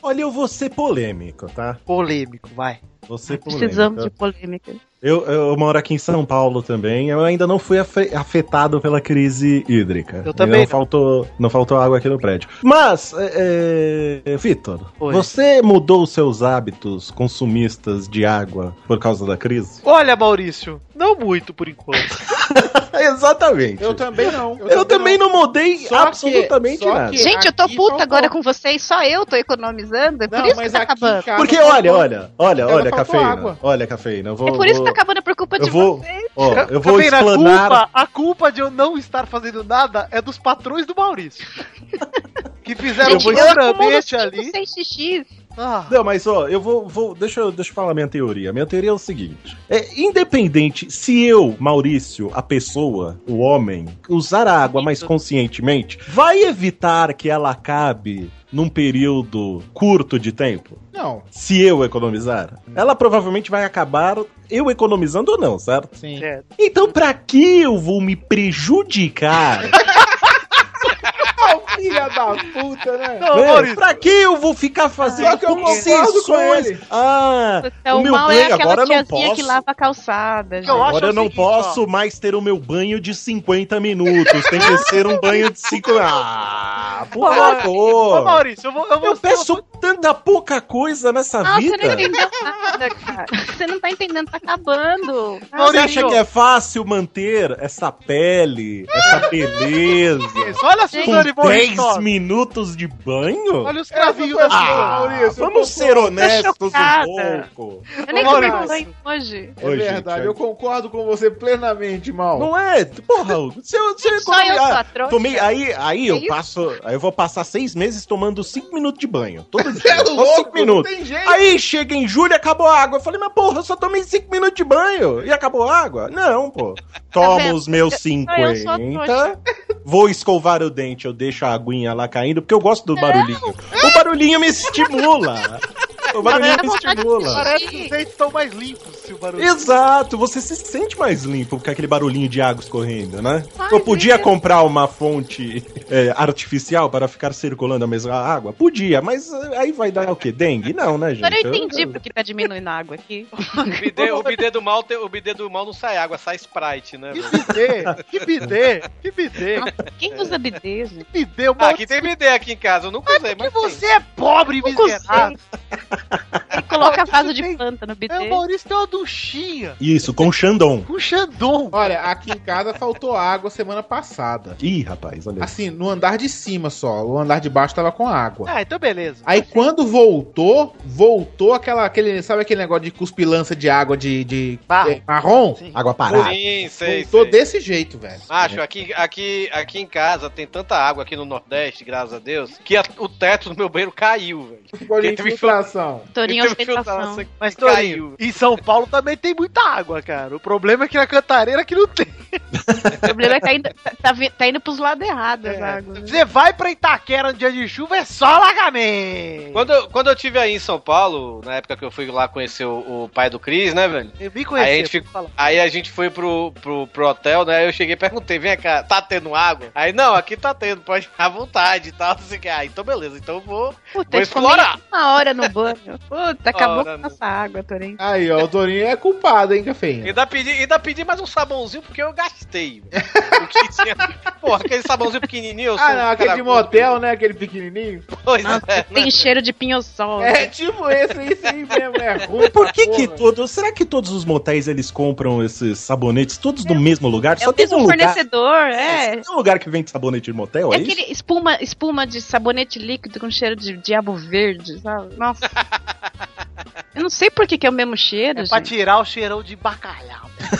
[SPEAKER 6] Olha, eu vou ser polêmico, tá?
[SPEAKER 9] Polêmico, vai.
[SPEAKER 6] Você polêmico.
[SPEAKER 3] Precisamos de polêmica.
[SPEAKER 6] Eu, eu moro aqui em São Paulo também. Eu ainda não fui afe- afetado pela crise hídrica.
[SPEAKER 18] Eu também
[SPEAKER 6] Não
[SPEAKER 18] não.
[SPEAKER 6] faltou, não faltou água aqui no prédio. Mas, é, é, Vitor,
[SPEAKER 9] Oi.
[SPEAKER 6] você mudou os seus hábitos consumistas de água por causa da crise?
[SPEAKER 9] Olha, Maurício, não muito por enquanto.
[SPEAKER 6] Exatamente.
[SPEAKER 7] Eu também não.
[SPEAKER 6] Eu também não mudei absolutamente nada.
[SPEAKER 3] Gente, eu tô puta agora com vocês, só eu tô economizando. É por isso que tá acabando.
[SPEAKER 6] Porque olha, olha, olha,
[SPEAKER 3] Ela
[SPEAKER 6] olha,
[SPEAKER 3] faltou
[SPEAKER 6] cafeína.
[SPEAKER 3] água.
[SPEAKER 6] Olha, cafeína. Eu vou,
[SPEAKER 3] é por isso que
[SPEAKER 6] vou-
[SPEAKER 3] tá acabando por culpa de
[SPEAKER 6] eu vou,
[SPEAKER 3] vocês.
[SPEAKER 6] ó, eu vou
[SPEAKER 9] Cafeína,
[SPEAKER 6] explanar.
[SPEAKER 9] A culpa, a culpa de eu não estar fazendo nada é dos patrões do Maurício. que fizeram
[SPEAKER 3] Gente, eu
[SPEAKER 9] um
[SPEAKER 3] acumulo
[SPEAKER 9] ambiente
[SPEAKER 3] cinco,
[SPEAKER 9] ali. Ah.
[SPEAKER 3] seis xixi.
[SPEAKER 6] Não, mas ó, eu vou. vou deixa, eu- deixa eu falar minha teoria. Minha teoria é o seguinte: é independente se eu, Maurício, a pessoa, o homem, usar a água mais conscientemente, vai evitar que ela acabe num período curto de tempo?
[SPEAKER 7] Não.
[SPEAKER 6] Se eu economizar, ela provavelmente vai acabar eu economizando ou não, certo?
[SPEAKER 7] Sim.
[SPEAKER 6] Então, pra que eu vou me prejudicar?
[SPEAKER 7] Filha da puta, né?
[SPEAKER 6] Não, pra que eu vou ficar fazendo
[SPEAKER 7] Ah, Só que eu concordo com ele.
[SPEAKER 6] Ah,
[SPEAKER 3] Então,
[SPEAKER 6] o
[SPEAKER 3] o
[SPEAKER 6] meu
[SPEAKER 3] mal é
[SPEAKER 6] banho
[SPEAKER 3] aquela
[SPEAKER 6] agora eu não
[SPEAKER 3] tiazinha
[SPEAKER 6] posso.
[SPEAKER 3] que lava a calçada. gente.
[SPEAKER 6] agora eu não posso mais ter o meu banho de 50 minutos. Tem que ser um banho de 5. Ah, por
[SPEAKER 9] Ô,
[SPEAKER 6] favor.
[SPEAKER 9] Ô, Maurício, eu vou. Eu vou
[SPEAKER 6] Eu peço tanta pouca coisa nessa
[SPEAKER 3] Ah, você não
[SPEAKER 6] vida.
[SPEAKER 3] entendeu nada, cara. Você não tá entendendo, tá acabando.
[SPEAKER 6] Você acha que é fácil manter essa pele, essa beleza?
[SPEAKER 9] Isso, olha a Suzane
[SPEAKER 6] com
[SPEAKER 9] von
[SPEAKER 6] 10
[SPEAKER 9] Richthofen.
[SPEAKER 6] minutos de banho? Ah,
[SPEAKER 9] Olha
[SPEAKER 5] É,
[SPEAKER 9] os cravinhos
[SPEAKER 6] Essa
[SPEAKER 9] da
[SPEAKER 6] foi a
[SPEAKER 5] assim,
[SPEAKER 9] sua,
[SPEAKER 6] sua, Maurício, eu tô- tô
[SPEAKER 3] chocada.
[SPEAKER 6] um pouco.
[SPEAKER 3] Eu nem
[SPEAKER 7] Ô,
[SPEAKER 3] tomei
[SPEAKER 7] Maurício.
[SPEAKER 3] banho hoje.
[SPEAKER 7] É verdade, eu concordo com você plenamente, mal.
[SPEAKER 6] Não é? Porra, Hugo, se eu, se
[SPEAKER 3] Só
[SPEAKER 6] eu
[SPEAKER 3] eu sou a
[SPEAKER 6] economizar.
[SPEAKER 3] trouxa.
[SPEAKER 6] tomei, aí aí
[SPEAKER 3] Que
[SPEAKER 6] eu
[SPEAKER 3] isso?
[SPEAKER 6] passo. Aí eu vou passar seis meses tomando cinco minutos de banho. Todo dia.
[SPEAKER 7] é
[SPEAKER 6] Só
[SPEAKER 7] louco,
[SPEAKER 6] cinco minutos.
[SPEAKER 7] não tem jeito.
[SPEAKER 6] Aí chega em julho acabou a água. Eu falei, mas porra, eu só tomei cinco minutos de banho. E acabou a água? Não, pô. Tomo
[SPEAKER 18] Tá vendo?
[SPEAKER 6] os meus
[SPEAKER 18] Só eu sou a
[SPEAKER 6] 50. Vou escovar o dente, eu deixo a aguinha lá caindo, porque eu gosto do barulhinho. O barulhinho me estimula.
[SPEAKER 18] Tá
[SPEAKER 6] O
[SPEAKER 18] É
[SPEAKER 6] barulhinho me estimula.
[SPEAKER 9] Parece que os dentes estão mais limpos se o barulho.
[SPEAKER 6] Exato, você se sente mais limpo com aquele barulhinho de água escorrendo, né?
[SPEAKER 9] Faz
[SPEAKER 6] Eu podia
[SPEAKER 9] isso.
[SPEAKER 6] comprar uma fonte é, artificial para ficar circulando a mesma água? Podia, mas é, aí vai dar o quê? Dengue? Não, né, gente?
[SPEAKER 3] Agora eu entendi porque tá diminuindo a água aqui.
[SPEAKER 4] O bidê, o bidê do mal, tem- o bidê do mal não sai água, sai Sprite, né? velho?
[SPEAKER 9] Que bidê, que bidê.
[SPEAKER 3] Quem usa bidê, gente?
[SPEAKER 9] Bidê,
[SPEAKER 4] Ah, aqui tem bidê aqui em casa, eu nunca usei, mas
[SPEAKER 9] Você é pobre,
[SPEAKER 4] Nunca usei.
[SPEAKER 9] miserável.
[SPEAKER 3] Ele
[SPEAKER 19] coloca vaso de planta no BT.
[SPEAKER 5] É, o Maurício tem uma duchinha. um
[SPEAKER 6] Isso, com o Xandão.
[SPEAKER 5] Com Xandon.
[SPEAKER 7] Olha, aqui em casa faltou água semana passada.
[SPEAKER 6] Ih, rapaz, olha.
[SPEAKER 7] Assim, no andar de cima só. O andar de baixo tava com água.
[SPEAKER 5] Ah, então beleza.
[SPEAKER 7] Aí quando voltou, voltou aquela, aquele, sabe aquele negócio de cuspilância de água de, de
[SPEAKER 6] Ah,
[SPEAKER 7] é, marrom?
[SPEAKER 6] Água parada.
[SPEAKER 4] Sim, sei,
[SPEAKER 7] voltou
[SPEAKER 4] sei.
[SPEAKER 7] desse jeito, velho.
[SPEAKER 4] Macho, aqui, aqui, aqui em casa tem tanta água aqui no Nordeste, graças a Deus, que a- o teto do meu banheiro caiu, velho.
[SPEAKER 7] Igual de
[SPEAKER 4] Porque teve
[SPEAKER 7] infiltração.
[SPEAKER 19] Torinho
[SPEAKER 4] Ele teve
[SPEAKER 19] ostentação.
[SPEAKER 4] filtração que
[SPEAKER 5] Mas,
[SPEAKER 4] caiu.
[SPEAKER 5] Torinho, em São Paulo também tem muita água, cara. O problema é que na Cantareira que não tem.
[SPEAKER 19] O problema é que tá indo, tá, vi- tá indo pros lados
[SPEAKER 3] É
[SPEAKER 5] É.
[SPEAKER 19] errados as
[SPEAKER 3] né?
[SPEAKER 19] águas. né?
[SPEAKER 5] Você vai pra Itaquera no dia de chuva, é só alagamento.
[SPEAKER 4] Quando eu, quando eu tive aí em São Paulo, na época que eu fui lá conhecer o, o pai do Cris, né, velho?
[SPEAKER 5] Eu vim
[SPEAKER 4] Aí a, gente
[SPEAKER 5] conhecer.
[SPEAKER 4] ficou- aí a gente foi pro, pro, pro hotel, né? Aí eu cheguei e perguntei, vem cá, tá tendo água? Aí, não, aqui tá tendo, pode ficar à vontade e tal. Não sei o que. Ah, então beleza, então eu vou,
[SPEAKER 19] Puta,
[SPEAKER 4] vou
[SPEAKER 19] ficou
[SPEAKER 4] explorar.
[SPEAKER 19] meio Uma hora no banho. Puta, acabou
[SPEAKER 4] Ora,
[SPEAKER 19] com essa água, Torinho.
[SPEAKER 7] Aí, ó, o Torinho é culpado, hein, cafeína?
[SPEAKER 4] Ainda pedi, ainda pedi mais um sabãozinho porque eu gastei. velho. O que tinha- Porra, aquele sabãozinho pequenininho. eu sou
[SPEAKER 7] Ah, não,
[SPEAKER 4] um
[SPEAKER 7] aquele
[SPEAKER 4] cara
[SPEAKER 7] de
[SPEAKER 4] gordo.
[SPEAKER 7] motel, né? Aquele pequenininho.
[SPEAKER 4] Pois é, né?
[SPEAKER 19] Tem cheiro de pinho-sol.
[SPEAKER 7] É tipo esse, esse aí mesmo, é ruim.
[SPEAKER 6] Por que que
[SPEAKER 7] porra.
[SPEAKER 6] todos... Será que todos os motéis, eles compram esses sabonetes todos do mesmo lugar?
[SPEAKER 19] É o
[SPEAKER 6] tem
[SPEAKER 19] mesmo fornecedor, é.
[SPEAKER 6] Tem um lugar que vende sabonete de motel,
[SPEAKER 19] É
[SPEAKER 6] é, isso?
[SPEAKER 19] aquele espuma, espuma de sabonete líquido com cheiro de diabo verde, sabe? Nossa. Eu não sei por que, que é o mesmo cheiro,
[SPEAKER 5] É pra
[SPEAKER 19] gente.
[SPEAKER 5] tirar o cheirão de bacalhau.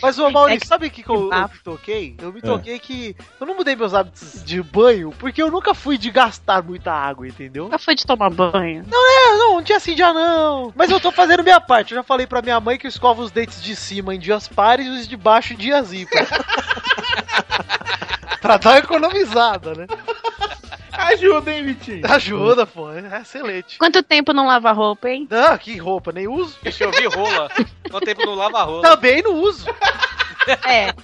[SPEAKER 5] Mas, ô Maurício, sabe o É que, que eu, eu me toquei? Eu me
[SPEAKER 6] É.
[SPEAKER 5] toquei que eu não mudei meus hábitos de banho porque eu nunca fui de gastar muita água, entendeu?
[SPEAKER 19] Nunca foi de tomar banho.
[SPEAKER 5] Não, é, não, um dia sim, dia não. Mas eu tô fazendo minha parte. Eu já falei pra minha mãe que eu escovo os dentes de cima em dias pares e os de baixo em dias ímpares. pra dar uma economizada, né?
[SPEAKER 7] Ajuda, hein, Vitinho?
[SPEAKER 5] Tá Ajuda, pô. É excelente.
[SPEAKER 19] Quanto tempo não lava roupa, hein?
[SPEAKER 5] Não, que roupa, nem uso.
[SPEAKER 4] Deixa eu ouvir rola. Quanto tempo não lava
[SPEAKER 7] Então,
[SPEAKER 4] rola?
[SPEAKER 5] Também não uso.
[SPEAKER 19] É.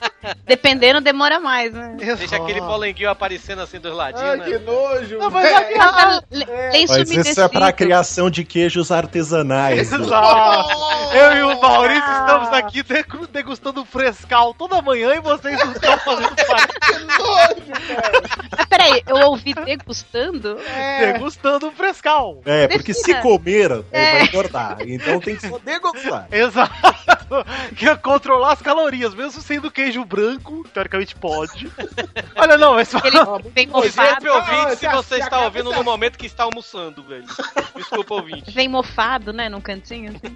[SPEAKER 19] Dependendo, demora mais, né?
[SPEAKER 4] Deixa aquele polenguinho aparecendo assim dos
[SPEAKER 7] Ai,
[SPEAKER 4] ladinhos,
[SPEAKER 7] que
[SPEAKER 4] né?
[SPEAKER 7] nojo.
[SPEAKER 5] Não, mas a minha-
[SPEAKER 19] Ah, le- lenço
[SPEAKER 6] Mas isso é
[SPEAKER 19] umedecido.
[SPEAKER 6] pra criação de queijos artesanais. né?
[SPEAKER 5] Exato. Eu e o Maurício estamos aqui degu- degustando um frescal toda manhã e vocês não estão fazendo parte.
[SPEAKER 19] Ah, peraí, eu ouvi degustando?
[SPEAKER 5] Degustando um frescal.
[SPEAKER 6] É, porque
[SPEAKER 19] Defina.
[SPEAKER 6] se comer, é,
[SPEAKER 19] É.
[SPEAKER 6] vai engordar. Então tem que só degustar.
[SPEAKER 5] Exato. Que é controlar as calorias, mesmo sendo queijo branco, teoricamente pode. Olha, não, mas
[SPEAKER 19] Ele vem
[SPEAKER 4] Desculpe,
[SPEAKER 19] mofado,
[SPEAKER 4] ouvinte, se
[SPEAKER 7] Ah,
[SPEAKER 4] você
[SPEAKER 7] se
[SPEAKER 4] está
[SPEAKER 7] acaba,
[SPEAKER 4] ouvindo
[SPEAKER 7] se
[SPEAKER 4] no momento que está almoçando, velho. Desculpa, ouvinte.
[SPEAKER 19] vem mofado, né, num cantinho.
[SPEAKER 7] Que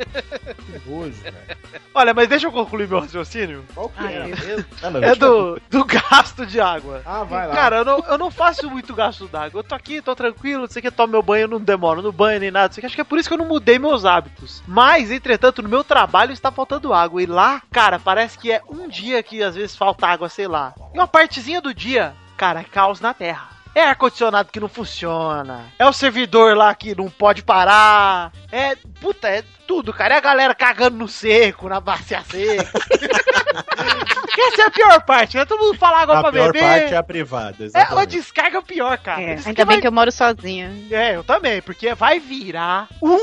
[SPEAKER 7] nojo, velho.
[SPEAKER 5] olha, mas deixa eu concluir meu raciocínio.
[SPEAKER 7] Qual que
[SPEAKER 19] Ai,
[SPEAKER 7] é?
[SPEAKER 6] Ah, não,
[SPEAKER 5] É
[SPEAKER 6] tipo,
[SPEAKER 5] do, do gasto de água.
[SPEAKER 7] Ah, vai lá.
[SPEAKER 5] Cara, eu não, eu não faço muito gasto d'água. Eu tô aqui, tô tranquilo, não sei o que, tomo meu banho, não demoro no banho nem nada. não sei o que. Acho que é por isso que eu não mudei meus hábitos. Mas, entretanto, no meu trabalho está faltando água. E lá, cara, parece que é um dia que às vezes falta água, sei lá. E uma partezinha do dia, cara, é caos na terra. É ar-condicionado que não funciona. É o servidor lá que não pode parar. É. Puta, é tudo, cara. É a galera cagando no seco, na bacia seca. que essa é a pior parte, né? Todo mundo fala água
[SPEAKER 6] a
[SPEAKER 5] pra
[SPEAKER 6] pior
[SPEAKER 5] beber.
[SPEAKER 6] parte é a privada,
[SPEAKER 5] É, uma
[SPEAKER 6] exatamente.
[SPEAKER 5] descarga pior, cara.
[SPEAKER 19] É,
[SPEAKER 5] Eles
[SPEAKER 19] ainda bem
[SPEAKER 5] vai-
[SPEAKER 19] que eu moro sozinha.
[SPEAKER 5] É, eu também, porque vai virar um,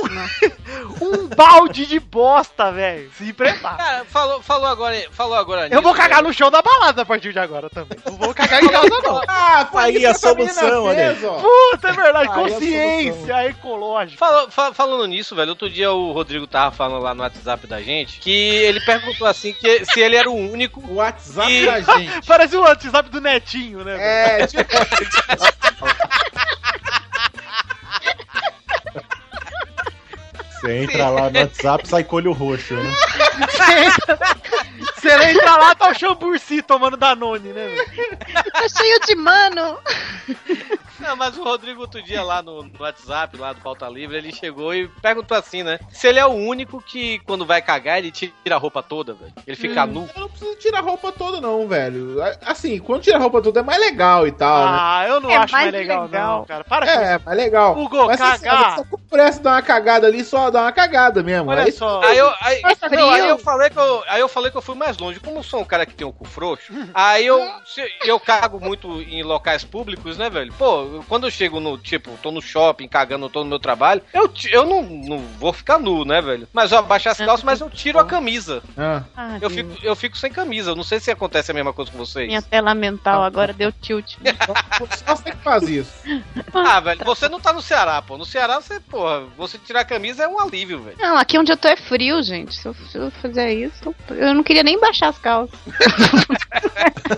[SPEAKER 5] um balde de bosta, velho. Se prepara.
[SPEAKER 4] Cara, falou, falou agora, falou agora
[SPEAKER 5] Eu vou
[SPEAKER 7] é
[SPEAKER 4] nisso,
[SPEAKER 5] cagar
[SPEAKER 4] velho.
[SPEAKER 5] no chão da balada a partir de agora também. Não vou cagar em casa, não.
[SPEAKER 7] Ah, foi
[SPEAKER 6] Aí
[SPEAKER 7] isso
[SPEAKER 6] a
[SPEAKER 7] que essa menina
[SPEAKER 6] solução, olha aí.
[SPEAKER 7] fez, ó.
[SPEAKER 5] Puta, é verdade.
[SPEAKER 7] Aí a
[SPEAKER 5] Consciência ecológica.
[SPEAKER 4] Falou- fa- falando nisso, velho, outro dia o Rodrigo tava falando lá no WhatsApp da gente que ele perguntou assim que se ele era o único.
[SPEAKER 7] O WhatsApp
[SPEAKER 4] E-
[SPEAKER 7] da gente.
[SPEAKER 5] Parece o WhatsApp do Netinho, né? velho?
[SPEAKER 7] É, tipo,
[SPEAKER 6] Você entra lá no WhatsApp, sai colho roxo, né?
[SPEAKER 7] É.
[SPEAKER 5] Você entra lá, tá o Chamburci tomando Danone, né? velho?
[SPEAKER 19] Tá cheio de mano.
[SPEAKER 4] Não, mas o Rodrigo outro dia lá no, no WhatsApp, lá do Pauta Livre, ele chegou e perguntou assim, né? Se ele é o único que quando vai cagar, ele tira a roupa toda, velho. Ele fica nu.
[SPEAKER 7] eu não preciso tirar a roupa toda, não, velho. A- Assim, quando tira a roupa toda é mais legal e tal, né?
[SPEAKER 5] Ah, eu não
[SPEAKER 19] É
[SPEAKER 5] acho mais
[SPEAKER 19] mais
[SPEAKER 5] legal,
[SPEAKER 19] legal.
[SPEAKER 5] não, cara. Para com isso.
[SPEAKER 7] É, mais legal.
[SPEAKER 5] Hugo,
[SPEAKER 7] Mas assim,
[SPEAKER 5] cagar.
[SPEAKER 7] você tá com pressa de dar uma cagada ali, só dá uma cagada mesmo. é
[SPEAKER 5] Olha
[SPEAKER 7] Aí-
[SPEAKER 5] só.
[SPEAKER 4] Aí eu, aí,
[SPEAKER 19] Mas tá
[SPEAKER 4] não,
[SPEAKER 19] frio.
[SPEAKER 4] aí eu falei que eu, aí eu falei que eu fui mais longe. Como eu sou um cara que tem um cu frouxo, aí eu se- eu cago muito em locais públicos, né, velho? Pô, eu- quando eu chego no, tipo, tô no shopping cagando, tô no meu trabalho, eu, ti- eu não, não vou ficar nu, né, velho? Mas eu abaixo
[SPEAKER 19] É
[SPEAKER 4] as calças, mas eu tiro a camisa.
[SPEAKER 7] Ah.
[SPEAKER 19] Ah,
[SPEAKER 4] Eu
[SPEAKER 19] Deus.
[SPEAKER 4] fico, eu fico sem camisa. Eu não sei se acontece a mesma coisa com vocês.
[SPEAKER 19] Minha tela mental agora deu tilt.
[SPEAKER 7] Só você que faz isso.
[SPEAKER 4] Ah, velho, você não tá no Ceará, pô. No Ceará você, pô, porra. Você tirar a camisa é um alívio, velho.
[SPEAKER 19] Não, aqui onde eu tô é frio, gente. Se eu, se eu fizer isso, eu não queria nem baixar as calças.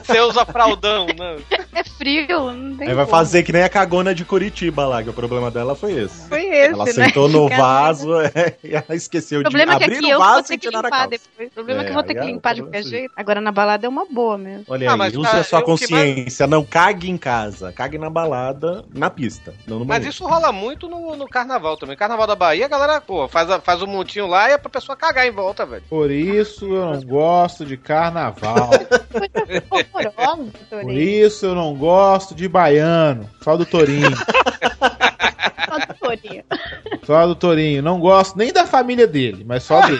[SPEAKER 4] Você usa fraldão, né?
[SPEAKER 19] É frio, não tem
[SPEAKER 6] Aí vai
[SPEAKER 19] como.
[SPEAKER 6] fazer que nem a cagona de Curitiba lá, que o problema dela foi esse.
[SPEAKER 19] Foi esse,
[SPEAKER 6] Ela
[SPEAKER 19] né?
[SPEAKER 6] sentou no
[SPEAKER 19] Cara,
[SPEAKER 6] vaso é, e ela esqueceu
[SPEAKER 19] O problema é
[SPEAKER 6] de
[SPEAKER 19] que
[SPEAKER 6] abrir
[SPEAKER 19] aqui
[SPEAKER 6] o
[SPEAKER 19] eu vou
[SPEAKER 6] vaso
[SPEAKER 19] ter
[SPEAKER 6] e
[SPEAKER 19] que
[SPEAKER 6] tirar a
[SPEAKER 19] limpar
[SPEAKER 6] calça.
[SPEAKER 19] depois. O problema é, que eu
[SPEAKER 6] É,
[SPEAKER 19] vou ter que
[SPEAKER 6] aí é um
[SPEAKER 19] limpar de
[SPEAKER 6] problema
[SPEAKER 19] qualquer jeito. Agora na balada é uma boa mesmo.
[SPEAKER 6] Olha aí, use a sua consciência, não cague em casa, cague na balada, na pista, não no
[SPEAKER 4] Mas
[SPEAKER 6] banheiro.
[SPEAKER 4] isso rola muito no, no carnaval também. Carnaval da Bahia, a galera, pô, faz, a- faz um montinho lá e é pra pessoa cagar em volta, velho.
[SPEAKER 7] Por isso eu não gosto de carnaval. Por isso eu não gosto de baiano. Só do Torinho.
[SPEAKER 19] Só do Torinho.
[SPEAKER 7] Só do Torinho. Não gosto nem da família dele, mas só dele.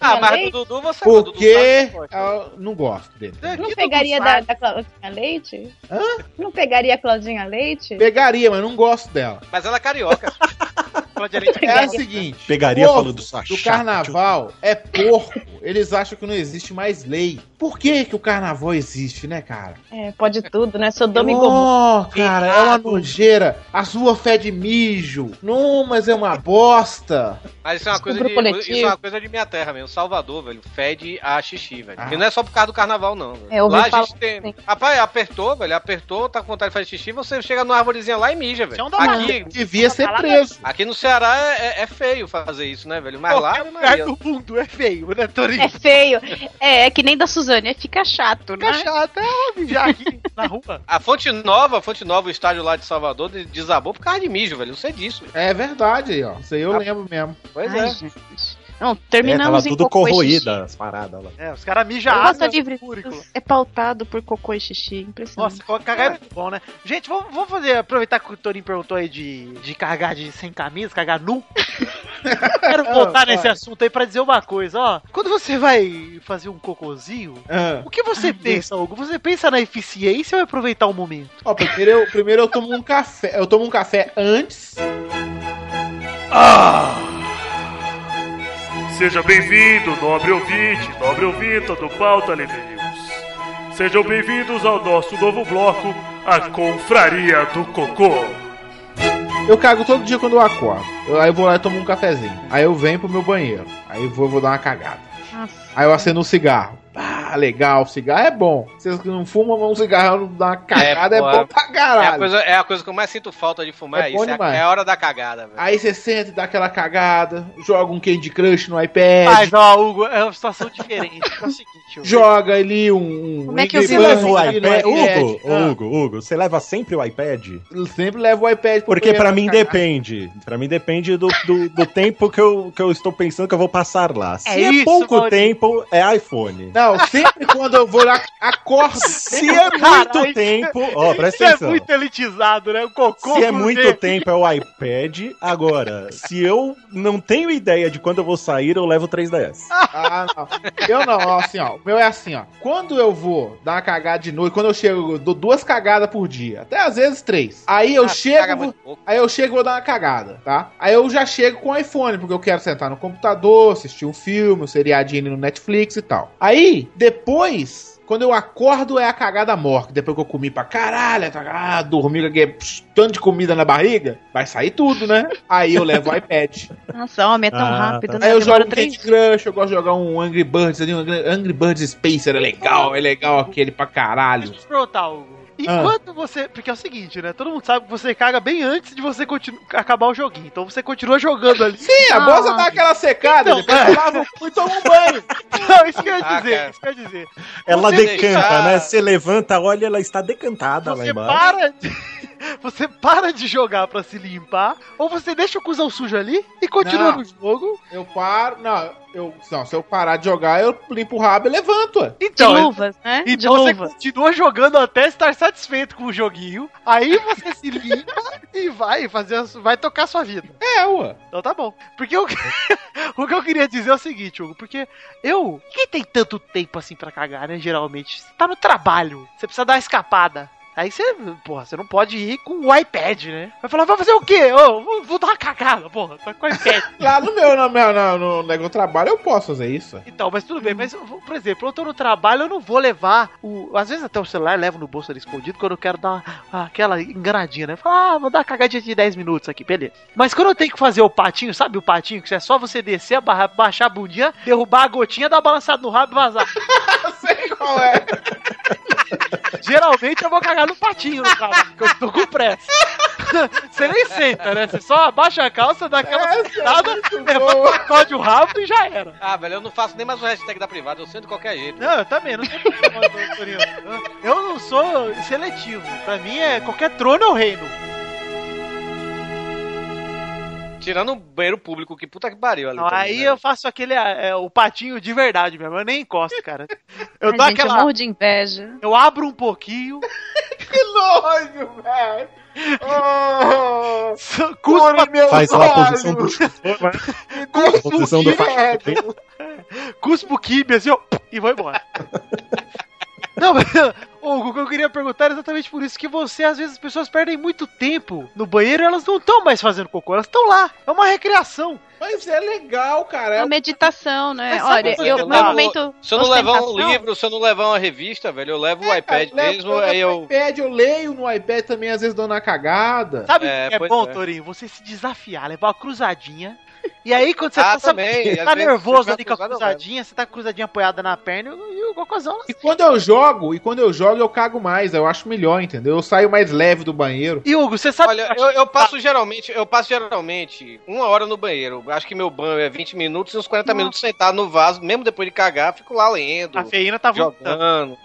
[SPEAKER 4] ah, mas do Dudu você
[SPEAKER 7] Porque
[SPEAKER 4] é
[SPEAKER 7] eu não gosto dele.
[SPEAKER 20] Não pegaria da, da Claudinha Leite? Não pegaria a Claudinha Leite?
[SPEAKER 7] Pegaria, mas não gosto dela.
[SPEAKER 4] Mas ela é carioca.
[SPEAKER 7] É o seguinte.
[SPEAKER 19] um
[SPEAKER 6] Pegaria
[SPEAKER 7] o povo
[SPEAKER 6] falando do Sachá.
[SPEAKER 7] do carnaval é porco. Eles acham que não existe mais lei. Por que que o carnaval existe, né, cara?
[SPEAKER 20] É, pode tudo, né? Sodoma e Gomorra.
[SPEAKER 7] Oh, cara, é uma nojeira. A sua fede mijo. Não, mas é uma bosta.
[SPEAKER 4] Mas isso é, uma coisa
[SPEAKER 7] Estupro
[SPEAKER 4] de,
[SPEAKER 7] coletivo.
[SPEAKER 4] isso é uma coisa de minha terra mesmo. Salvador, velho, fede a xixi, velho. E não é só por causa do carnaval, não. velho.
[SPEAKER 20] É, eu ouvi
[SPEAKER 4] lá a
[SPEAKER 20] falar
[SPEAKER 4] gente tem. Rapaz, apertou, velho, apertou, tá com vontade de fazer xixi, você chega numa árvorezinha lá e mija, velho.
[SPEAKER 5] é um danado.
[SPEAKER 7] devia ser preso.
[SPEAKER 4] Aqui no Ceará é, é- é feio fazer isso, né, velho? Mas lá.
[SPEAKER 5] Qualquer lugar do mundo é feio, né, Torinho?
[SPEAKER 19] É feio. É, é que nem da Suzane, é fica chato, né? Fica
[SPEAKER 5] chato, é, já aqui na rua.
[SPEAKER 4] A Fonte Nova, a Fonte Nova, o estádio lá de Salvador, de- desabou por causa de mijo, velho. Eu sei disso, velho.
[SPEAKER 7] É verdade aí, ó. Isso aí eu lembro mesmo.
[SPEAKER 4] Pois
[SPEAKER 19] Ai,
[SPEAKER 4] é.
[SPEAKER 19] gente. Não, terminamos
[SPEAKER 6] é,
[SPEAKER 19] em
[SPEAKER 6] tava tudo
[SPEAKER 19] cocô e
[SPEAKER 6] corroída as paradas lá.
[SPEAKER 5] É, os caras mijam
[SPEAKER 19] Eu
[SPEAKER 5] água.
[SPEAKER 19] gosto livre. É pautado por cocô e xixi, impressionante.
[SPEAKER 5] Nossa, cagar é muito bom, né? Gente, vamos, vamos fazer, aproveitar que o Torinho perguntou aí de, de cagar de, sem camisa, cagar nu. Quero voltar nesse assunto aí pra dizer uma coisa, ó. Quando você vai fazer um cocôzinho,
[SPEAKER 7] Ah.
[SPEAKER 5] o que você pensa, Hugo? Você pensa na eficiência ou é aproveitar o momento?
[SPEAKER 7] Ó, primeiro eu, primeiro eu tomo um café. Eu tomo um café antes.
[SPEAKER 21] Seja bem-vindo, nobre ouvinte, nobre ouvinta do Pauta Livre News. Sejam bem-vindos ao nosso novo bloco, a Confraria do Cocô.
[SPEAKER 7] Eu cago todo dia quando eu acordo. Eu- aí eu vou lá e tomo um cafezinho. Aí eu venho pro meu banheiro. Aí eu vou, vou dar uma cagada. Aí eu acendo um cigarro. Ah, legal, cigarro é bom. Vocês que não fumam, mas um cigarro dá uma cagada é,
[SPEAKER 4] pô,
[SPEAKER 7] bom pra
[SPEAKER 4] É a,
[SPEAKER 7] caralho.
[SPEAKER 4] coisa, é a coisa que eu mais sinto falta de fumar,
[SPEAKER 7] É
[SPEAKER 4] é,
[SPEAKER 7] bom
[SPEAKER 4] isso. É, a-
[SPEAKER 7] demais.
[SPEAKER 4] é a hora da cagada, velho.
[SPEAKER 7] Aí você senta e dá aquela cagada, joga um Candy Crush no iPad.
[SPEAKER 5] Mas, ó, Hugo, é uma situação diferente. É o seguinte, Hugo.
[SPEAKER 7] Joga ali um. um
[SPEAKER 5] Como é que
[SPEAKER 7] Angry
[SPEAKER 5] eu
[SPEAKER 6] Você
[SPEAKER 7] Birds
[SPEAKER 6] leva o
[SPEAKER 7] ali no
[SPEAKER 6] iPad?
[SPEAKER 7] iPad.
[SPEAKER 6] Hugo,
[SPEAKER 7] Ah.
[SPEAKER 6] ô, Hugo, Hugo, você leva sempre o iPad?
[SPEAKER 7] Eu sempre levo o iPad pro
[SPEAKER 6] Porque pra
[SPEAKER 7] banheiro
[SPEAKER 6] mim
[SPEAKER 7] cagar.
[SPEAKER 6] depende. Pra mim depende do, do, do tempo que eu, que eu estou pensando que eu vou passar lá. Se
[SPEAKER 7] É
[SPEAKER 6] é,
[SPEAKER 7] isso,
[SPEAKER 6] pouco
[SPEAKER 7] Maurício.
[SPEAKER 6] tempo, é iPhone.
[SPEAKER 7] Não, sempre quando eu vou lá, acordo.
[SPEAKER 6] Se é muito tempo, ó, presta
[SPEAKER 5] Isso é
[SPEAKER 6] atenção.
[SPEAKER 5] muito elitizado, né? O cocô.
[SPEAKER 6] Se é
[SPEAKER 5] com
[SPEAKER 6] muito
[SPEAKER 5] Z.
[SPEAKER 6] tempo, é o iPad. Agora, se eu não tenho ideia de quando eu vou sair, eu levo o 3DS.
[SPEAKER 7] Ah, não. Eu não, ó, assim, ó. O meu é assim, ó. Quando eu vou dar uma cagada de noite, quando eu chego, eu dou duas cagadas por dia. Até às vezes três. Aí eu
[SPEAKER 4] Ah, caga
[SPEAKER 7] chego.
[SPEAKER 4] muito
[SPEAKER 7] vou- Aí eu chego e vou dar uma cagada, tá? Aí eu já chego com o iPhone, porque eu quero sentar no computador, assistir um filme, um seriadinho no Netflix e tal. Aí, depois. Quando eu acordo é a cagada morta. Depois que eu comi pra caralho, ah, dormi com aquele pss, tanto de comida na barriga, vai sair tudo, né? Aí eu levo o iPad.
[SPEAKER 19] Nossa, homem, é tão
[SPEAKER 7] Ah,
[SPEAKER 19] rápido,
[SPEAKER 7] tá.
[SPEAKER 19] né?
[SPEAKER 7] Aí eu
[SPEAKER 19] Demora
[SPEAKER 7] jogo um Candy Crush, eu gosto de jogar um Angry Birds ali, um Angry- Angry Birds Spacer é legal, é legal aquele pra caralho.
[SPEAKER 5] Pronto, Hugo.
[SPEAKER 7] Ah.
[SPEAKER 5] Enquanto você. Porque é o seguinte, né? Todo mundo sabe que você caga bem antes de você continu- acabar o joguinho. Então você continua jogando ali.
[SPEAKER 7] Sim, a bolsa dá aquela secada, depois você lava o cu e toma um banho.
[SPEAKER 5] Não, isso que eu ia
[SPEAKER 7] Ah,
[SPEAKER 5] dizer,
[SPEAKER 7] cara.
[SPEAKER 5] isso que eu ia dizer.
[SPEAKER 6] Ela
[SPEAKER 5] Você
[SPEAKER 6] decanta,
[SPEAKER 5] deixa-
[SPEAKER 6] né? Você levanta, olha, ela está decantada Tá lá
[SPEAKER 5] Você
[SPEAKER 6] embaixo.
[SPEAKER 5] para de. Você para de jogar pra se limpar, ou você deixa o cuzão sujo ali e continua
[SPEAKER 7] Não.
[SPEAKER 5] no jogo.
[SPEAKER 7] Eu paro, não, eu, não, se eu parar de jogar, eu limpo o rabo e levanto. ué.
[SPEAKER 5] Então,
[SPEAKER 19] né?
[SPEAKER 5] Então você continua jogando até estar satisfeito com o joguinho. Aí você se limpa e vai fazer, a su- vai tocar a sua vida.
[SPEAKER 7] É, ué.
[SPEAKER 5] Então tá bom. Porque eu- o que eu queria dizer é o seguinte, Hugo, porque eu. Quem tem tanto tempo assim pra cagar, né? Geralmente, você tá no trabalho. Você precisa dar uma escapada. Aí você, porra, você não pode ir com o iPad, né? Vai falar, vai fazer o quê? Ô, vou, vou dar uma cagada, porra, vai com o iPad.
[SPEAKER 7] Lá no meu, no meu, no, no negócio do trabalho eu posso fazer isso.
[SPEAKER 5] Então, mas tudo bem, mas, eu vou- por exemplo, eu tô no trabalho, eu não vou levar o. Às vezes até o celular eu levo no bolso ali escondido quando eu quero dar uma- ah, aquela enganadinha, né? Falar, ah, vou dar uma cagadinha de 10 minutos aqui, beleza. Mas quando eu tenho que fazer o patinho, sabe o patinho? Que é só você descer, a barra, baixar a bundinha, derrubar a gotinha, dar uma balançada no rabo e vazar.
[SPEAKER 7] Sei qual é.
[SPEAKER 5] Geralmente eu vou cagar no patinho, no trabalho, porque eu tô com pressa. Você nem senta, né? Você só abaixa a calça, dá aquela sentada, levanta, acorde o rabo e já era.
[SPEAKER 4] Ah, velho, eu não faço nem mais o hashtag da privada, eu sei de qualquer jeito.
[SPEAKER 5] Não, eu também, não sou problema, Torino. Eu não sou seletivo. Pra mim é qualquer trono é o reino.
[SPEAKER 4] Tirando o banheiro público, que puta que pariu ali.
[SPEAKER 5] Não,
[SPEAKER 4] também,
[SPEAKER 5] aí
[SPEAKER 4] né?
[SPEAKER 5] eu faço aquele é, o patinho de verdade mesmo. Eu nem encosto, cara. Eu
[SPEAKER 19] Ai,
[SPEAKER 5] dou
[SPEAKER 19] gente, eu
[SPEAKER 5] aquela.
[SPEAKER 19] morro de inveja.
[SPEAKER 5] Eu abro um pouquinho.
[SPEAKER 7] que nojo, velho. Oh,
[SPEAKER 5] Cuspa
[SPEAKER 7] meu
[SPEAKER 6] Faz lá a posição do
[SPEAKER 5] Cuspo
[SPEAKER 6] posição do
[SPEAKER 5] quibe, cuspo quibe, assim, ó, e vou embora. Não, mas, ô, Hugo, o que eu queria perguntar é exatamente por isso que você, às vezes, as pessoas perdem muito tempo no banheiro e elas não estão mais fazendo cocô, elas estão lá. É uma recreação.
[SPEAKER 7] Mas é legal, cara.
[SPEAKER 19] É uma meditação, né?
[SPEAKER 5] Mas sabe
[SPEAKER 19] Olha,
[SPEAKER 5] quando
[SPEAKER 19] eu,
[SPEAKER 5] você
[SPEAKER 19] meu
[SPEAKER 5] tá-
[SPEAKER 19] momento.
[SPEAKER 4] Se eu não levar um
[SPEAKER 19] ostentação-
[SPEAKER 4] livro, se eu não levar uma revista, velho, eu levo o iPad
[SPEAKER 7] É, Eu levo-
[SPEAKER 4] mesmo,
[SPEAKER 7] né? eu levo
[SPEAKER 4] aí
[SPEAKER 7] no
[SPEAKER 4] eu.
[SPEAKER 7] iPad, eu leio no iPad também, às vezes dou na cagada.
[SPEAKER 5] Sabe o que é
[SPEAKER 4] pois
[SPEAKER 5] bom,
[SPEAKER 4] é.
[SPEAKER 5] Torinho? Você se desafiar, levar uma cruzadinha. E aí, quando você
[SPEAKER 4] Ah,
[SPEAKER 5] tá, sabe,
[SPEAKER 4] também,
[SPEAKER 5] você
[SPEAKER 4] às
[SPEAKER 5] tá
[SPEAKER 4] vezes
[SPEAKER 5] nervoso
[SPEAKER 4] você
[SPEAKER 5] ali com a
[SPEAKER 4] cruzada, eu
[SPEAKER 5] cruzadinha, você tá com a cruzadinha apoiada na perna e o- e o cocôzão lá.
[SPEAKER 7] E quando eu jogo, e quando eu jogo, eu cago mais, eu acho melhor, entendeu? Eu saio mais leve do banheiro.
[SPEAKER 5] E Hugo, você sabe.
[SPEAKER 4] Olha, eu, eu passo geralmente, eu passo geralmente uma hora no banheiro. Acho que meu banho é 20 minutos e uns 40 minutos sentado no vaso, mesmo depois de cagar, fico lá lendo.
[SPEAKER 5] A feína tá
[SPEAKER 4] jogando.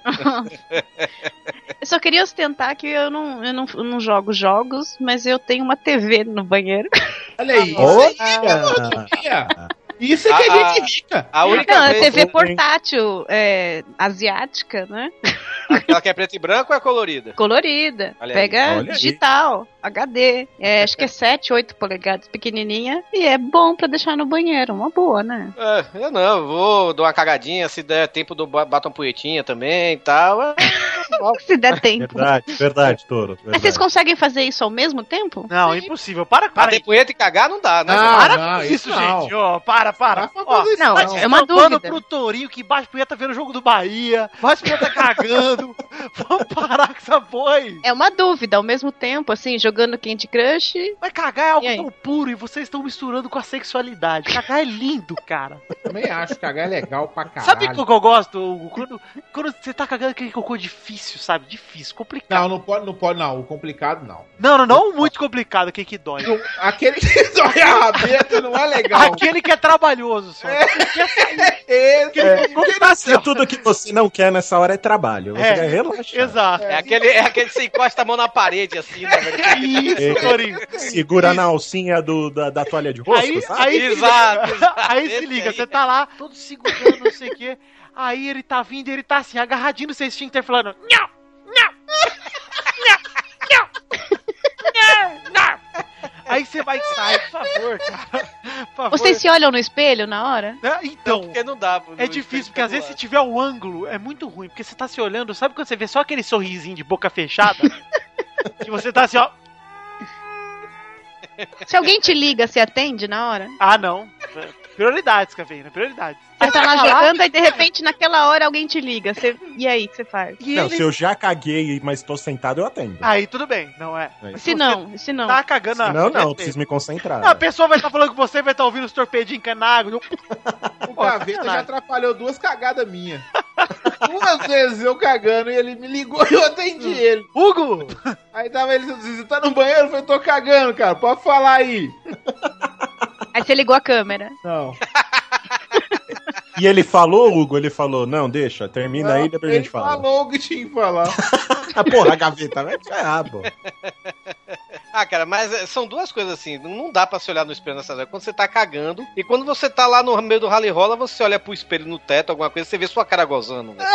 [SPEAKER 19] Eu só queria ostentar que eu não, eu não, eu não jogo jogos, mas eu tenho uma TV no banheiro.
[SPEAKER 7] Olha aí. Isso é que a gente rica.
[SPEAKER 4] A única
[SPEAKER 19] não, é
[SPEAKER 4] vez-
[SPEAKER 19] TV portátil é, asiática, né?
[SPEAKER 4] Aquela que é preto e branco ou é colorida?
[SPEAKER 19] Colorida.
[SPEAKER 4] Olha aí,
[SPEAKER 19] pega
[SPEAKER 4] olha aí.
[SPEAKER 19] digital, HD. É, acho que é 7, 8 polegadas, pequenininha. E é bom pra deixar no banheiro, uma boa, né?
[SPEAKER 4] É, eu não, eu vou, dou uma cagadinha, se der tempo, do bato uma punhetinha também e tal. É,
[SPEAKER 19] Se der tempo.
[SPEAKER 6] É Verdade, verdade, Toro.
[SPEAKER 19] Mas vocês conseguem fazer isso ao mesmo tempo?
[SPEAKER 5] Não, impossível. Para, para.
[SPEAKER 4] Bater punheta e cagar não dá, né?
[SPEAKER 5] Não,
[SPEAKER 4] Para
[SPEAKER 5] não,
[SPEAKER 4] com
[SPEAKER 5] isso, gente. Ó, para, para. Ó,
[SPEAKER 4] fazer isso,
[SPEAKER 5] tá
[SPEAKER 4] não.
[SPEAKER 5] se
[SPEAKER 4] É uma
[SPEAKER 5] estampando
[SPEAKER 4] dúvida.
[SPEAKER 5] pro Torinho que baixo punheta vendo o jogo do Bahia, baixo punheta tá cagando. Vamos parar com essa porra aí.
[SPEAKER 19] É uma dúvida, ao mesmo tempo, assim, jogando Candy Crush.
[SPEAKER 5] Vai cagar é algo tão puro e vocês estão misturando com a sexualidade. Cagar é lindo, cara.
[SPEAKER 7] Também acho que cagar é legal pra caralho.
[SPEAKER 5] Sabe o que eu gosto, Hugo? Quando, quando você tá cagando aquele cocô difícil, sabe? Difícil, complicado.
[SPEAKER 7] Não, não pode, não pode, não. O complicado, não.
[SPEAKER 5] Não, não, não muito complicado, aquele que dói.
[SPEAKER 7] Aquele que dói a rabeta não é legal.
[SPEAKER 5] Aquele que é trabalhoso só.
[SPEAKER 7] Esse,
[SPEAKER 6] É, é tudo que você não quer nessa hora é trabalho. Você quer relaxar.
[SPEAKER 5] Exato.
[SPEAKER 4] É aquele, é aquele que você encosta a mão na parede assim, né, velho?
[SPEAKER 6] É,
[SPEAKER 5] Torinho.
[SPEAKER 6] Segura na alcinha do, da, da toalha de rosto,
[SPEAKER 5] aí,
[SPEAKER 6] sabe?
[SPEAKER 5] aí se
[SPEAKER 4] Exato,
[SPEAKER 5] liga, aí se liga você tá lá, todo segurando, não sei o quê. Aí ele tá vindo, ele tá assim, agarradinho no seu esfíncter, falando... Nham, nham, nham, nham, nham, nham." Aí você vai sair, por favor, cara. Por favor.
[SPEAKER 19] Vocês se olham no espelho na hora?
[SPEAKER 5] Né? Então,
[SPEAKER 4] Porque não dá.
[SPEAKER 5] é difícil, porque às vezes se tiver o ângulo, é muito ruim. Porque você tá se olhando, sabe quando você vê só aquele sorrisinho de boca fechada? que você tá assim, ó...
[SPEAKER 19] Se alguém te liga, você atende na hora?
[SPEAKER 5] Ah, não. Prioridades, Caveira, prioridades.
[SPEAKER 19] Você tá lá jogando e de repente naquela hora alguém te liga. Você... E aí, o que você faz?
[SPEAKER 6] Não, se eu já caguei, mas tô sentado, eu atendo.
[SPEAKER 5] Aí tudo bem, não é.
[SPEAKER 6] É isso.
[SPEAKER 19] Se não, se não.
[SPEAKER 5] Tá cagando
[SPEAKER 6] Se não, não, eu preciso me concentrar.
[SPEAKER 5] Não, a pessoa vai estar falando com você, vai estar ouvindo os torpedinhos canágos.
[SPEAKER 7] O Gaveta já atrapalhou duas cagadas minhas. Duas vezes eu cagando e ele me ligou e eu atendi ele.
[SPEAKER 5] Hugo!
[SPEAKER 7] Aí tava ele dizendo, você tá no banheiro? Eu falei, tô cagando, cara, pode falar aí.
[SPEAKER 19] Aí você ligou a câmera.
[SPEAKER 7] Não.
[SPEAKER 6] E ele falou, Hugo, ele falou, não, deixa, termina aí, depois a
[SPEAKER 7] Ele
[SPEAKER 6] gente fala.
[SPEAKER 7] falou o que tinha que falar.
[SPEAKER 6] Ah, porra, a gaveta vai te ferrar, pô.
[SPEAKER 4] Ah, cara, mas é, são duas coisas assim. Não não dá pra se olhar no espelho nessa hora. Quando você tá cagando e quando você tá lá no meio do rally rola, você olha pro espelho no teto, alguma coisa, você vê sua cara gozando. velho.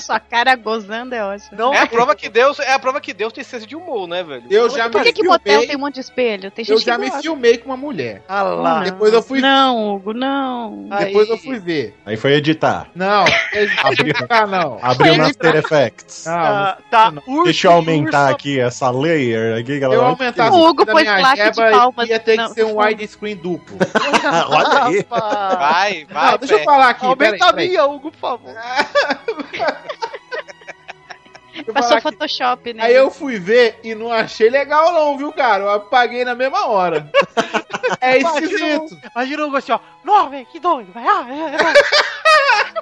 [SPEAKER 3] Sua cara gozando é ótimo.
[SPEAKER 4] é a prova que Deus, é a prova que Deus tem senso de humor, né, velho?
[SPEAKER 7] Eu já
[SPEAKER 3] Por que, que motel tem um monte de espelho? Tem gente
[SPEAKER 7] Eu já
[SPEAKER 3] que
[SPEAKER 7] me
[SPEAKER 3] gosta.
[SPEAKER 7] filmei com uma mulher.
[SPEAKER 5] Ah lá.
[SPEAKER 7] Depois eu fui.
[SPEAKER 3] Não, Hugo, não.
[SPEAKER 7] Depois eu fui ver.
[SPEAKER 6] Aí foi editar.
[SPEAKER 7] Não, ah, não.
[SPEAKER 6] Abriu no After Effects.
[SPEAKER 7] Ah,
[SPEAKER 5] tá.
[SPEAKER 6] Deixa eu aumentar aqui essa layer aqui, galera.
[SPEAKER 7] eu aumentar
[SPEAKER 6] Olha
[SPEAKER 7] a
[SPEAKER 3] Hugo
[SPEAKER 7] da
[SPEAKER 3] pôs
[SPEAKER 7] minha
[SPEAKER 3] placa de
[SPEAKER 7] jeba,
[SPEAKER 3] palmas.
[SPEAKER 7] Ia ter
[SPEAKER 3] Não.
[SPEAKER 7] que ser um widescreen duplo.
[SPEAKER 6] aí.
[SPEAKER 4] Vai, vai.
[SPEAKER 7] Não, deixa eu
[SPEAKER 4] Fred.
[SPEAKER 7] falar aqui.
[SPEAKER 5] Ah, Aumenta
[SPEAKER 7] peraí,
[SPEAKER 5] a
[SPEAKER 7] peraí.
[SPEAKER 5] minha, Hugo, por favor.
[SPEAKER 7] eu falar
[SPEAKER 3] Passou
[SPEAKER 7] aqui.
[SPEAKER 3] Photoshop, né?
[SPEAKER 7] Aí eu fui ver e não achei legal não, viu, cara? Eu apaguei na mesma hora. é esquisito.
[SPEAKER 5] Imagina, imagina o Hugo assim, ó. Não, velho, que doido. Vai, ah, é, é,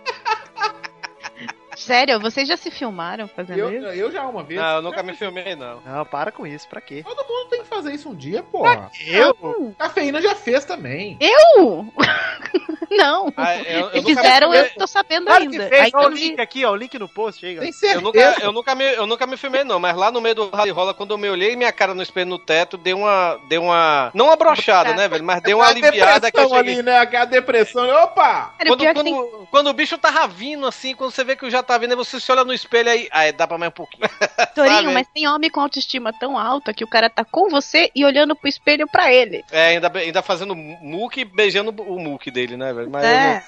[SPEAKER 3] Sério, vocês já se filmaram fazendo
[SPEAKER 7] Eu,
[SPEAKER 3] isso?
[SPEAKER 7] eu já uma vez.
[SPEAKER 4] Não, eu nunca me filmei, não.
[SPEAKER 5] Não, para com isso, pra quê?
[SPEAKER 7] Todo mundo tem que fazer isso um dia, porra.
[SPEAKER 5] Eu?
[SPEAKER 7] Cafeína já fez também.
[SPEAKER 3] Eu? não.
[SPEAKER 4] Ah, eu- eu
[SPEAKER 3] Se
[SPEAKER 4] nunca
[SPEAKER 3] fizeram,
[SPEAKER 4] me
[SPEAKER 3] eu
[SPEAKER 4] filmei.
[SPEAKER 3] tô sabendo
[SPEAKER 5] Claro que
[SPEAKER 3] ainda.
[SPEAKER 5] fez.
[SPEAKER 3] Ainda
[SPEAKER 5] Olha o
[SPEAKER 3] não vi.
[SPEAKER 5] link aqui, ó. O link no post chega.
[SPEAKER 7] Tem
[SPEAKER 4] Eu
[SPEAKER 7] certeza.
[SPEAKER 4] nunca, eu, nunca me, eu nunca me filmei, não, mas lá no meio do rally rola, quando eu me olhei minha cara no espelho no teto, deu uma. Deu uma. Não uma brochada, né, velho? Mas deu uma
[SPEAKER 7] A
[SPEAKER 4] aliviada que eu
[SPEAKER 7] depressão
[SPEAKER 4] cheguei.
[SPEAKER 7] ali, né? Aquela depressão. Opa!
[SPEAKER 3] Cara,
[SPEAKER 4] Quando,
[SPEAKER 3] pior que
[SPEAKER 4] quando,
[SPEAKER 3] tem...
[SPEAKER 4] quando o bicho tava vindo, assim, quando você vê que já tá vindo, aí você se olha no espelho aí. Ah, é, dá pra mais um pouquinho.
[SPEAKER 3] Torinho,
[SPEAKER 4] sabe?
[SPEAKER 3] mas tem homem com autoestima tão alta que o cara tá com você e olhando pro espelho pra ele.
[SPEAKER 4] É, ainda, be- ainda fazendo muque e beijando o muque dele, né, velho? Mas eu não-
[SPEAKER 3] é.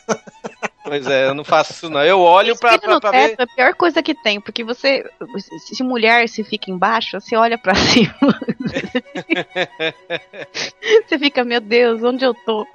[SPEAKER 4] pois é, eu não faço isso, não. Eu olho pra,
[SPEAKER 3] Espelho
[SPEAKER 4] pra,
[SPEAKER 3] no
[SPEAKER 4] pra
[SPEAKER 3] teto
[SPEAKER 4] ver.
[SPEAKER 3] é a pior coisa que tem, porque você. Se mulher se fica embaixo, você olha pra cima. você fica, meu Deus, onde eu tô?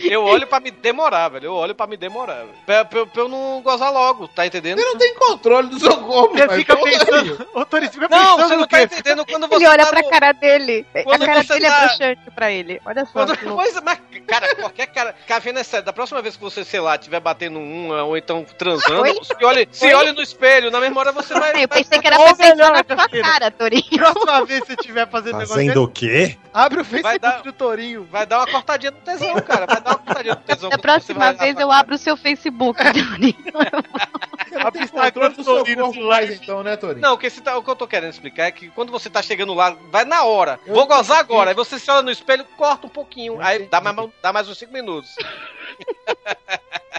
[SPEAKER 4] Eu olho pra me demorar, velho. Eu olho pra me demorar. velho. Pra, pra- pra eu não gozar logo, tá entendendo?
[SPEAKER 7] Você não tem controle do seu corpo,
[SPEAKER 5] Você
[SPEAKER 7] mas
[SPEAKER 5] fica
[SPEAKER 7] porra,
[SPEAKER 5] pensando. Ô, Tony, assim? você fica
[SPEAKER 4] Não,
[SPEAKER 5] pensando
[SPEAKER 4] você
[SPEAKER 5] no
[SPEAKER 4] não
[SPEAKER 5] quê?
[SPEAKER 4] tá entendendo quando você
[SPEAKER 3] Ele olha
[SPEAKER 4] tá
[SPEAKER 3] pra
[SPEAKER 4] no-
[SPEAKER 3] cara dele.
[SPEAKER 4] Quando
[SPEAKER 3] a cara
[SPEAKER 4] você
[SPEAKER 3] dele
[SPEAKER 4] tá-
[SPEAKER 3] é bruxante pra ele. Olha só.
[SPEAKER 4] Quando-
[SPEAKER 3] que louco.
[SPEAKER 4] Pois é, mas, cara, qualquer cara. Tá vendo essa? Da próxima vez que você, sei lá, tiver batendo um ou então transando,
[SPEAKER 3] Oi?
[SPEAKER 4] se olhe, se olhe no espelho, na mesma hora você vai.
[SPEAKER 3] Eu pensei que era
[SPEAKER 5] Ou
[SPEAKER 3] pra pensar
[SPEAKER 5] melhor,
[SPEAKER 3] na tua
[SPEAKER 5] Cassino.
[SPEAKER 3] cara, Torinho.
[SPEAKER 5] Próxima vez que você estiver fazendo negócio
[SPEAKER 7] é
[SPEAKER 6] Fazendo o quê?
[SPEAKER 5] desse, abre o Facebook
[SPEAKER 4] dar-
[SPEAKER 5] do Torinho.
[SPEAKER 4] Vai dar uma cortadinha no tesão, cara. Vai dar uma cortadinha no tesão.
[SPEAKER 3] Da
[SPEAKER 4] quando Então, você
[SPEAKER 3] próxima
[SPEAKER 4] vai lá
[SPEAKER 3] vez
[SPEAKER 4] pra-
[SPEAKER 3] eu abro o seu Facebook, Torinho.
[SPEAKER 7] Você não tem
[SPEAKER 5] Instagram
[SPEAKER 7] controle do seu
[SPEAKER 5] Torino,
[SPEAKER 7] corpo mais, então, né, Torinho?
[SPEAKER 4] Não, que esse tá- o que eu tô querendo explicar é que quando você tá chegando lá, vai na hora. Vou gozar agora. Aí você se olha no espelho, corta um pouquinho. Aí dá mais, dá mais uns 5 minutos.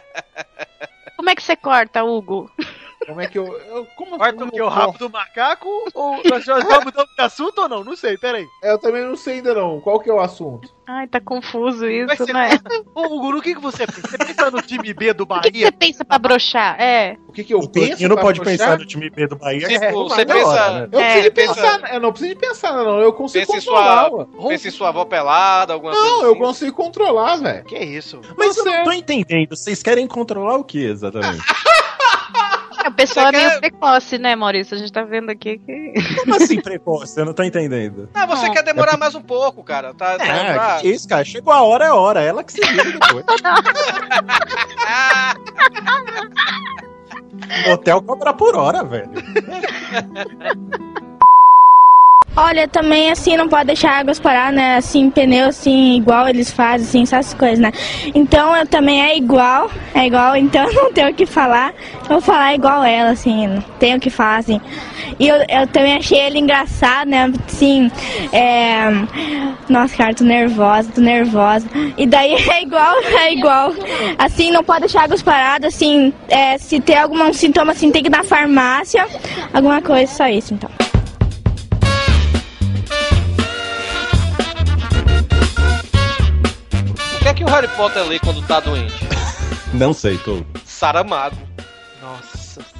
[SPEAKER 3] Como é que você corta, Hugo?
[SPEAKER 7] Como é que eu. eu como
[SPEAKER 5] Corta
[SPEAKER 7] como
[SPEAKER 5] o que? O
[SPEAKER 7] eu-
[SPEAKER 5] rabo do macaco? Ou nós já já mudamos de assunto ou não? Não sei, peraí.
[SPEAKER 7] Eu também não sei ainda não. Qual que é o assunto?
[SPEAKER 3] Ai, tá confuso
[SPEAKER 5] Mas
[SPEAKER 3] isso,
[SPEAKER 5] você
[SPEAKER 3] né?
[SPEAKER 5] Ô, Hugo, no que, que você pensa? Você pensa no time B do
[SPEAKER 3] O que, que
[SPEAKER 5] Bahia?
[SPEAKER 3] você pensa pra broxar? É.
[SPEAKER 7] O que que eu
[SPEAKER 6] O
[SPEAKER 7] penso?
[SPEAKER 6] Torinho não
[SPEAKER 7] pra
[SPEAKER 6] pode
[SPEAKER 7] puxar?
[SPEAKER 6] pensar no time B do Bahia.
[SPEAKER 4] Tipo,
[SPEAKER 6] É,
[SPEAKER 4] você
[SPEAKER 6] na
[SPEAKER 4] pensa-
[SPEAKER 6] hora, né?
[SPEAKER 7] Eu, preciso
[SPEAKER 4] É,
[SPEAKER 7] de pensar, né?
[SPEAKER 4] pensa-
[SPEAKER 7] eu não preciso de pensar, não. Eu consigo
[SPEAKER 4] Pensa em
[SPEAKER 7] controlar,
[SPEAKER 4] sua,
[SPEAKER 7] ué.
[SPEAKER 4] pensa em sua avó pelada, alguma coisa. assim.
[SPEAKER 7] Não, eu consigo controlar, velho.
[SPEAKER 5] Que isso?
[SPEAKER 6] Mas eu
[SPEAKER 7] Você-
[SPEAKER 6] não tô entendendo. Vocês querem controlar o que exatamente?
[SPEAKER 3] O pessoal é
[SPEAKER 4] Você
[SPEAKER 3] meio
[SPEAKER 4] quer-
[SPEAKER 3] precoce, né, Maurício? A gente tá vendo aqui que.
[SPEAKER 6] Como assim precoce? Eu não tô entendendo.
[SPEAKER 4] Ah, você
[SPEAKER 3] Não.
[SPEAKER 4] quer demorar mais um pouco, cara. Tá, tá, tá-
[SPEAKER 6] É,
[SPEAKER 7] tipo-
[SPEAKER 6] que isso, cara. Chegou a hora, é hora. Ela que se vira depois.
[SPEAKER 4] Ah,
[SPEAKER 6] Hotel cobra por hora, velho.
[SPEAKER 9] Olha, também assim, não pode deixar águas parar, né? Assim, pneu assim, igual eles fazem, assim, essas coisas, né? Então eu também é igual, é igual, então eu não tenho o que falar. Eu Vou falar igual ela, assim, não tenho o que falar, assim. E eu, eu também achei ele engraçado, né? Assim, é. Nossa, cara, tô nervosa, tô nervosa. E daí é igual, é igual. Assim, não pode deixar águas paradas, assim, é, se tem algum sintoma, assim, tem que ir na farmácia, alguma coisa, só isso, então.
[SPEAKER 4] O que é que o Harry Potter lê quando tá doente?
[SPEAKER 6] Não sei, tô.
[SPEAKER 4] Saramago.
[SPEAKER 5] Nossa senhora.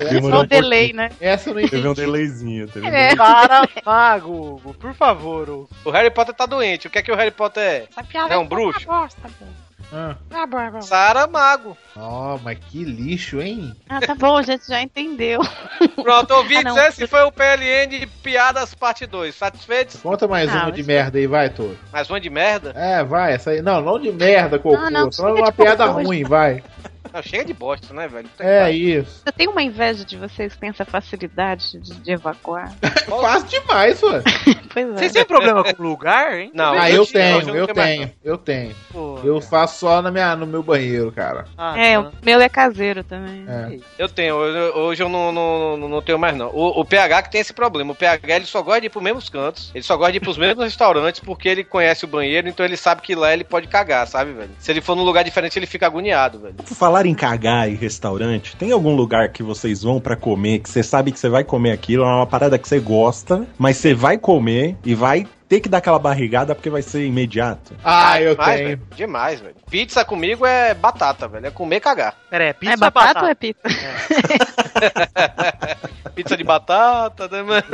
[SPEAKER 7] É,
[SPEAKER 6] um
[SPEAKER 3] Só o delay, né?
[SPEAKER 7] Essa eu não
[SPEAKER 6] Teve um
[SPEAKER 7] entendi.
[SPEAKER 6] delayzinho. Teve um
[SPEAKER 3] É.
[SPEAKER 6] delay.
[SPEAKER 5] Para, mago, Hugo, por favor, Hugo.
[SPEAKER 4] O Harry Potter tá doente. O que é que o Harry Potter
[SPEAKER 22] Essa piada
[SPEAKER 4] É um
[SPEAKER 22] uma
[SPEAKER 3] tá
[SPEAKER 4] bruxo?
[SPEAKER 22] bosta, pô.
[SPEAKER 7] Ah.
[SPEAKER 22] Ah, bom, é bom.
[SPEAKER 4] é? Saramago.
[SPEAKER 7] Oh, mas que lixo, hein?
[SPEAKER 3] Ah, tá bom, a gente já entendeu.
[SPEAKER 4] Pronto, ouvintes,
[SPEAKER 3] Ah, não.
[SPEAKER 4] esse foi um o PLN de Piadas Parte 2. Satisfeitos?
[SPEAKER 7] Conta mais
[SPEAKER 3] Ah,
[SPEAKER 7] uma
[SPEAKER 3] mas-
[SPEAKER 7] de merda aí, vai, Tô.
[SPEAKER 4] Mais uma de merda?
[SPEAKER 7] É, vai, essa aí. Não, não de merda, cocô.
[SPEAKER 3] Não, não,
[SPEAKER 7] Só
[SPEAKER 3] chega
[SPEAKER 7] uma
[SPEAKER 3] de
[SPEAKER 7] piada
[SPEAKER 3] cocô,
[SPEAKER 7] ruim, vai.
[SPEAKER 4] Não, chega de bosta, né, velho? Puta que
[SPEAKER 7] É
[SPEAKER 4] pariu.
[SPEAKER 7] isso.
[SPEAKER 19] Eu tenho uma inveja de vocês que têm essa facilidade de, de evacuar.
[SPEAKER 7] é Fácil demais, pô.
[SPEAKER 19] pois é.
[SPEAKER 5] Vocês têm problema com lugar, hein?
[SPEAKER 7] Não, ah,
[SPEAKER 5] Também
[SPEAKER 7] eu
[SPEAKER 5] não tinha,
[SPEAKER 7] tenho,
[SPEAKER 5] hoje
[SPEAKER 7] eu
[SPEAKER 5] não tem mais,
[SPEAKER 7] tenho, eu tenho.
[SPEAKER 5] Pô,
[SPEAKER 7] Eu faço só na minha, no meu banheiro, cara.
[SPEAKER 5] Ah,
[SPEAKER 19] é, o
[SPEAKER 4] né?
[SPEAKER 19] meu é caseiro também.
[SPEAKER 7] É.
[SPEAKER 4] Eu tenho, eu- eu- hoje eu não, não, não- não tenho mais não. O, o PH que tem esse problema. O PH ele só gosta de ir pros mesmos cantos, ele só gosta de ir pros mesmos restaurantes porque ele conhece o banheiro, então ele sabe que lá ele pode cagar, sabe, velho? Se ele for num lugar diferente, ele fica agoniado, velho.
[SPEAKER 6] Por falar em cagar e restaurante, tem algum lugar que vocês vão pra comer que você sabe que você vai comer aquilo, é uma parada que você gosta, mas você vai comer e vai ter que dar aquela barrigada porque vai ser imediato?
[SPEAKER 7] Ah, eu
[SPEAKER 4] Demais,
[SPEAKER 7] tenho.
[SPEAKER 4] velho. Demais, velho. Pizza comigo é batata, velho. É comer e cagar.
[SPEAKER 5] Pera, é
[SPEAKER 19] É batata, ou é pizza?
[SPEAKER 4] Pizza de batata, né, mano?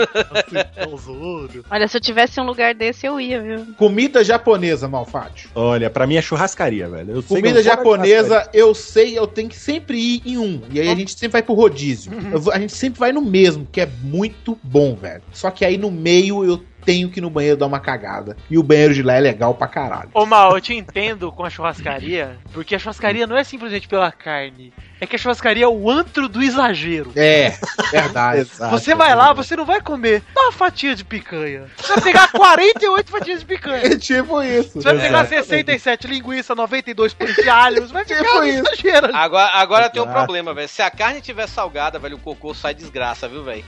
[SPEAKER 19] Olha, se eu tivesse um lugar desse, eu ia, viu?
[SPEAKER 7] Comida japonesa, Malfátio.
[SPEAKER 6] Olha, pra mim é churrascaria, velho. Eu sei que
[SPEAKER 7] Comida
[SPEAKER 6] eu não gosto de
[SPEAKER 7] japonesa,
[SPEAKER 6] churrascaria.
[SPEAKER 7] eu sei, eu tenho que sempre ir em um. E aí a gente sempre vai pro rodízio.
[SPEAKER 5] Uhum.
[SPEAKER 7] Eu vou- a gente sempre vai no mesmo, que é muito bom, velho. Só que aí no meio eu tenho que ir no banheiro dar uma cagada. E o banheiro de lá é legal pra caralho.
[SPEAKER 5] Ô Mal, eu te entendo com a churrascaria, porque a churrascaria não é simplesmente pela carne. É que a churrascaria é o antro do exagero.
[SPEAKER 7] É, verdade.
[SPEAKER 5] Você vai lá, você não vai comer só uma fatia de picanha. Você vai pegar 48 fatias de picanha.
[SPEAKER 7] É tipo isso.
[SPEAKER 5] Você vai pegar 67 linguiça, 92 pães de alho, você vai pegar
[SPEAKER 7] Tipo
[SPEAKER 5] um
[SPEAKER 7] isso.
[SPEAKER 5] exagero. ali.
[SPEAKER 4] Agora, agora tem um
[SPEAKER 5] Exato.
[SPEAKER 4] problema, velho. Se a carne tiver salgada, velho, o cocô sai desgraça, viu, velho?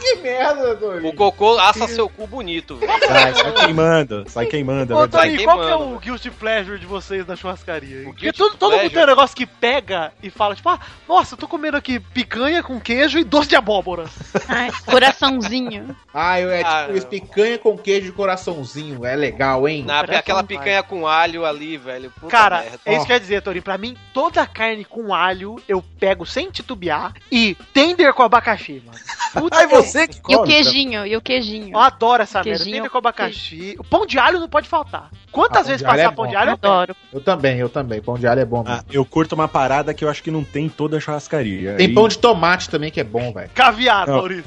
[SPEAKER 7] Que merda,
[SPEAKER 4] O cocô assa seu cu bonito, velho.
[SPEAKER 6] Sai, sai queimando, sai queimando. é
[SPEAKER 5] Ô,
[SPEAKER 6] verdade.
[SPEAKER 5] Tony, qual que é o guilty pleasure de vocês na churrascaria? hein? Porque
[SPEAKER 4] guilty
[SPEAKER 5] todo, todo mundo
[SPEAKER 4] pleasure?
[SPEAKER 5] tem um negócio que pega e fala, tipo, ah, nossa, eu tô comendo aqui picanha com queijo e doce de abóbora.
[SPEAKER 19] Ai, coraçãozinho.
[SPEAKER 7] Ah, eu, é tipo
[SPEAKER 4] Ah,
[SPEAKER 7] isso, picanha com queijo de coraçãozinho. É legal,
[SPEAKER 5] Ah,
[SPEAKER 7] hein?
[SPEAKER 4] Na, aquela picanha com alho ali, velho. Puta
[SPEAKER 5] Cara,
[SPEAKER 4] merda.
[SPEAKER 5] é isso que eu ia dizer, Tori. Pra mim, toda carne com alho eu pego sem titubear e tender com abacaxi, mano. Puta
[SPEAKER 6] Ai, você que
[SPEAKER 19] E o
[SPEAKER 6] come,
[SPEAKER 19] queijinho, e o queijinho.
[SPEAKER 5] Eu adoro essa merda.
[SPEAKER 19] Queijinho,
[SPEAKER 5] Tender com abacaxi. O pão de alho não pode faltar. Quantas
[SPEAKER 7] Ah, pão
[SPEAKER 5] vezes
[SPEAKER 7] de alho
[SPEAKER 5] passar
[SPEAKER 7] é
[SPEAKER 5] pão
[SPEAKER 7] bom.
[SPEAKER 5] de alho? eu pego.
[SPEAKER 19] Adoro.
[SPEAKER 7] Eu também, eu também. Pão de alho é bom.
[SPEAKER 6] Ah,
[SPEAKER 7] mano.
[SPEAKER 6] eu curto uma parada que eu acho que não tem em toda a churrascaria.
[SPEAKER 7] Tem
[SPEAKER 6] E-
[SPEAKER 7] pão de tomate também que é bom, velho.
[SPEAKER 5] Caviar,
[SPEAKER 6] Não.
[SPEAKER 5] Maurício.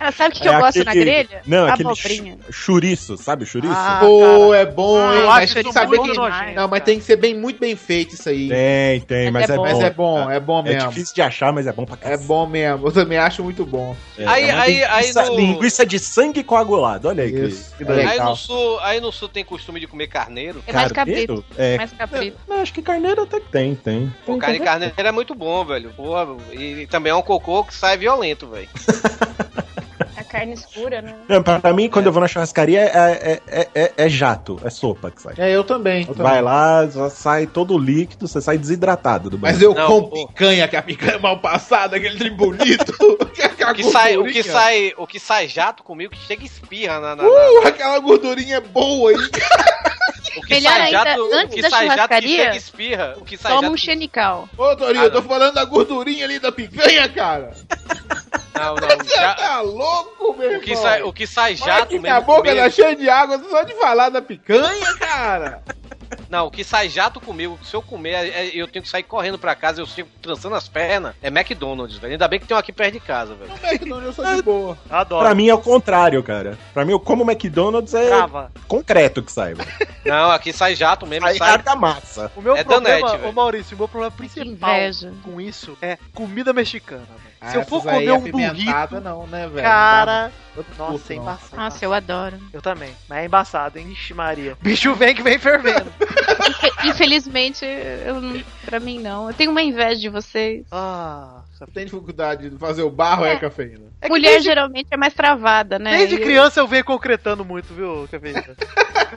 [SPEAKER 19] Ah, sabe o que, que eu
[SPEAKER 6] É
[SPEAKER 19] gosto na
[SPEAKER 6] aquele-
[SPEAKER 19] grelha?
[SPEAKER 6] Não, aquele
[SPEAKER 19] Abobrinha.
[SPEAKER 6] chu- chouriço, sabe o chouriço?
[SPEAKER 5] Ah,
[SPEAKER 7] Pô, é bom,
[SPEAKER 5] Ah,
[SPEAKER 7] hein?
[SPEAKER 5] eu
[SPEAKER 7] Mas
[SPEAKER 5] acho
[SPEAKER 7] tem que
[SPEAKER 5] isso
[SPEAKER 7] saber
[SPEAKER 5] muito
[SPEAKER 7] que.
[SPEAKER 5] nojento,
[SPEAKER 7] Não, mas
[SPEAKER 5] cara.
[SPEAKER 7] tem que ser bem, muito bem feito isso aí.
[SPEAKER 6] Tem, tem, mas, é, bom.
[SPEAKER 7] Mas é bom, é bom
[SPEAKER 6] É
[SPEAKER 7] mesmo.
[SPEAKER 6] difícil de achar, mas é bom pra
[SPEAKER 7] É
[SPEAKER 6] caralho.
[SPEAKER 7] bom mesmo, eu também acho muito bom.
[SPEAKER 4] Aí- aí- aí
[SPEAKER 6] linguiça,
[SPEAKER 4] no-
[SPEAKER 6] linguiça de sangue coagulado, olha aí que, que
[SPEAKER 4] Aí
[SPEAKER 6] legal.
[SPEAKER 4] no, sul, aí no sul tem costume de comer carneiro.
[SPEAKER 19] É mais
[SPEAKER 6] Carneiro?
[SPEAKER 19] cabrito.
[SPEAKER 6] É.
[SPEAKER 19] Mais cabrito.
[SPEAKER 6] Não, acho que carneiro até que tem, tem.
[SPEAKER 4] O
[SPEAKER 6] Tem,
[SPEAKER 4] cara de
[SPEAKER 6] tem.
[SPEAKER 4] carneiro é muito bom, velho. Porra, e também é um cocô que sai violento, velho.
[SPEAKER 20] A carne escura, né?
[SPEAKER 6] Não, pra pra mim, quando eu vou na churrascaria, é, é, é, é- é jato, é sopa que sai.
[SPEAKER 7] É, eu também. eu
[SPEAKER 6] Vai
[SPEAKER 7] também.
[SPEAKER 6] lá, já sai todo líquido, você sai desidratado do banho.
[SPEAKER 7] Mas eu
[SPEAKER 4] Não,
[SPEAKER 7] como
[SPEAKER 4] pô.
[SPEAKER 7] picanha, que a picanha é mal passada, aquele trem bonito.
[SPEAKER 4] O que, sai, o, que sai, o que sai jato comigo que chega e espirra na. na- na-
[SPEAKER 7] Uh, aquela gordurinha é boa aí.
[SPEAKER 4] o que
[SPEAKER 19] Uh, Melhor
[SPEAKER 4] sai
[SPEAKER 19] ainda,
[SPEAKER 4] jato, o
[SPEAKER 19] antes
[SPEAKER 4] que
[SPEAKER 19] da
[SPEAKER 4] sai jato que
[SPEAKER 19] churrascaria,
[SPEAKER 4] chega e espirra. O que sai
[SPEAKER 19] Toma
[SPEAKER 4] jato.
[SPEAKER 19] um xenical.
[SPEAKER 7] Ô, Torinho,
[SPEAKER 4] Ah,
[SPEAKER 7] eu tô falando da gordurinha ali da picanha, cara.
[SPEAKER 4] Não, não.
[SPEAKER 7] Você
[SPEAKER 4] já-
[SPEAKER 7] tá louco, meu
[SPEAKER 4] o, que
[SPEAKER 7] irmão?
[SPEAKER 4] sai, o que sai
[SPEAKER 7] Olha
[SPEAKER 4] jato
[SPEAKER 7] que
[SPEAKER 4] mesmo.
[SPEAKER 7] minha boca
[SPEAKER 4] comigo-
[SPEAKER 7] tá cheia de água só de falar da picanha, cara.
[SPEAKER 4] Não, o que sai jato comigo, se eu comer, é- é- eu tenho que sair correndo pra casa, eu fico trançando as pernas. É McDonald's, velho. Ainda bem que tem um aqui perto de casa, velho.
[SPEAKER 7] McDonald's eu sou de boa.
[SPEAKER 5] Adoro.
[SPEAKER 6] Pra mim é o contrário, cara. Pra mim, eu como McDonald's é
[SPEAKER 5] Trava.
[SPEAKER 6] concreto que sai, velho.
[SPEAKER 4] Não, aqui sai jato mesmo.
[SPEAKER 6] Sai
[SPEAKER 4] sai...
[SPEAKER 6] argamassa.
[SPEAKER 5] O meu
[SPEAKER 4] É
[SPEAKER 5] problema,
[SPEAKER 4] Danete,
[SPEAKER 5] ô
[SPEAKER 4] velho.
[SPEAKER 5] Maurício, o meu problema principal
[SPEAKER 19] inveja.
[SPEAKER 5] com isso é comida mexicana. velho. Se eu
[SPEAKER 7] Ah,
[SPEAKER 5] for
[SPEAKER 7] essas aí
[SPEAKER 5] comer um
[SPEAKER 7] apimentada
[SPEAKER 5] burrito,
[SPEAKER 7] não, né, velho?
[SPEAKER 5] cara.
[SPEAKER 7] Não dá- eu curto,
[SPEAKER 5] Nossa, é
[SPEAKER 7] não.
[SPEAKER 5] embaçado.
[SPEAKER 19] Nossa, eu adoro.
[SPEAKER 5] Eu também. Mas é embaçado, hein? Ixi, Maria. Bicho vem que vem fervendo.
[SPEAKER 19] Infe- Infelizmente, eu, não- pra mim não. Eu tenho uma inveja de vocês.
[SPEAKER 5] Ah,
[SPEAKER 7] Tem dificuldade de fazer o barro, é,
[SPEAKER 19] É.
[SPEAKER 7] cafeína?
[SPEAKER 5] É que
[SPEAKER 19] Mulher
[SPEAKER 5] desde-
[SPEAKER 19] geralmente é mais travada, né?
[SPEAKER 5] Desde
[SPEAKER 19] E-
[SPEAKER 5] criança eu venho concretando muito, viu, Cafeína?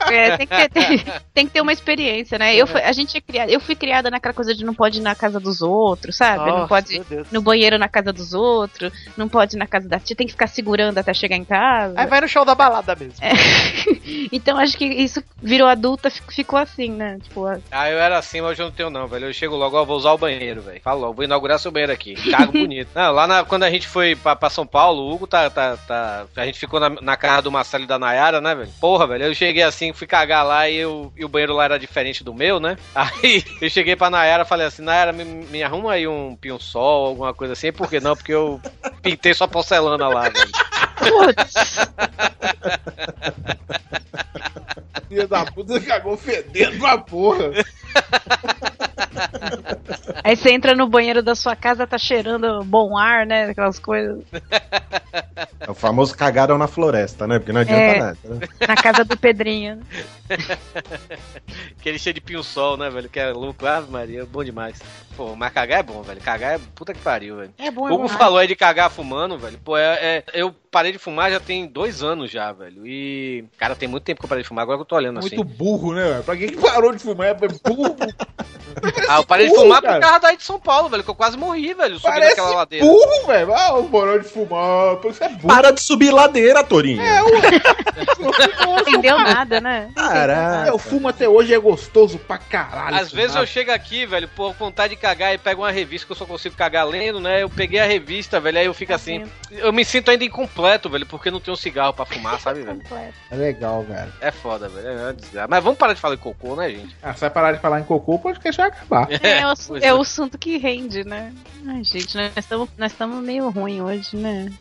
[SPEAKER 19] É, tem, que ter, tem, tem que ter uma experiência, né? Eu fui, a gente é criada, eu fui criada naquela coisa de não pode ir na casa dos outros, sabe? Ah, não
[SPEAKER 5] Nossa,
[SPEAKER 19] pode
[SPEAKER 5] meu
[SPEAKER 19] ir
[SPEAKER 5] Deus.
[SPEAKER 19] no banheiro na casa dos outros, não pode ir na casa da tia, tem que ficar segurando até chegar em casa.
[SPEAKER 5] Aí vai no show da balada mesmo.
[SPEAKER 19] É. Então acho que isso virou adulta, fi- ficou assim, né? Tipo, a-
[SPEAKER 4] Ah, eu era assim, mas hoje eu não tenho não, velho. Eu chego logo, ó, vou usar o banheiro, velho. Fala logo, vou inaugurar seu banheiro aqui. Cago bonito. Não, lá na- quando a gente foi pra, pra São Paulo, o Hugo tá, tá, tá- A gente ficou na, na casa do Marcelo e da Nayara, né, velho? Porra, velho, eu cheguei assim, fui cagar lá e, eu, e o banheiro lá era diferente do meu, né? Aí eu cheguei pra Nayara e falei assim, Nayara, me, me arruma aí um pinho-sol, alguma coisa assim. Por que não? Porque eu pintei só porcelana lá, velho.
[SPEAKER 19] putz,
[SPEAKER 7] Filha da puta, você cagou fedendo pra porra.
[SPEAKER 19] Aí você entra no banheiro da sua casa, tá cheirando bom ar, né? Aquelas coisas.
[SPEAKER 6] É o famoso cagaram na floresta, né? Porque não adianta
[SPEAKER 19] É.
[SPEAKER 6] nada. Né?
[SPEAKER 19] Na casa do Pedrinho.
[SPEAKER 4] Aquele cheio de pinho-sol, né, velho? Que é louco. Ah, Maria, bom demais. Pô, mas cagar é bom, velho. Cagar é puta que pariu, velho.
[SPEAKER 19] É
[SPEAKER 4] O Hugo falou aí de cagar fumando, velho. Pô, é, é- eu parei de fumar já tem dois anos já, velho. E, cara, tem muito tempo que eu parei de fumar, agora que eu tô olhando
[SPEAKER 7] Muito
[SPEAKER 4] assim.
[SPEAKER 7] burro, né? velho? Pra quem que parou de fumar é burro.
[SPEAKER 4] Ah, eu parei de
[SPEAKER 7] burro,
[SPEAKER 4] fumar
[SPEAKER 7] cara.
[SPEAKER 4] por causa daí de São Paulo, velho, que eu quase morri, velho, subindo
[SPEAKER 7] Parece
[SPEAKER 4] aquela ladeira.
[SPEAKER 7] burro, velho. Ah, o parou de fumar. pô, Isso é burro.
[SPEAKER 6] Para de subir ladeira, Torinho.
[SPEAKER 19] Entendeu nada, né?
[SPEAKER 6] Caraca.
[SPEAKER 7] Eu fumo até hoje é gostoso pra caralho.
[SPEAKER 4] Às vezes
[SPEAKER 7] fumar.
[SPEAKER 4] eu chego aqui, velho, por vontade de cagar e pego uma revista que eu só consigo cagar lendo, né? Eu peguei a revista, velho, aí eu
[SPEAKER 3] Tá
[SPEAKER 4] fico assim. Eu me sinto ainda incompleto, velho, porque não tenho cigarro pra fumar, sabe, velho?
[SPEAKER 7] É legal, velho.
[SPEAKER 4] É foda, velho. É uma desgraça. Mas vamos parar de falar de cocô, né, gente?
[SPEAKER 7] Ah, se vai parar de falar em cocô, o podcast vai acabar.
[SPEAKER 19] É, o, assu-
[SPEAKER 4] pois
[SPEAKER 19] é o assunto que rende, né? Ai, gente, nós estamos nós estamos meio ruim hoje, né?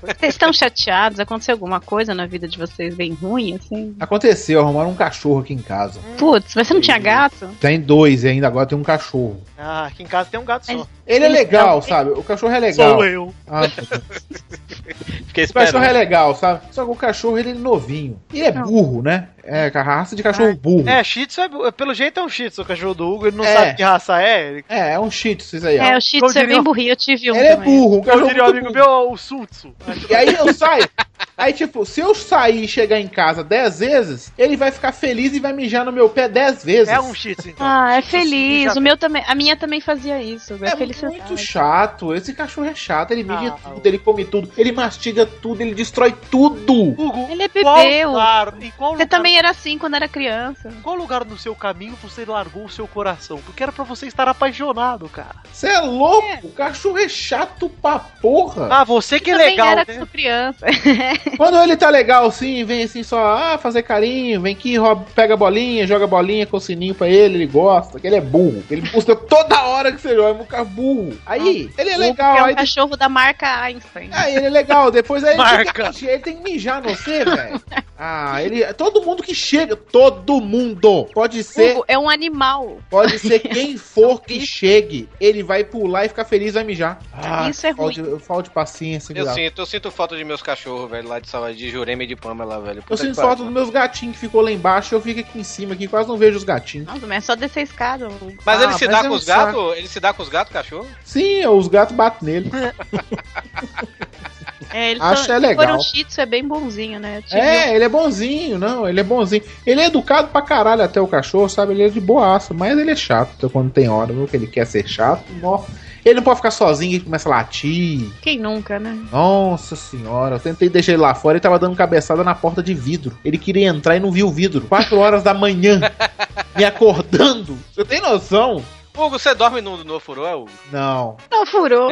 [SPEAKER 19] Vocês estão chateados? Aconteceu alguma coisa na vida de vocês bem ruim, assim?
[SPEAKER 7] Aconteceu, arrumaram um cachorro aqui em casa.
[SPEAKER 19] Putz, mas você não tinha gato?
[SPEAKER 7] Tem dois e ainda, agora tem um cachorro.
[SPEAKER 5] Ah, aqui em casa tem um gato só.
[SPEAKER 7] Ele é legal, sabe? O cachorro é legal.
[SPEAKER 5] Sou eu.
[SPEAKER 7] Ah,
[SPEAKER 4] Fiquei
[SPEAKER 7] o cachorro
[SPEAKER 4] esperando.
[SPEAKER 7] é legal, sabe? Só que o cachorro, ele é novinho. E é burro, né? É, a raça de cachorro burro.
[SPEAKER 5] É, Shih Tzu é, bu- pelo jeito é um Shih Tzu, o cachorro do Hugo, ele não
[SPEAKER 7] É.
[SPEAKER 5] sabe que raça é. Ele...
[SPEAKER 7] É, é um shih tzu isso aí. ó.
[SPEAKER 19] É, o Shih Tzu é
[SPEAKER 5] diria-
[SPEAKER 19] bem burrinho, eu tive um
[SPEAKER 7] Ele é
[SPEAKER 19] também.
[SPEAKER 7] burro, um
[SPEAKER 5] Eu
[SPEAKER 7] cachorro
[SPEAKER 5] diria um
[SPEAKER 7] muito
[SPEAKER 5] amigo
[SPEAKER 7] burro.
[SPEAKER 5] meu, o Sun Tzu.
[SPEAKER 7] E aí eu saio. Aí, tipo, se eu sair e chegar em casa dez vezes, ele vai ficar feliz e vai mijar no meu pé dez vezes.
[SPEAKER 5] É um Shih Tzu, então.
[SPEAKER 19] Ah, é feliz. O meu também, a minha também fazia isso. É,
[SPEAKER 7] É
[SPEAKER 19] felicidade.
[SPEAKER 7] muito chato. Esse cachorro é chato. Ele mija tudo, ele come tudo, ele mastiga tudo, ele destrói tudo.
[SPEAKER 5] Hugo,
[SPEAKER 19] Ele é
[SPEAKER 5] qual
[SPEAKER 19] bebeu.
[SPEAKER 5] lugar, em qual
[SPEAKER 19] Você
[SPEAKER 5] lugar,
[SPEAKER 7] tá?
[SPEAKER 19] também era assim quando era criança.
[SPEAKER 5] qual lugar no seu caminho você largou o seu coração? Porque era pra você estar apaixonado, cara.
[SPEAKER 7] Você é louco? O cachorro é chato pra porra.
[SPEAKER 5] Ah, você que é
[SPEAKER 19] também
[SPEAKER 5] legal,
[SPEAKER 19] era
[SPEAKER 5] né?
[SPEAKER 19] quando criança.
[SPEAKER 7] Quando ele tá legal assim, vem assim só, ah, fazer carinho, vem aqui, rouba, pega a bolinha, joga a bolinha com o sininho pra ele, ele gosta, que ele é burro. Ele busca toda hora que você joga, é um cara burro. Aí, ele é
[SPEAKER 19] É
[SPEAKER 7] legal,
[SPEAKER 19] um
[SPEAKER 7] aí,
[SPEAKER 19] cachorro da marca Einstein.
[SPEAKER 7] aí ele é legal, depois aí ele tem que
[SPEAKER 5] Marca.
[SPEAKER 7] mijar, ele tem que mijar no você, velho. Ah, ele. Todo mundo que chega, todo mundo. Pode ser.
[SPEAKER 19] Hugo, é um animal.
[SPEAKER 7] Pode ser quem for que chegue, ele vai pular e ficar feliz e vai mijar. Ah,
[SPEAKER 19] Isso é
[SPEAKER 7] falta de- Eu falo de paciência,
[SPEAKER 4] Eu
[SPEAKER 7] Gustavo.
[SPEAKER 4] sinto, eu sinto falta de meus cachorros, velho, lá de Salvador, de Jurema e de Pamela, velho.
[SPEAKER 7] Eu sinto falta dos meus gatinhos que ficou lá embaixo, eu fico aqui em cima, aqui quase não vejo os gatinhos.
[SPEAKER 19] Nossa, mas é só descer a escada. Hugo.
[SPEAKER 4] Mas
[SPEAKER 7] Ah,
[SPEAKER 4] ele se
[SPEAKER 7] mas
[SPEAKER 4] dá
[SPEAKER 7] é
[SPEAKER 4] com
[SPEAKER 7] um
[SPEAKER 4] os gatos? Ele se dá com os gatos, cachorro?
[SPEAKER 7] Sim, os gatos batem nele.
[SPEAKER 19] É, eles
[SPEAKER 7] Acho
[SPEAKER 19] são,
[SPEAKER 7] é legal.
[SPEAKER 19] Foram shih tzu, é bem bonzinho, né? Eu tive
[SPEAKER 7] É, ele é bonzinho, não, ele é bonzinho. Ele é educado pra caralho até o cachorro, sabe? Ele é de boaço, mas ele é chato então, quando tem hora, viu? Que ele quer ser chato. Nossa. Ele não pode ficar sozinho, ele começa a latir.
[SPEAKER 19] um- Quem nunca, né?
[SPEAKER 7] Nossa senhora, eu tentei deixar ele lá fora e tava dando cabeçada na porta de vidro. Ele queria entrar e não viu o vidro. Quatro horas da manhã, me acordando. Você tem noção?
[SPEAKER 4] Hugo, você dorme no, no furô, é, Hugo?
[SPEAKER 7] Não.
[SPEAKER 19] Não furou.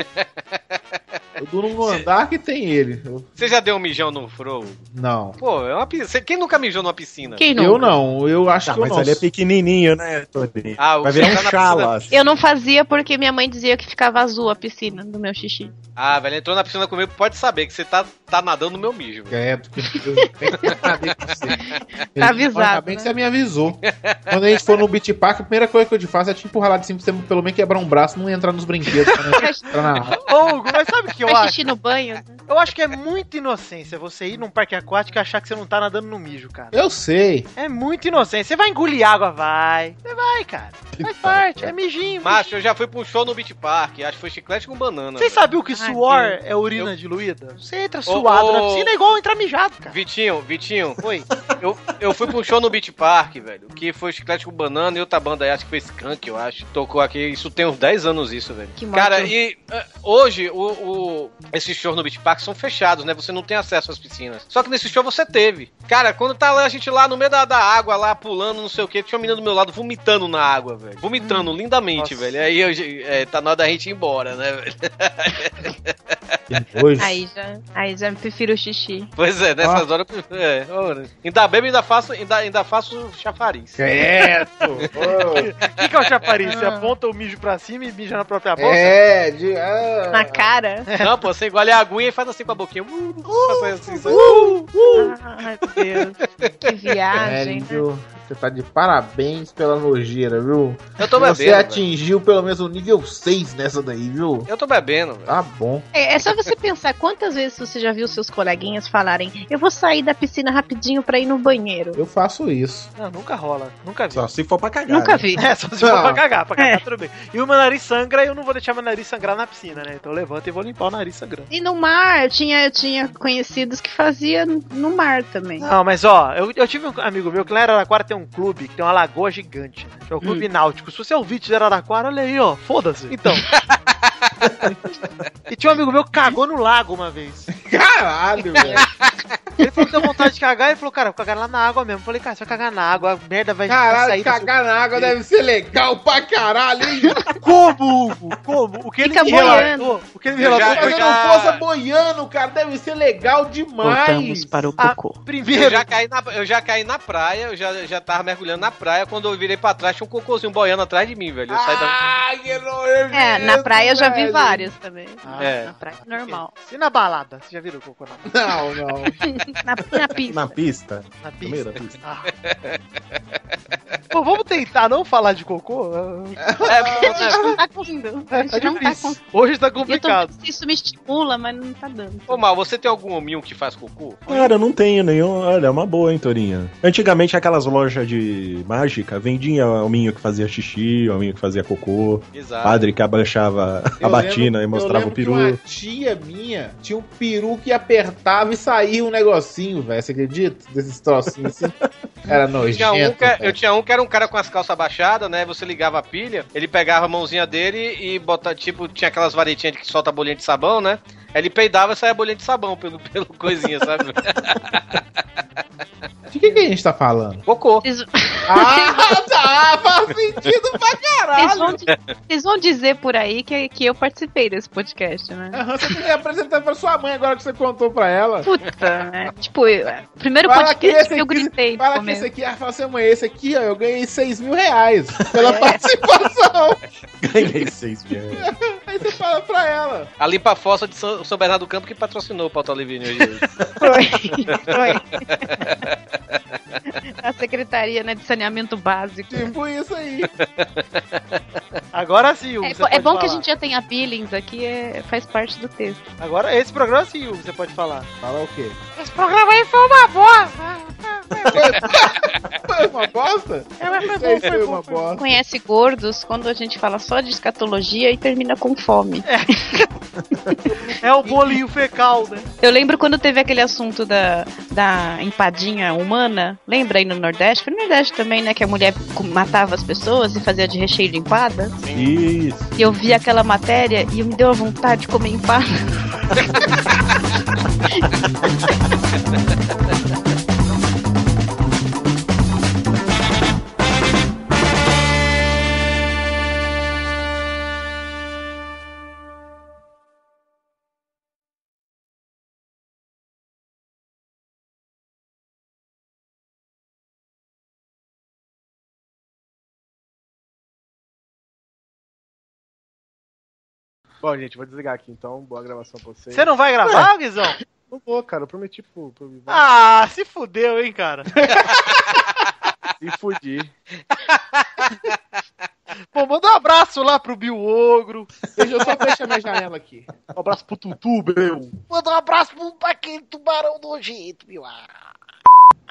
[SPEAKER 7] Eu durmo no andar que tem ele. Eu-
[SPEAKER 4] Você já deu um mijão no furô? Hugo?
[SPEAKER 7] Não.
[SPEAKER 4] Pô, é uma piscina. Quem nunca mijou numa piscina?
[SPEAKER 19] Quem
[SPEAKER 7] Eu
[SPEAKER 19] nunca?
[SPEAKER 7] não, eu acho
[SPEAKER 6] Tá,
[SPEAKER 7] que eu
[SPEAKER 6] mas
[SPEAKER 7] não.
[SPEAKER 6] ali é pequenininho, né, Torinho?
[SPEAKER 4] Ah, o
[SPEAKER 6] Vai virar
[SPEAKER 4] que
[SPEAKER 6] um
[SPEAKER 4] tá na
[SPEAKER 6] chala.
[SPEAKER 19] Eu não fazia porque minha mãe dizia que ficava azul a piscina do meu xixi.
[SPEAKER 4] Ah, velho, entrou na piscina comigo, pode saber que você tá, tá nadando no meu mijo. velho.
[SPEAKER 7] É, porque eu bem que eu falei com você.
[SPEAKER 19] Tá
[SPEAKER 7] Ainda
[SPEAKER 19] avisado. Né?
[SPEAKER 7] bem que você me avisou. Quando a gente for no beach park, a primeira coisa que eu te faço é te empurrar lá de cima pra você pelo menos quebrar um braço e não entrar nos brinquedos. pra não entrar na água.
[SPEAKER 5] Ô, Hugo, mas sabe o que eu
[SPEAKER 19] Faz
[SPEAKER 5] acho?
[SPEAKER 19] xixi no banho.
[SPEAKER 5] Eu acho que é muita inocência você ir num parque aquático e achar que você não tá nadando no mijo, cara.
[SPEAKER 7] Eu sei.
[SPEAKER 5] É muita inocência. Você vai engolir água, vai. Você vai, cara. Faz parte, é mijinho.
[SPEAKER 4] Macho, eu já fui pra um show no Beach Park, acho que foi chiclete com banana.
[SPEAKER 5] Vocês
[SPEAKER 4] velho.
[SPEAKER 5] sabiam que suor é urina diluída? Você entra suado
[SPEAKER 4] ô.
[SPEAKER 5] na piscina é igual entrar mijado, cara.
[SPEAKER 4] Tá. Vitinho, Vitinho,
[SPEAKER 5] Foi.
[SPEAKER 4] eu, eu fui pra um show no Beach Park, velho, que foi chiclete com banana e outra banda aí, acho que foi Skunk, eu acho, tocou aqui, isso tem uns 10 anos isso, velho.
[SPEAKER 19] Que
[SPEAKER 4] Cara,
[SPEAKER 19] morte.
[SPEAKER 4] e eh, hoje o, o- esses shows no Beach Park são fechados, né? Você não tem acesso às piscinas. Só que nesse show você teve. Cara, quando tá lá a gente lá no meio da, da água, lá pulando, não sei o que, tinha uma menina do meu lado vomitando na água, velho. Vomitando lindamente,
[SPEAKER 5] Nossa.
[SPEAKER 4] velho. Aí eu- eh, tá na hora da gente ir embora, né, velho?
[SPEAKER 6] assim,
[SPEAKER 7] Hoje.
[SPEAKER 19] Aí já, aí já prefiro o xixi.
[SPEAKER 4] Pois é, nessas horas. É, ora. Ainda bebo, ainda faço, ainda, ainda faço chafariz.
[SPEAKER 7] Certo! Ô,
[SPEAKER 5] O que, que é o chapariz? Você aponta o mijo pra cima e mija na própria boca?
[SPEAKER 7] É, de. ah.
[SPEAKER 19] Na cara.
[SPEAKER 4] Não, pô, você engole a aguinha e faz assim com a boquinha. Uh, faz assim, sabe?
[SPEAKER 3] Ah,
[SPEAKER 19] Ai, meu Deus. Que viagem. né?
[SPEAKER 7] Velho. Você tá de parabéns pela nojeira, viu?
[SPEAKER 4] Eu tô
[SPEAKER 7] Você
[SPEAKER 4] bebendo,
[SPEAKER 7] atingiu pelo menos o nível 6 nessa daí, viu?
[SPEAKER 4] Eu tô bebendo, velho.
[SPEAKER 7] Tá bom.
[SPEAKER 3] É, é só você pensar quantas vezes você já viu seus coleguinhas falarem: Eu vou sair da piscina rapidinho pra ir no banheiro.
[SPEAKER 7] Eu faço isso.
[SPEAKER 5] Não, nunca rola. Nunca vi.
[SPEAKER 6] Só se for pra cagar.
[SPEAKER 5] Nunca
[SPEAKER 6] né?
[SPEAKER 5] vi. É, só se for pra cagar, pra cagar tudo bem. E o meu nariz sangra, eu não vou deixar meu nariz sangrar na piscina, né? Então eu levanto e vou limpar o nariz sangrando.
[SPEAKER 3] E no mar, eu tinha, eu tinha conhecidos que fazia no mar também.
[SPEAKER 5] Não, mas ó, eu, eu tive um amigo meu que lá em Araraquara tem um clube que tem uma lagoa gigante, né? Que é o Clube Náutico. Se você é ouvinte de Araraquara, olha aí, ó, foda-se. Então. e tinha um amigo meu que cagou no lago uma vez.
[SPEAKER 7] Caralho, velho.
[SPEAKER 5] Ele falou que deu vontade de cagar, ele falou, cara, eu vou cagar lá na água mesmo. Eu falei, cara, você vai cagar na água, a merda vai vai
[SPEAKER 7] Caralho,
[SPEAKER 5] sair do seu-
[SPEAKER 7] cagar na água deve ser legal pra caralho, hein?
[SPEAKER 5] Como, Hugo? Como? O que ele
[SPEAKER 7] Fica
[SPEAKER 5] me
[SPEAKER 7] boiando.
[SPEAKER 5] relatou? O que ele me
[SPEAKER 7] Eu
[SPEAKER 5] relatou
[SPEAKER 7] já,
[SPEAKER 5] foi
[SPEAKER 7] fazendo
[SPEAKER 5] já-
[SPEAKER 7] força boiando, cara. Deve ser legal demais.
[SPEAKER 4] para
[SPEAKER 5] o cocô.
[SPEAKER 4] Primeiro. Eu já caí na, eu já caí na praia, eu já, já tava mergulhando na praia. Quando eu virei pra trás, tinha um cocôzinho boiando atrás de mim, velho. Eu saí
[SPEAKER 7] Ah!
[SPEAKER 4] da...
[SPEAKER 3] É, na praia eu já vi
[SPEAKER 5] velho. Ah,
[SPEAKER 3] várias também.
[SPEAKER 4] É.
[SPEAKER 3] Na praia, normal.
[SPEAKER 5] E na balada? Você já virou cocô na balada?
[SPEAKER 7] Não, não.
[SPEAKER 3] na, na pista.
[SPEAKER 6] Na pista?
[SPEAKER 5] Na
[SPEAKER 6] Primeira pista.
[SPEAKER 5] Ah. Pô, vamos tentar não falar de cocô?
[SPEAKER 4] É,
[SPEAKER 3] A
[SPEAKER 4] né?
[SPEAKER 3] gente não tá conseguindo. É, A gente
[SPEAKER 5] É
[SPEAKER 3] não tá
[SPEAKER 5] difícil.
[SPEAKER 3] conseguindo.
[SPEAKER 5] Hoje tá
[SPEAKER 3] Eu
[SPEAKER 5] complicado.
[SPEAKER 3] tô- isso me estimula, mas não tá dando.
[SPEAKER 4] Ô, Mal, você tem algum hominho que faz cocô?
[SPEAKER 6] Cara, eu não tenho nenhum. Olha, é uma boa, hein, Torinha. Antigamente, aquelas lojas de mágica vendia hominho que fazia xixi, hominho que fazia cocô.
[SPEAKER 4] Ah.
[SPEAKER 7] Exato.
[SPEAKER 6] Padre que abaixava a
[SPEAKER 7] Eu
[SPEAKER 6] batina
[SPEAKER 7] lembro-
[SPEAKER 6] e
[SPEAKER 7] eu
[SPEAKER 6] mostrava o
[SPEAKER 7] lembro
[SPEAKER 6] peru.
[SPEAKER 7] que Uma tia minha tinha um peru que apertava e saía um negocinho, velho. Você acredita? Desses trocinhos assim. Era
[SPEAKER 4] Eu tinha, um
[SPEAKER 7] nojento.
[SPEAKER 3] é-
[SPEAKER 4] que,
[SPEAKER 7] velho.
[SPEAKER 4] eu tinha um que era um cara com as calças abaixadas, né? Você ligava a pilha, ele pegava a mãozinha dele e botava, tipo, tinha aquelas varetinhas que solta a bolinha de sabão, né? Aí Ele peidava e saia a bolinha de sabão pelo, pelo coisinha, sabe?
[SPEAKER 7] De que, que a gente tá falando?
[SPEAKER 4] Cocô.
[SPEAKER 7] Ah, tá! Faz sentido pra
[SPEAKER 3] Vocês vão,
[SPEAKER 7] caralho!
[SPEAKER 3] di- vocês vão dizer por aí que, que eu participei desse podcast, né?
[SPEAKER 7] Aham, Você tem que apresentar pra sua mãe agora que você contou pra ela.
[SPEAKER 3] Puta, né? Tipo, eu- primeiro
[SPEAKER 7] Fala que
[SPEAKER 3] podcast
[SPEAKER 7] esse
[SPEAKER 3] que, eu
[SPEAKER 7] aqui-
[SPEAKER 3] gritei. no
[SPEAKER 7] Fala que
[SPEAKER 3] começo.
[SPEAKER 7] esse aqui, ah, fala assim, mãe, esse aqui, ó, eu ganhei 6 mil reais pela participação.
[SPEAKER 6] Ganhei seis mil.
[SPEAKER 7] Aí você fala pra ela.
[SPEAKER 4] A limpa fossa de São, São Bernardo do Campo que patrocinou o Pauta Livre hoje. foi.
[SPEAKER 3] A Secretaria né, de Saneamento Básico.
[SPEAKER 7] Tipo isso aí.
[SPEAKER 5] Agora sim, Hugo,
[SPEAKER 3] É,
[SPEAKER 5] você
[SPEAKER 3] bo- é
[SPEAKER 5] pode
[SPEAKER 3] bom que a
[SPEAKER 5] falar.
[SPEAKER 3] gente já tenha billings aqui, é- faz parte do texto.
[SPEAKER 5] Agora, esse programa sim, Hugo, você pode falar.
[SPEAKER 7] Falar o quê?
[SPEAKER 23] Esse programa aí foi uma bosta.
[SPEAKER 7] Foi uma bosta?
[SPEAKER 3] É, mas foi
[SPEAKER 7] Isso aí
[SPEAKER 3] bom, foi bom,
[SPEAKER 7] uma
[SPEAKER 3] foi bom.
[SPEAKER 7] bosta.
[SPEAKER 3] Conhece gordos quando a gente fala só de escatologia e termina com fome.
[SPEAKER 5] É o bolinho fecal, né?
[SPEAKER 3] Eu lembro quando teve aquele assunto da, da empadinha humana, lembra aí no Nordeste? Foi no Nordeste também, né? Que a mulher co- matava as pessoas e fazia de recheio de empada.
[SPEAKER 6] Isso.
[SPEAKER 3] E eu vi aquela matéria e me deu a vontade de comer empada.
[SPEAKER 24] Bom, gente, vou desligar aqui então. Boa gravação pra vocês.
[SPEAKER 5] Você não vai gravar, Guizão?
[SPEAKER 24] Não vou, cara. Eu prometi pro. pro...
[SPEAKER 5] Ah, se fudeu, hein, cara.
[SPEAKER 24] E fudi.
[SPEAKER 5] Pô, manda um abraço lá pro Bill Ogro.
[SPEAKER 7] Deixa eu só fechar minha janela aqui.
[SPEAKER 24] Um abraço pro Tutu, meu.
[SPEAKER 25] Manda um abraço pro- pra aquele tubarão nojento, meu.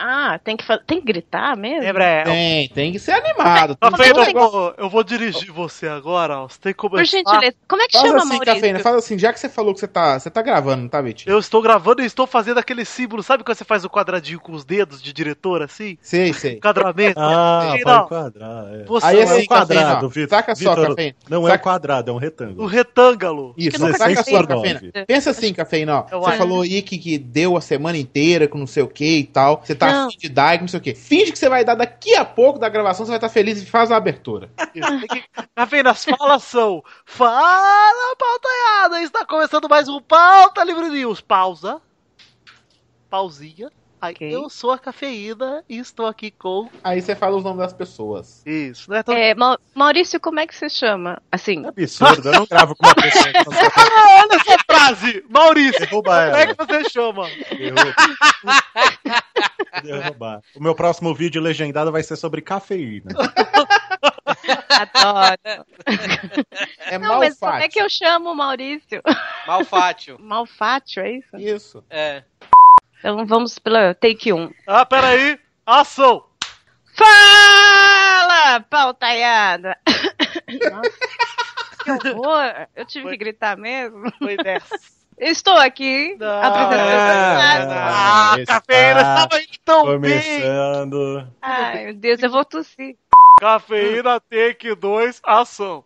[SPEAKER 3] Ah, tem que, fa- tem que gritar mesmo?
[SPEAKER 5] Lembra, é,
[SPEAKER 7] Tem, tem que ser animado.
[SPEAKER 3] um
[SPEAKER 5] Cafeína, eu vou, eu vou dirigir você agora, ó. Você tem que começar.
[SPEAKER 3] Por gentileza, como é que
[SPEAKER 7] Faz
[SPEAKER 3] chama,
[SPEAKER 7] assim,
[SPEAKER 3] Maurício?
[SPEAKER 7] Cafeína, faz assim, já que você falou que você tá, você tá gravando, não tá, Betinho?
[SPEAKER 5] Eu estou gravando e estou fazendo aquele símbolo. Sabe quando você faz o quadradinho com os dedos de diretor, assim?
[SPEAKER 7] Sei, sei. assim,
[SPEAKER 5] Quadramento.
[SPEAKER 6] Ah,
[SPEAKER 5] Ei,
[SPEAKER 6] para
[SPEAKER 5] não,
[SPEAKER 6] enquadrar. É.
[SPEAKER 5] Você
[SPEAKER 6] Aí
[SPEAKER 5] não
[SPEAKER 6] é
[SPEAKER 5] é
[SPEAKER 6] um
[SPEAKER 5] um
[SPEAKER 6] quadrado,
[SPEAKER 7] cafeína, ó.
[SPEAKER 6] Vitor.
[SPEAKER 7] Saca só,
[SPEAKER 6] Vitor,
[SPEAKER 7] cafeína.
[SPEAKER 6] Não é um
[SPEAKER 7] Saca-
[SPEAKER 6] quadrado, é um retângulo.
[SPEAKER 5] o retângulo.
[SPEAKER 7] Isso,
[SPEAKER 6] Acho que eu nunca
[SPEAKER 7] saca
[SPEAKER 6] gastei,
[SPEAKER 7] só,
[SPEAKER 6] não.
[SPEAKER 7] Cafeína. Pensa assim, Cafeína, ó.
[SPEAKER 5] Eu
[SPEAKER 7] Você
[SPEAKER 5] acho.
[SPEAKER 7] falou aí que, que deu a semana inteira com não sei o que e tal. Você tá
[SPEAKER 5] Não.
[SPEAKER 7] afim de dar e com não sei o que. Finge que você vai dar daqui a pouco da gravação, você vai estar feliz e faz a abertura.
[SPEAKER 5] Isso, tem que- Cafeína, as falas são. Fala, pautaiada! Está começando mais um Pauta Livre News. Pausa. Pausinha. Aí, Eu sou a Cafeína e estou aqui com.
[SPEAKER 7] Aí você fala os nomes das pessoas.
[SPEAKER 5] Isso, né?
[SPEAKER 3] É, Mau- Maurício, como é que você chama? Assim.
[SPEAKER 6] É Absurdo, eu não gravo com uma pessoa.
[SPEAKER 5] Olha essa frase! Maurício,
[SPEAKER 6] Derruba
[SPEAKER 5] como é
[SPEAKER 6] ela.
[SPEAKER 5] que você chama?
[SPEAKER 6] Derrubar. O meu próximo vídeo legendado vai ser sobre cafeína.
[SPEAKER 3] Adoro.
[SPEAKER 7] É
[SPEAKER 3] Não, mas como
[SPEAKER 7] malfátio.
[SPEAKER 3] é que eu chamo o Maurício?
[SPEAKER 4] Malfátio.
[SPEAKER 3] Malfátio, é isso?
[SPEAKER 7] Isso.
[SPEAKER 4] É.
[SPEAKER 3] Então vamos pela take 1.
[SPEAKER 5] Ah, peraí. Ação!
[SPEAKER 3] Fala, pautaiada! Nossa, que horror! Eu tive que gritar mesmo.
[SPEAKER 5] Foi dessa.
[SPEAKER 3] Estou
[SPEAKER 5] É
[SPEAKER 3] aqui apresentando essa frase.
[SPEAKER 5] Ah, cafeína estava indo tão bem.
[SPEAKER 6] Começando.
[SPEAKER 3] Ai, meu Deus, eu vou tossir.
[SPEAKER 5] Cafeína Take 2, ação.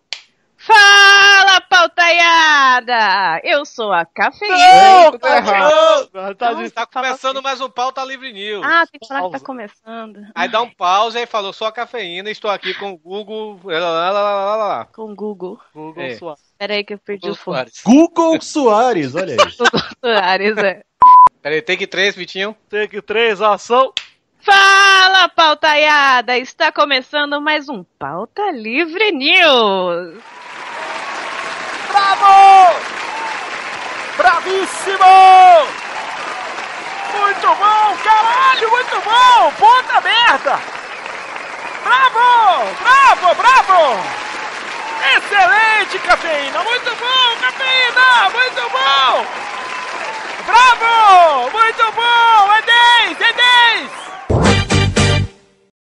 [SPEAKER 3] Fala, pautaiada! Eu sou a cafeína.
[SPEAKER 5] Não,
[SPEAKER 3] Tá
[SPEAKER 5] errado.
[SPEAKER 3] Não,
[SPEAKER 4] Tá começando
[SPEAKER 5] assim,
[SPEAKER 4] mais um Pauta Livre News.
[SPEAKER 3] Ah, tem que falar que tá começando.
[SPEAKER 4] Aí dá um pause e falou, sou a cafeína, estou aqui com o Google. lá, lá, lá, lá, lá, lá.
[SPEAKER 3] Com o Google.
[SPEAKER 5] Google
[SPEAKER 4] É.
[SPEAKER 5] Suárez.
[SPEAKER 3] Peraí que eu perdi o fone.
[SPEAKER 6] Google Soares, olha aí.
[SPEAKER 3] Soares, é.
[SPEAKER 4] Peraí, take 3, Vitinho.
[SPEAKER 5] Take 3, ação.
[SPEAKER 3] Fala, pautaiada! Está começando mais um Pauta Livre News.
[SPEAKER 5] Bravo! Bravíssimo! Muito bom, caralho, muito bom! Puta merda! Bravo! Bravo, bravo! Excelente, cafeína! Muito bom, cafeína! Muito bom! Bravo! Muito bom! É 10, é 10!